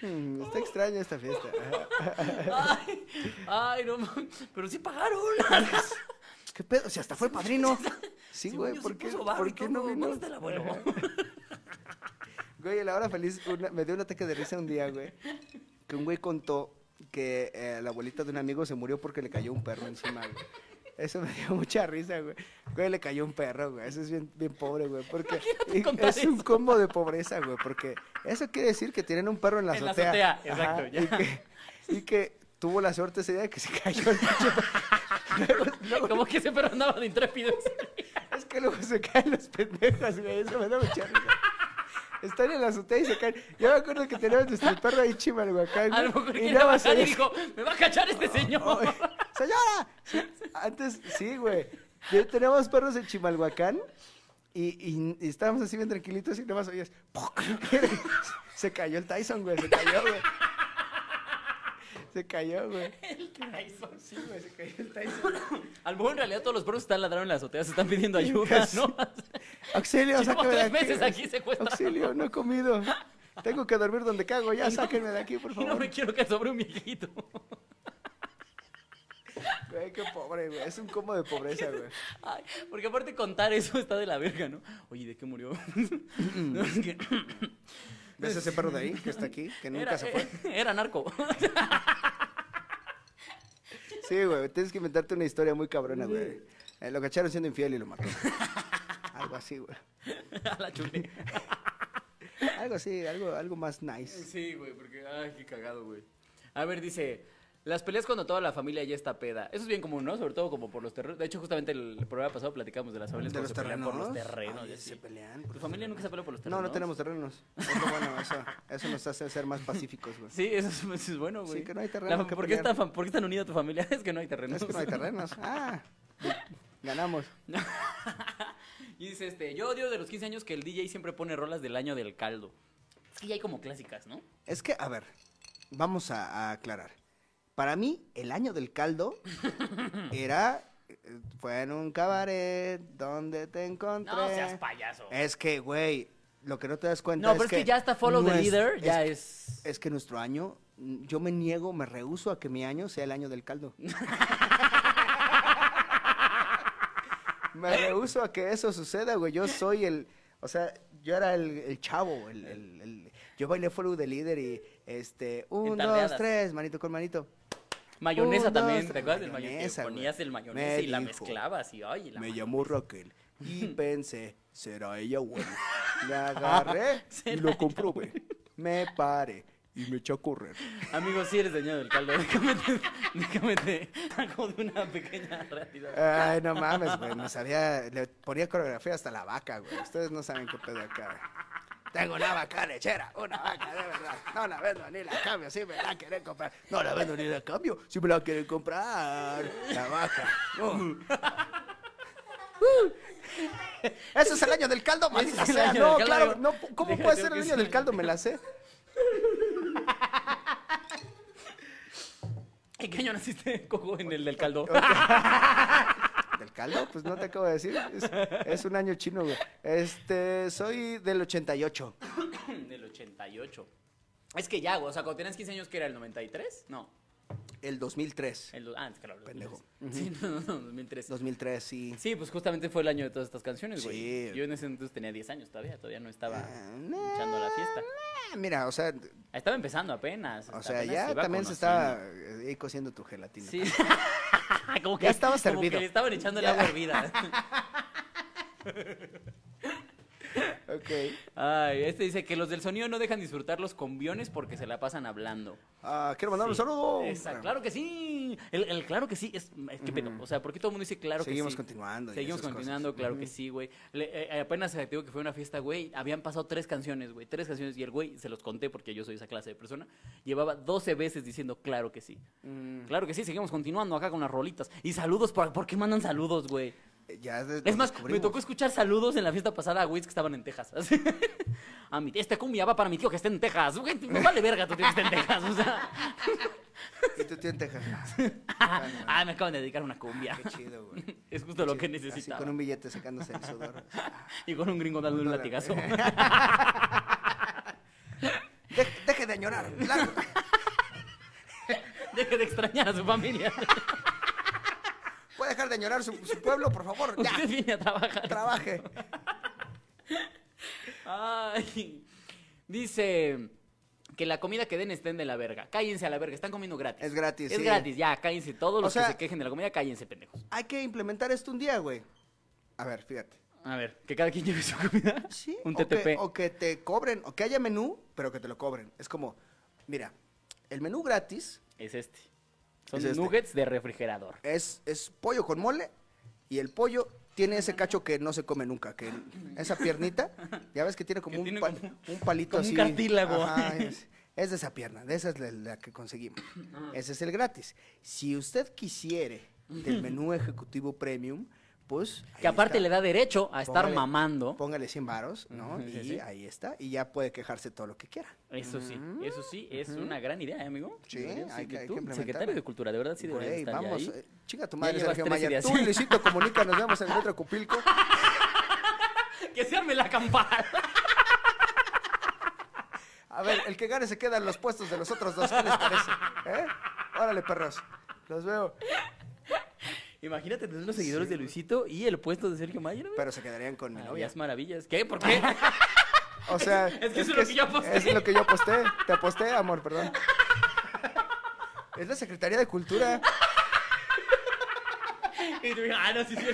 [SPEAKER 2] Hmm, Está extraña esta fiesta. Ajá.
[SPEAKER 1] Ay, ay, no mames. Pero sí pagaron.
[SPEAKER 2] ¿Qué pedo? Si hasta fue padrino. Sí,
[SPEAKER 1] Según
[SPEAKER 2] güey,
[SPEAKER 1] yo,
[SPEAKER 2] ¿por
[SPEAKER 1] sí
[SPEAKER 2] qué,
[SPEAKER 1] puso barro y
[SPEAKER 2] ¿por qué no
[SPEAKER 1] todo.
[SPEAKER 2] vino?
[SPEAKER 1] ¿Dónde está el abuelo?
[SPEAKER 2] Güey, en la hora feliz una- me dio un ataque de risa un día, güey. Que un güey contó que eh, la abuelita de un amigo se murió porque le cayó un perro encima, güey. Eso me dio mucha risa, güey. Güey, le cayó un perro, güey. Eso es bien, bien pobre, güey. Porque
[SPEAKER 1] Imagínate
[SPEAKER 2] y-
[SPEAKER 1] contar
[SPEAKER 2] es un
[SPEAKER 1] eso.
[SPEAKER 2] combo de pobreza, güey. Porque eso quiere decir que tienen un perro en la
[SPEAKER 1] En la
[SPEAKER 2] azotea.
[SPEAKER 1] azotea, exacto,
[SPEAKER 2] Y que, y que tuvo la suerte ese día de que se cayó el pinche perro. Luego- luego
[SPEAKER 1] Como que ese perro andaba de intrépido.
[SPEAKER 2] es que luego se caen los pendejos, güey. Eso me da mucha risa. Están en la azotea y se caen. Yo me acuerdo que teníamos nuestro perro ahí chimalhuacán,
[SPEAKER 1] A
[SPEAKER 2] güey.
[SPEAKER 1] lo mejor
[SPEAKER 2] y
[SPEAKER 1] quería
[SPEAKER 2] nada más
[SPEAKER 1] bajar y
[SPEAKER 2] oías,
[SPEAKER 1] dijo, me va a cachar este
[SPEAKER 2] "Ay,
[SPEAKER 1] señor.
[SPEAKER 2] ¡Señora! Sí, Antes, sí, güey. Yo- Teníamos perros en Chimalhuacán y, y- y estábamos así bien tranquilitos y nada más oías. ¡poc! Se cayó el Tyson, güey. Se cayó, güey. Se cayó, güey.
[SPEAKER 1] El Tyson.
[SPEAKER 2] Sí, güey, se cayó el Tyson.
[SPEAKER 1] A lo mejor en realidad todos los perros que están ladrando en la azotea, se están pidiendo ayuda, ¿no?
[SPEAKER 2] Auxilio,
[SPEAKER 1] Llevo
[SPEAKER 2] sáquenme de
[SPEAKER 1] tres
[SPEAKER 2] aquí.
[SPEAKER 1] meses aquí secuestrado.
[SPEAKER 2] Auxilio, no he comido. Tengo que dormir donde cago, ya sáquenme de aquí, por
[SPEAKER 1] Y no
[SPEAKER 2] favor.
[SPEAKER 1] me quiero que sobre un viejito.
[SPEAKER 2] Güey, qué pobre, güey. Es un combo de pobreza, güey.
[SPEAKER 1] Ay, porque aparte contar eso está de la verga, ¿no? Oye, ¿de qué murió? No, es que-
[SPEAKER 2] ¿Ves ese perro de ahí que está aquí? Que nunca
[SPEAKER 1] era, eh,
[SPEAKER 2] se fue.
[SPEAKER 1] era narco.
[SPEAKER 2] Sí, güey. Tienes que inventarte una historia muy cabrona, güey. Eh, lo cacharon siendo infiel y lo mató. Algo así, güey.
[SPEAKER 1] A la chule.
[SPEAKER 2] Algo así, algo, algo más nice.
[SPEAKER 1] Sí, güey, porque. Ay, qué cagado, güey. A ver, dice. Las peleas cuando toda la familia ya está peda. Eso es bien común, ¿no? Sobre todo como por los terrenos. De hecho, justamente el programa pasado platicamos de las familias
[SPEAKER 2] ¿De
[SPEAKER 1] cuando
[SPEAKER 2] los
[SPEAKER 1] se pelean
[SPEAKER 2] terrenos?
[SPEAKER 1] por los terrenos.
[SPEAKER 2] Ay,
[SPEAKER 1] y así.
[SPEAKER 2] se pelean. por
[SPEAKER 1] ¿Tu
[SPEAKER 2] los
[SPEAKER 1] familia
[SPEAKER 2] terrenos.
[SPEAKER 1] nunca se peleó por los
[SPEAKER 2] No,
[SPEAKER 1] terrenos?
[SPEAKER 2] no tenemos terrenos. Eso, bueno, eso, eso nos hace ser más pacíficos, güey.
[SPEAKER 1] Sí, eso es, eso es bueno, güey.
[SPEAKER 2] Sí, que no hay terreno
[SPEAKER 1] terrenos.
[SPEAKER 2] que
[SPEAKER 1] ¿por, qué
[SPEAKER 2] pelear.
[SPEAKER 1] está, fam- ¿Por qué tan unida tu familia? Es que no hay terrenos.
[SPEAKER 2] Es que no hay terrenos. Ah, ganamos.
[SPEAKER 1] Y dice este, yo odio de los 15 años que el DJ siempre pone rolas del año del caldo. Es que ya hay como clásicas, ¿no?
[SPEAKER 2] Es que, a ver, vamos a, a aclarar. Para mí, el año del caldo era. eh, Fue en un cabaret donde te encontré.
[SPEAKER 1] No seas payaso.
[SPEAKER 2] Es que, güey, lo Eh, que no te das cuenta
[SPEAKER 1] No,
[SPEAKER 2] es
[SPEAKER 1] pero es que, ya está Follow
[SPEAKER 2] no
[SPEAKER 1] the
[SPEAKER 2] es-
[SPEAKER 1] Leader,
[SPEAKER 2] es-
[SPEAKER 1] ya es...
[SPEAKER 2] Es que nuestro año, mm, yo me niego, me rehúso a que mi año sea el año del caldo. me rehúso a que eso suceda, güey. Yo soy el, o sea, yo era el, el chavo, el, el- el- yo bailé follow de líder y este, un, dos,
[SPEAKER 1] tardeadas.
[SPEAKER 2] tres, manito con manito.
[SPEAKER 1] Mayonesa
[SPEAKER 2] Un,
[SPEAKER 1] también,
[SPEAKER 2] dos,
[SPEAKER 1] ¿te acuerdas del
[SPEAKER 2] mayonesa,
[SPEAKER 1] mayonesa?
[SPEAKER 2] güey.
[SPEAKER 1] Ponías el mayonesa
[SPEAKER 2] Me
[SPEAKER 1] y la
[SPEAKER 2] dijo.
[SPEAKER 1] mezclabas y ay, y la
[SPEAKER 2] me
[SPEAKER 1] ma-
[SPEAKER 2] llamó Raquel y pensé, será ella, güey. La agarré y lo comprobé. Me paré y me eché a correr.
[SPEAKER 1] Amigo, sí eres dueño del caldo, déjame te, déjame te saco de una pequeña realidad.
[SPEAKER 2] Ay, no mames, güey. Me sabía. Le ponía coreografía hasta la vaca, güey. Ustedes no saben qué pedo acá. Tengo una vaca lechera, una vaca de verdad. No la vendo ni la cambio, si me la quieren comprar. No la vendo ni la Uh. cambio, si me la quieren comprar. La vaca. No. Eso Uh. es el año del caldo, maldita
[SPEAKER 1] es el
[SPEAKER 2] sea.
[SPEAKER 1] año
[SPEAKER 2] No,
[SPEAKER 1] del caldo.
[SPEAKER 2] claro, no, ¿cómo
[SPEAKER 1] Déjate
[SPEAKER 2] puede ser el
[SPEAKER 1] que
[SPEAKER 2] año
[SPEAKER 1] sí.
[SPEAKER 2] del caldo? Me la sé.
[SPEAKER 1] ¿En qué año naciste, Coco? En el del caldo.
[SPEAKER 2] ¿Del caldo? Pues no te acabo de decir. Es, es un año chino, güey. Este, soy del 88.
[SPEAKER 1] Del 88. Es que ya, güey, o sea, cuando tenías 15 años, que era el 93? No.
[SPEAKER 2] El 2003.
[SPEAKER 1] El, do- ah, es que claro, el
[SPEAKER 2] Pendejo.
[SPEAKER 1] 2003. Sí, no, no, no, 2003.
[SPEAKER 2] 2003, sí.
[SPEAKER 1] Sí, pues justamente fue el año de todas estas canciones, güey.
[SPEAKER 2] Sí.
[SPEAKER 1] Yo en ese entonces tenía 10 años todavía, todavía no estaba
[SPEAKER 2] Ah, no.
[SPEAKER 1] echando la fiesta.
[SPEAKER 2] Ah, Mira, o sea,
[SPEAKER 1] Estaba empezando apenas.
[SPEAKER 2] o
[SPEAKER 1] hasta
[SPEAKER 2] sea
[SPEAKER 1] apenas
[SPEAKER 2] ya
[SPEAKER 1] iba
[SPEAKER 2] también se
[SPEAKER 1] conociendo.
[SPEAKER 2] estaba eh, ahí cociendo tu gelatina.
[SPEAKER 1] Sí. como
[SPEAKER 2] Ya estaba
[SPEAKER 1] Como
[SPEAKER 2] servido.
[SPEAKER 1] que le estaban echando el agua hervida.
[SPEAKER 2] Ok.
[SPEAKER 1] Ay, este dice que los del sonido no dejan disfrutar los conviones porque se la pasan hablando.
[SPEAKER 2] Ah, quiero mandar un saludo.
[SPEAKER 1] Exacto, claro que sí. El, el claro que sí es, es que pedo. O sea, porque todo el mundo dice claro
[SPEAKER 2] Seguimos
[SPEAKER 1] que sí.
[SPEAKER 2] continuando y
[SPEAKER 1] Seguimos
[SPEAKER 2] esas
[SPEAKER 1] continuando,
[SPEAKER 2] cosas.
[SPEAKER 1] claro que
[SPEAKER 2] Ujú.
[SPEAKER 1] sí, güey. Le- eh, apenas se activó que fue una fiesta, güey. Habían pasado tres canciones, güey. Tres canciones. Y el güey, se los conté porque yo soy esa clase de persona. Llevaba 12 veces diciendo claro que sí.
[SPEAKER 2] Mm,
[SPEAKER 1] Claro que sí, seguimos continuando acá con las rolitas. Y saludos, ¿por, ¿por qué mandan saludos, güey?
[SPEAKER 2] Eh, Ya de-
[SPEAKER 1] Es más,
[SPEAKER 2] descubrimos.
[SPEAKER 1] me tocó escuchar saludos en la fiesta pasada a güeyes que estaban en Texas. Así. A mi, esta cumbia va para mi tío que está en Texas. Güey, me vale verga tu tío que está en Texas. O sea,
[SPEAKER 2] Y tu tío en Texas.
[SPEAKER 1] ah, me acaban de dedicar una cumbia.
[SPEAKER 2] Ah, Qué chido, güey.
[SPEAKER 1] Es justo lo que
[SPEAKER 2] Así,
[SPEAKER 1] necesitaba.
[SPEAKER 2] con un billete sacándose el sudor.
[SPEAKER 1] Y con un gringo dándole un
[SPEAKER 2] dólar.
[SPEAKER 1] latigazo.
[SPEAKER 2] De- deje de añorar. claro.
[SPEAKER 1] Deje de extrañar a su familia.
[SPEAKER 2] Puede dejar de añorar su, su pueblo, por favor. Ya,
[SPEAKER 1] Usted viene a trabajar.
[SPEAKER 2] trabaje.
[SPEAKER 1] Ay. Dice que la comida que den estén de la verga. Cállense a la verga, están comiendo gratis.
[SPEAKER 2] Es gratis,
[SPEAKER 1] Es
[SPEAKER 2] sí.
[SPEAKER 1] gratis, ya, cállense. Todos
[SPEAKER 2] O
[SPEAKER 1] los
[SPEAKER 2] sea-
[SPEAKER 1] que se quejen de la comida, cállense, pendejos.
[SPEAKER 2] Hay que implementar esto un día, güey. A ver, fíjate.
[SPEAKER 1] A ver, que cada quien lleve su comida.
[SPEAKER 2] Sí.
[SPEAKER 1] Un
[SPEAKER 2] o que-
[SPEAKER 1] TTP.
[SPEAKER 2] O que, te cobren, o que haya menú, pero que te lo cobren. Es como, mira, el menú gratis
[SPEAKER 1] Es este. Son
[SPEAKER 2] Es este.
[SPEAKER 1] nuggets de refrigerador.
[SPEAKER 2] es, es pollo con mole y el pollo tiene ese cacho que no se come nunca, que esa piernita, ya ves que tiene como,
[SPEAKER 1] Que
[SPEAKER 2] un,
[SPEAKER 1] tiene
[SPEAKER 2] pal-
[SPEAKER 1] como-
[SPEAKER 2] un palito
[SPEAKER 1] como un
[SPEAKER 2] así.
[SPEAKER 1] cartílago.
[SPEAKER 2] Ajá, es, es de esa pierna, de esa es la, la que conseguimos.
[SPEAKER 1] Ah.
[SPEAKER 2] Ese es el gratis. Si usted quisiere del menú ejecutivo premium, pues... ahí
[SPEAKER 1] Que aparte
[SPEAKER 2] está.
[SPEAKER 1] le da derecho a estar
[SPEAKER 2] Póngale-
[SPEAKER 1] mamando.
[SPEAKER 2] Póngale 100 varos, ¿no?
[SPEAKER 1] Ujú, sí,
[SPEAKER 2] y
[SPEAKER 1] sí.
[SPEAKER 2] ahí está, y ya puede quejarse todo lo que quiera.
[SPEAKER 1] Eso sí, eso sí, es una gran idea, ¿eh, amigo.
[SPEAKER 2] Mm, Sí,
[SPEAKER 1] Deberías-
[SPEAKER 2] hay que- hay que
[SPEAKER 1] tú,
[SPEAKER 2] implementarla.
[SPEAKER 1] Secretario de Cultura, de verdad sí deberías
[SPEAKER 2] Güey,
[SPEAKER 1] estar ya
[SPEAKER 2] vamos,
[SPEAKER 1] ahí.
[SPEAKER 2] eh, chinga tu madre,
[SPEAKER 1] llevas
[SPEAKER 2] Sergio
[SPEAKER 1] tres
[SPEAKER 2] Maya.
[SPEAKER 1] ideas.
[SPEAKER 2] Tú y Luisito Comunica, nos vemos en el otro Cupilco. eh.
[SPEAKER 1] Que se arme la campana.
[SPEAKER 2] A ver, el que gane se queda en los puestos de los otros dos. ¿Qué les parece? ¿Eh? Órale, perros. Los veo.
[SPEAKER 1] Imagínate tener los seguidores de Luisito y el puesto de Sergio Mayer. güey.
[SPEAKER 2] Pero se quedarían con mi novia.
[SPEAKER 1] Maravillas, maravillas. ¿Qué? ¿Por qué?
[SPEAKER 2] O sea,
[SPEAKER 1] Es que eso es lo que yo aposté.
[SPEAKER 2] Es lo que yo aposté. Te aposté, amor, perdón. Es la Secretaría de Cultura.
[SPEAKER 1] Y tú dices, ah, no, sí, sí.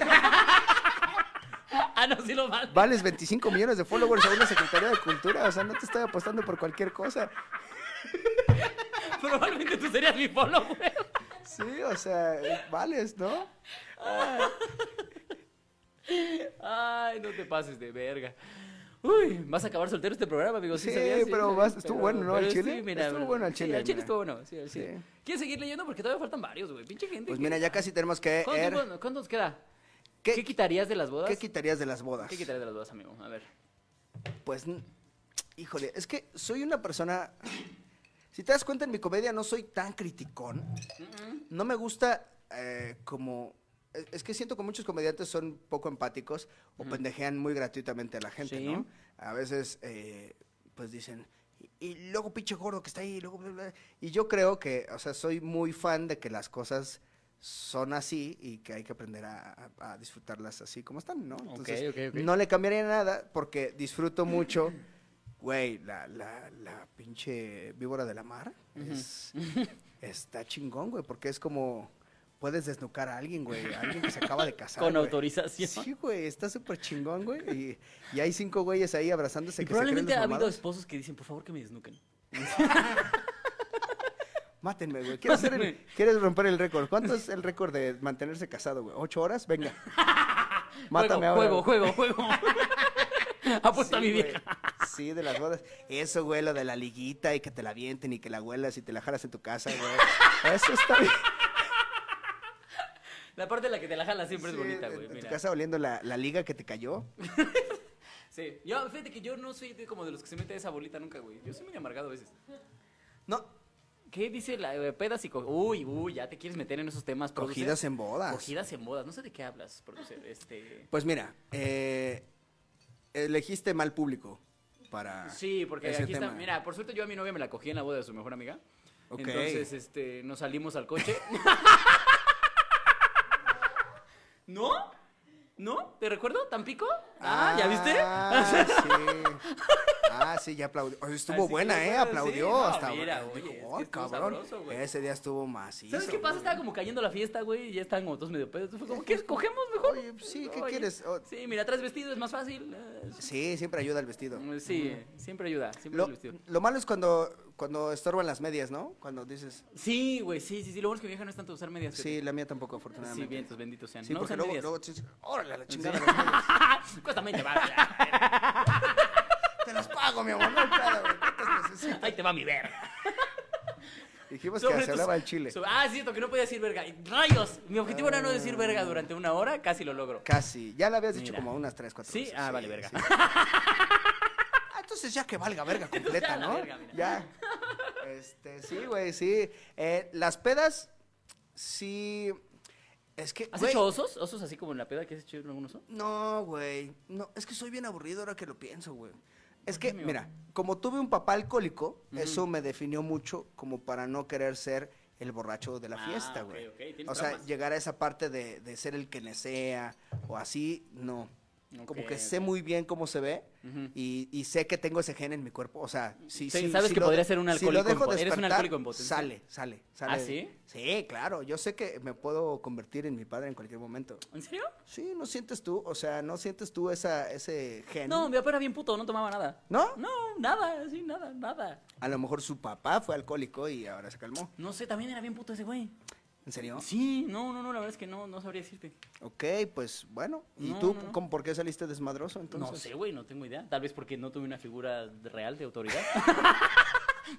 [SPEAKER 1] ah, no, sí lo mal.
[SPEAKER 2] Vales 25 millones de followers a la Secretaría de Cultura. O sea, no te estoy apostando por cualquier cosa.
[SPEAKER 1] Probablemente tú serías mi polo, güey.
[SPEAKER 2] Sí, o sea, vales, ¿no?
[SPEAKER 1] Ay, no te pases de verga. Uy, vas a acabar soltero este programa, amigo. Sí,
[SPEAKER 2] Sí,
[SPEAKER 1] sabías?
[SPEAKER 2] pero
[SPEAKER 1] sí,
[SPEAKER 2] vas- estuvo bueno, ¿no?
[SPEAKER 1] pero
[SPEAKER 2] Al chile.
[SPEAKER 1] sí, mira,
[SPEAKER 2] Estuvo bueno al
[SPEAKER 1] sí,
[SPEAKER 2] chile,
[SPEAKER 1] al chile
[SPEAKER 2] mira.
[SPEAKER 1] estuvo bueno, sí, al chile.
[SPEAKER 2] Sí.
[SPEAKER 1] ¿Quieres seguir leyendo? Porque todavía faltan varios, güey. Pinche gente.
[SPEAKER 2] Pues
[SPEAKER 1] que-
[SPEAKER 2] mira, ya casi tenemos que...
[SPEAKER 1] ¿Cuánto,
[SPEAKER 2] er-
[SPEAKER 1] tiempo- cuánto nos queda? ¿Qué,
[SPEAKER 2] ¿Qué,
[SPEAKER 1] quitarías de las bodas?
[SPEAKER 2] qué quitarías de las bodas?
[SPEAKER 1] ¿Qué quitarías de las bodas, amigo? A ver.
[SPEAKER 2] Pues, n- híjole, es que soy una persona. Si te das cuenta, en mi comedia no soy tan criticón. No me gusta eh, como. e- Es que siento que muchos comediantes son poco empáticos o pendejean muy gratuitamente a la gente,
[SPEAKER 1] Sí.
[SPEAKER 2] ¿no? A veces, eh, pues dicen. "Y- Y luego pinche gordo que está ahí, y luego bla, bla". Y yo creo que, o sea, soy muy fan de que las cosas son así y que hay que aprender a, a- a disfrutarlas así como están, ¿no? Entonces,
[SPEAKER 1] ok, ok.
[SPEAKER 2] no le cambiaría nada porque disfruto mucho, güey, la, la, la pinche víbora de la mar. es- está chingón, güey, porque es como, puedes desnucar a alguien, güey, a alguien que se acaba de casar.
[SPEAKER 1] Con
[SPEAKER 2] güey.
[SPEAKER 1] autorización.
[SPEAKER 2] Sí, güey, está súper chingón, güey. Y, y hay cinco güeyes ahí abrazándose.
[SPEAKER 1] Y
[SPEAKER 2] que se creen
[SPEAKER 1] probablemente
[SPEAKER 2] los
[SPEAKER 1] ha habido
[SPEAKER 2] mamados.
[SPEAKER 1] esposos que dicen, por favor, que me desnuquen.
[SPEAKER 2] Mátenme, güey. ¿Quieres, hacer el-
[SPEAKER 1] Mátenme.
[SPEAKER 2] quieres romper el récord? ¿Cuánto es el récord de mantenerse casado, güey? ¿Ocho horas? Venga. Mátame ahora.
[SPEAKER 1] juego,
[SPEAKER 2] güey.
[SPEAKER 1] juego, juego, juego. Apuesta a mi
[SPEAKER 2] güey.
[SPEAKER 1] vieja.
[SPEAKER 2] Sí, de las bodas. Eso, güey, lo de la liguita y que te la vienten y que la huelas y te la jalas en tu casa, güey. Eso está bien.
[SPEAKER 1] La parte en la que te la jalas siempre
[SPEAKER 2] Sí,
[SPEAKER 1] es bonita,
[SPEAKER 2] en-
[SPEAKER 1] güey.
[SPEAKER 2] En tu
[SPEAKER 1] mira.
[SPEAKER 2] casa oliendo la, la liga que te cayó.
[SPEAKER 1] Sí. Yo, fíjate que yo no soy de- como de los que se mete esa bolita nunca, güey. Yo soy muy amargado a veces.
[SPEAKER 2] No,
[SPEAKER 1] ¿Qué dice la eh, pedas y co- Uy, uy, ya te quieres meter en esos temas. producer.
[SPEAKER 2] cogidas en bodas.
[SPEAKER 1] Cogidas en bodas. No sé de qué hablas, producer. Este.
[SPEAKER 2] Pues mira, eh, elegiste mal público para.
[SPEAKER 1] Sí, porque
[SPEAKER 2] ese
[SPEAKER 1] aquí está.
[SPEAKER 2] tema.
[SPEAKER 1] Mira, por suerte yo a mi novia me la cogí en la boda de su mejor amiga.
[SPEAKER 2] Ok.
[SPEAKER 1] Entonces, este, nos salimos al coche. ¿No? ¿No? ¿Te recuerdo? ¿Tampico? Ah, ¿ya viste?
[SPEAKER 2] Ah, sí. Ah, sí, ya aplaudió. Oye, estuvo
[SPEAKER 1] Así
[SPEAKER 2] buena,
[SPEAKER 1] que,
[SPEAKER 2] ¿eh?
[SPEAKER 1] bueno,
[SPEAKER 2] Aplaudió
[SPEAKER 1] sí, no,
[SPEAKER 2] hasta
[SPEAKER 1] mira,
[SPEAKER 2] ahora.
[SPEAKER 1] oye,
[SPEAKER 2] Dijo,
[SPEAKER 1] es que
[SPEAKER 2] "Oh,
[SPEAKER 1] estuvo
[SPEAKER 2] cabrón.
[SPEAKER 1] sabroso, güey.
[SPEAKER 2] Ese día estuvo macizo.
[SPEAKER 1] ¿Sabes qué pasa?
[SPEAKER 2] güey.
[SPEAKER 1] Estaba como cayendo la fiesta, güey, y ya estaban como todos medio pedos. Fue como, ¿qué escogemos mejor?
[SPEAKER 2] Oye, pues sí, ¿qué
[SPEAKER 1] Oye,
[SPEAKER 2] quieres? O-
[SPEAKER 1] Sí, mira, traes vestido, es más fácil.
[SPEAKER 2] Sí, siempre ayuda el vestido.
[SPEAKER 1] Eh, Sí, siempre ayuda, siempre
[SPEAKER 2] Lo,
[SPEAKER 1] el vestido.
[SPEAKER 2] lo malo es cuando, cuando estorban las medias, ¿no? Cuando dices,
[SPEAKER 1] Sí, güey, sí, sí, sí. Lo bueno es que mi vieja no es tanto usar medias.
[SPEAKER 2] sí, la mía tampoco,
[SPEAKER 1] fíjate. sí,
[SPEAKER 2] afortunadamente.
[SPEAKER 1] bien, tus benditos sean.
[SPEAKER 2] Sí,
[SPEAKER 1] no
[SPEAKER 2] porque
[SPEAKER 1] usan
[SPEAKER 2] luego,
[SPEAKER 1] medias.
[SPEAKER 2] luego dices, órale, a la chingada.
[SPEAKER 1] Cuesta 20 va.
[SPEAKER 2] Te las pago, mi amor. No, hay pedo, güey, ¿cuántas necesitas?
[SPEAKER 1] Ahí te va mi verga.
[SPEAKER 2] Dijimos que
[SPEAKER 1] Sobre tus-
[SPEAKER 2] se hablaba el chile.
[SPEAKER 1] sobre- ah, es cierto, que no podía decir verga. ¡Rayos! Mi objetivo era no decir verga durante una hora, casi lo logro.
[SPEAKER 2] Casi. Ya la habías dicho
[SPEAKER 1] Mira.
[SPEAKER 2] como unas 3, 4
[SPEAKER 1] Sí, ah, vale, verga.
[SPEAKER 2] Ah, entonces ya que valga verga completa,
[SPEAKER 1] Ya la
[SPEAKER 2] ¿no?
[SPEAKER 1] verga, mira.
[SPEAKER 2] ya. Este, sí, güey, sí. Eh, las pedas, sí. Es que.
[SPEAKER 1] ¿Has
[SPEAKER 2] güey,
[SPEAKER 1] hecho osos? ¿Osos así como en la peda que has hecho en algún oso?
[SPEAKER 2] No, güey. No, es que soy bien aburrido ahora que lo pienso, güey. Es que,
[SPEAKER 1] amigo?
[SPEAKER 2] mira, como tuve un papá alcohólico, eso me definió mucho como para no querer ser el borracho de la
[SPEAKER 1] Ah,
[SPEAKER 2] fiesta,
[SPEAKER 1] ok,
[SPEAKER 2] güey.
[SPEAKER 1] ok, tienes
[SPEAKER 2] O sea,
[SPEAKER 1] traumas.
[SPEAKER 2] llegar a esa parte de, de ser el que nesea o así, no. Como
[SPEAKER 1] Ok,
[SPEAKER 2] que sé
[SPEAKER 1] ok.
[SPEAKER 2] muy bien cómo se ve y, y sé que tengo ese gen en mi cuerpo. O sea, sí,
[SPEAKER 1] Sí,
[SPEAKER 2] sí,
[SPEAKER 1] sabes
[SPEAKER 2] sí
[SPEAKER 1] que
[SPEAKER 2] lo-
[SPEAKER 1] podría ser un
[SPEAKER 2] si lo
[SPEAKER 1] alcohólico en
[SPEAKER 2] dejo
[SPEAKER 1] po- eres un
[SPEAKER 2] despertar,
[SPEAKER 1] alcohólico en potencia.
[SPEAKER 2] Sale, sale, sale.
[SPEAKER 1] ¿Ah, sí?
[SPEAKER 2] Sí, claro. Yo sé que me puedo convertir en mi padre en cualquier momento.
[SPEAKER 1] ¿En serio?
[SPEAKER 2] Sí, no sientes tú, o sea, no sientes tú esa, ese gen.
[SPEAKER 1] No, mi papá era bien puto, no tomaba nada.
[SPEAKER 2] ¿No?
[SPEAKER 1] No, nada, así, nada, nada.
[SPEAKER 2] A lo mejor su papá fue alcohólico y ahora se calmó.
[SPEAKER 1] No sé, también era bien puto ese güey.
[SPEAKER 2] ¿En serio?
[SPEAKER 1] Sí, no, no, no, la verdad es que no, no sabría decirte.
[SPEAKER 2] Ok, pues bueno. ¿Y
[SPEAKER 1] No,
[SPEAKER 2] tú
[SPEAKER 1] no, no.
[SPEAKER 2] ¿cómo, por qué saliste desmadroso entonces?
[SPEAKER 1] No sé, güey, no tengo idea. Tal vez porque no tuve una figura real de autoridad.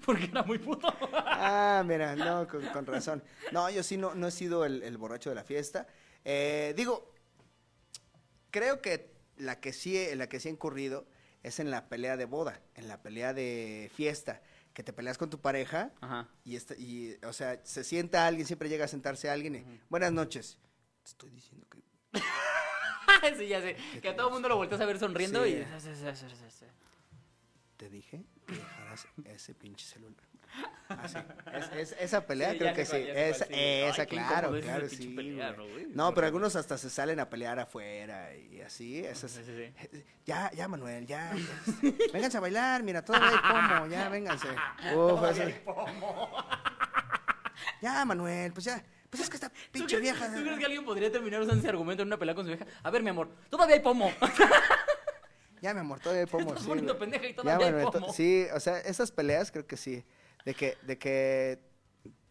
[SPEAKER 1] porque era muy puto.
[SPEAKER 2] Ah, mira, no, con, con razón. No, yo sí no, no he sido el, el borracho de la fiesta. Eh, digo, creo que la que sí, he- la que sí he incurrido es en la pelea de boda, en la pelea de fiesta, que te peleas con tu pareja
[SPEAKER 1] Ajá.
[SPEAKER 2] y, esta- y, o sea, se sienta alguien, siempre llega a sentarse alguien y, buenas noches. Te estoy diciendo que...
[SPEAKER 1] sí, ya sé. Que a todo el mundo lo volteas a ver sonriendo
[SPEAKER 2] Sí.
[SPEAKER 1] y.
[SPEAKER 2] Te dije que dejaras ese pinche celular. Así. Es- es- esa pelea
[SPEAKER 1] Sí,
[SPEAKER 2] creo
[SPEAKER 1] ya
[SPEAKER 2] que
[SPEAKER 1] sé
[SPEAKER 2] sí.
[SPEAKER 1] cuál, ya sé
[SPEAKER 2] esa,
[SPEAKER 1] cuál, sí.
[SPEAKER 2] esa,
[SPEAKER 1] Ay, qué
[SPEAKER 2] claro,
[SPEAKER 1] incómodo es esa
[SPEAKER 2] claro,
[SPEAKER 1] pinche
[SPEAKER 2] sí.
[SPEAKER 1] pelea,
[SPEAKER 2] güey.
[SPEAKER 1] ¿no, güey?
[SPEAKER 2] No, pero algunos hasta se salen a pelear afuera y así. esas-
[SPEAKER 1] Sí, sí,
[SPEAKER 2] Ya, ya, Manuel, ya. ya. vénganse a bailar, mira, todo hay pomo, ya, vénganse. Uf, así. Ya, Manuel, pues ya. Pues es que esta
[SPEAKER 1] ¿Tú
[SPEAKER 2] pinche
[SPEAKER 1] crees-
[SPEAKER 2] vieja.
[SPEAKER 1] ¿Tú crees que alguien podría terminar usando ese argumento en una pelea con su vieja? A ver, mi amor, todavía hay pomo.
[SPEAKER 2] Ya, me amor, todavía hay pomo.
[SPEAKER 1] estás
[SPEAKER 2] sí,
[SPEAKER 1] poniendo
[SPEAKER 2] güey.
[SPEAKER 1] pendeja y
[SPEAKER 2] Ya,
[SPEAKER 1] todavía hay
[SPEAKER 2] Manuel, to-
[SPEAKER 1] pomo.
[SPEAKER 2] Sí, o sea, esas peleas creo que sí. De que, de que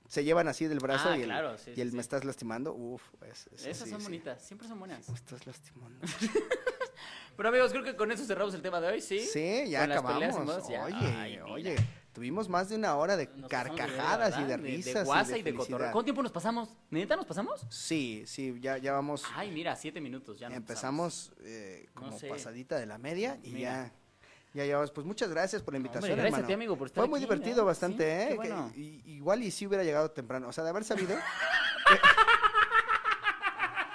[SPEAKER 2] se llevan así del brazo
[SPEAKER 1] Ah,
[SPEAKER 2] y el,
[SPEAKER 1] claro, sí,
[SPEAKER 2] y
[SPEAKER 1] sí,
[SPEAKER 2] el
[SPEAKER 1] sí.
[SPEAKER 2] me estás lastimando. Uf, es, es
[SPEAKER 1] Esas
[SPEAKER 2] así,
[SPEAKER 1] son
[SPEAKER 2] sí.
[SPEAKER 1] bonitas, siempre son buenas.
[SPEAKER 2] Me estás lastimando.
[SPEAKER 1] Pero amigos, creo que con eso cerramos el tema de hoy, ¿sí?
[SPEAKER 2] Sí, ya
[SPEAKER 1] Con las peleas
[SPEAKER 2] acabamos.
[SPEAKER 1] en bodas, ya.
[SPEAKER 2] Oye,
[SPEAKER 1] Ay, mira.
[SPEAKER 2] oye. Tuvimos más de una hora de
[SPEAKER 1] Nos pasamos
[SPEAKER 2] carcajadas y de
[SPEAKER 1] ¿verdad?
[SPEAKER 2] risas.
[SPEAKER 1] De guasa y de,
[SPEAKER 2] felicidad.
[SPEAKER 1] cotorreo. ¿Cuánto tiempo nos pasamos? ¿Neta nos pasamos?
[SPEAKER 2] Sí, sí, ya, ya vamos.
[SPEAKER 1] Ay, mira, siete minutos ya. nos
[SPEAKER 2] empezamos eh,
[SPEAKER 1] No
[SPEAKER 2] como
[SPEAKER 1] sé.
[SPEAKER 2] pasadita de la media y
[SPEAKER 1] Mira.
[SPEAKER 2] ya. Ya llevamos, pues muchas gracias por la
[SPEAKER 1] hombre,
[SPEAKER 2] invitación,
[SPEAKER 1] gracias a
[SPEAKER 2] hermano.
[SPEAKER 1] ti, amigo, por estar
[SPEAKER 2] Fue muy
[SPEAKER 1] aquí,
[SPEAKER 2] divertido
[SPEAKER 1] ¿eh?
[SPEAKER 2] bastante,
[SPEAKER 1] Sí, qué
[SPEAKER 2] ¿eh? Que-
[SPEAKER 1] bueno.
[SPEAKER 2] y- igual y sí hubiera llegado temprano. O sea, de haber sabido.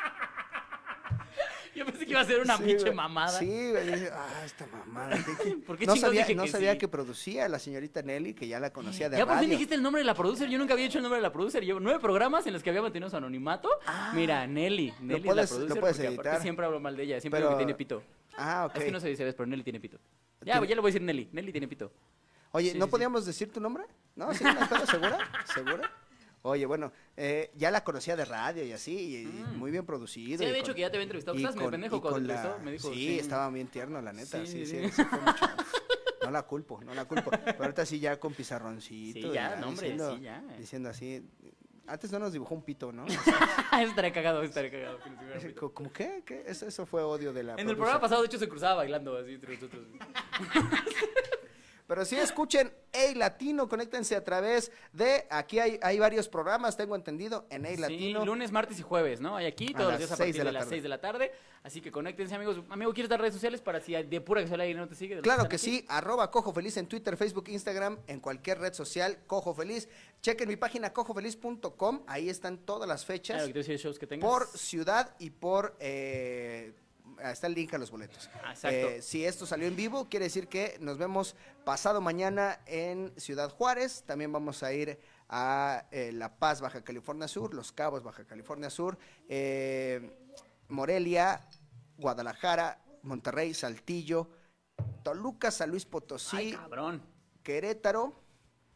[SPEAKER 1] Yo pensé que iba a ser una
[SPEAKER 2] Sí,
[SPEAKER 1] pinche
[SPEAKER 2] güey.
[SPEAKER 1] mamada.
[SPEAKER 2] Sí, güey, dije, ah, esta mamada. ¿qué-
[SPEAKER 1] ¿Por qué
[SPEAKER 2] no
[SPEAKER 1] chingos
[SPEAKER 2] sabía,
[SPEAKER 1] dije
[SPEAKER 2] no
[SPEAKER 1] que
[SPEAKER 2] sabía
[SPEAKER 1] sí?
[SPEAKER 2] que producía la señorita Nelly, que ya la conocía de
[SPEAKER 1] ya por
[SPEAKER 2] radio.
[SPEAKER 1] fin dijiste el nombre de la producer. Yo nunca había hecho el nombre de la producer. Llevo nueve programas en los que había mantenido su anonimato. Mira, Nelly. Nelly
[SPEAKER 2] puedes-
[SPEAKER 1] es la
[SPEAKER 2] Ah. lo
[SPEAKER 1] producer.
[SPEAKER 2] puedes
[SPEAKER 1] porque
[SPEAKER 2] editar.
[SPEAKER 1] aparte siempre hablo mal de ella. Siempre
[SPEAKER 2] Pero-
[SPEAKER 1] digo que tiene pito.
[SPEAKER 2] Ah, ok.
[SPEAKER 1] Es que no se dice, ¿ves? Pero Nelly tiene pito. Ya,
[SPEAKER 2] Tiene-
[SPEAKER 1] ya le voy a decir Nelly. Nelly tiene pito.
[SPEAKER 2] Oye,
[SPEAKER 1] Sí,
[SPEAKER 2] ¿no
[SPEAKER 1] sí, sí.
[SPEAKER 2] podíamos decir tu nombre? ¿No? ¿Sí? ¿No estás segura? ¿Segura? Oye, bueno, eh, ya la conocía de radio y así, y muy bien producido.
[SPEAKER 1] Mm. Sí, había
[SPEAKER 2] y con-
[SPEAKER 1] dicho que ya te había entrevistado.
[SPEAKER 2] y
[SPEAKER 1] ¿Estás medio
[SPEAKER 2] con-
[SPEAKER 1] pendejo
[SPEAKER 2] y
[SPEAKER 1] cuando
[SPEAKER 2] con
[SPEAKER 1] te
[SPEAKER 2] la-
[SPEAKER 1] entrevistó? Me dijo,
[SPEAKER 2] sí, estaba bien tierno, la neta.
[SPEAKER 1] Sí,
[SPEAKER 2] Sí, sí,
[SPEAKER 1] sí.
[SPEAKER 2] sí, fue mucho. No la culpo, no la culpo. Pero ahorita sí ya con pizarroncito.
[SPEAKER 1] Sí, ya, no, hombre,
[SPEAKER 2] diciendo,
[SPEAKER 1] sí, ya.
[SPEAKER 2] Diciendo así. Antes no nos dibujó un pito, ¿no?
[SPEAKER 1] estaré cagado, estaré cagado. que nos hubiera
[SPEAKER 2] Así co- ¿Cómo qué? ¿Qué? Eso, eso fue odio de la
[SPEAKER 1] En el
[SPEAKER 2] producer.
[SPEAKER 1] programa pasado, de hecho, se cruzaba bailando así entre nosotros.
[SPEAKER 2] Pero sí escuchen Hey Latino, conéctense a través de. Aquí hay, hay varios programas, tengo entendido, en Hey
[SPEAKER 1] Sí,
[SPEAKER 2] Latino.
[SPEAKER 1] lunes, martes y jueves, ¿no? Hay aquí
[SPEAKER 2] A
[SPEAKER 1] todos los
[SPEAKER 2] las
[SPEAKER 1] días a
[SPEAKER 2] seis
[SPEAKER 1] partir
[SPEAKER 2] de
[SPEAKER 1] de,
[SPEAKER 2] la
[SPEAKER 1] las
[SPEAKER 2] tarde.
[SPEAKER 1] 6 de la tarde. Así que conéctense, amigos. Amigo, ¿quieres dar redes sociales para si de pura que alguien no te sigue? de los
[SPEAKER 2] Claro
[SPEAKER 1] están
[SPEAKER 2] que
[SPEAKER 1] aquí?
[SPEAKER 2] sí, arroba Cojo Feliz en Twitter, Facebook, Instagram, en cualquier red social, Cojo Feliz. Chequen mi página cojofeliz.com, ahí están todas las
[SPEAKER 1] Claro,
[SPEAKER 2] fechas
[SPEAKER 1] que te voy a decir shows que tengas.
[SPEAKER 2] por ciudad y por... eh, ahí está el link a los boletos.
[SPEAKER 1] Ah, Exacto.
[SPEAKER 2] Eh, si esto salió en vivo, quiere decir que nos vemos pasado mañana en Ciudad Juárez. También vamos a ir a eh, La Paz, Baja California Sur, Los Cabos, Baja California Sur, eh, Morelia, Guadalajara, Monterrey, Saltillo, Toluca, San Luis Potosí.
[SPEAKER 1] Ay, cabrón.
[SPEAKER 2] Querétaro,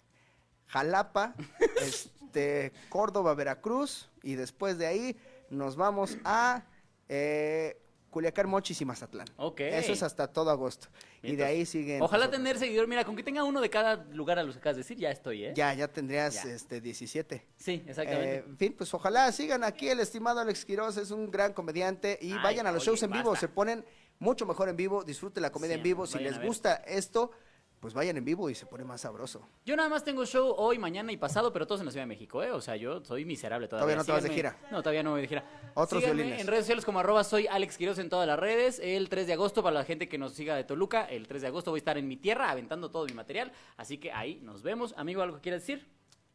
[SPEAKER 2] Jalapa, este, Córdoba, Veracruz, y después de ahí nos vamos a eh, Culiacán, Mochis y Mazatlán.
[SPEAKER 1] Ok.
[SPEAKER 2] Eso es hasta todo agosto. Y de
[SPEAKER 1] Mientras-
[SPEAKER 2] ahí siguen. pues,
[SPEAKER 1] Ojalá
[SPEAKER 2] los otros.
[SPEAKER 1] tener seguidor. Mira, con que tenga uno de cada lugar a los que acabas de decir, ya estoy, ¿eh?
[SPEAKER 2] Ya, ya tendrías
[SPEAKER 1] Ya.
[SPEAKER 2] Este, 17.
[SPEAKER 1] Sí, exactamente.
[SPEAKER 2] Eh, en fin, pues ojalá sigan aquí el estimado Alex Quiroz, es un gran comediante y
[SPEAKER 1] Ay,
[SPEAKER 2] vayan a los
[SPEAKER 1] oye,
[SPEAKER 2] shows en vivo,
[SPEAKER 1] basta.
[SPEAKER 2] se ponen mucho mejor en vivo, disfruten la comedia en
[SPEAKER 1] Siempre,
[SPEAKER 2] vivo, si
[SPEAKER 1] vayan
[SPEAKER 2] les
[SPEAKER 1] a ver.
[SPEAKER 2] gusta esto, pues vayan en vivo y se pone más sabroso.
[SPEAKER 1] Yo nada más tengo show hoy, mañana y pasado, pero todos en la Ciudad de México, ¿eh? O sea, yo soy miserable todavía.
[SPEAKER 2] Todavía no te vas de
[SPEAKER 1] Síganme-
[SPEAKER 2] gira.
[SPEAKER 1] No, todavía no voy de gira.
[SPEAKER 2] Otros
[SPEAKER 1] Síganme
[SPEAKER 2] violines.
[SPEAKER 1] en redes sociales como arroba soy Alex Quiroz en todas las redes. El 3 de agosto, para la gente que nos siga de Toluca, el 3 de agosto voy a estar en mi tierra aventando todo mi material. Así que ahí nos vemos. Amigo, ¿algo que quieras decir?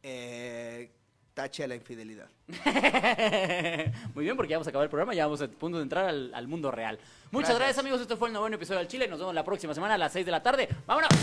[SPEAKER 2] Eh, tache a la infidelidad.
[SPEAKER 1] Muy bien, porque ya vamos a acabar el programa, ya vamos a punto de entrar al, al mundo real. Muchas gracias.
[SPEAKER 2] Gracias.
[SPEAKER 1] amigos. Esto fue el noveno episodio del Chile. Nos vemos la próxima semana a las 6 de la tarde. ¡Vámonos!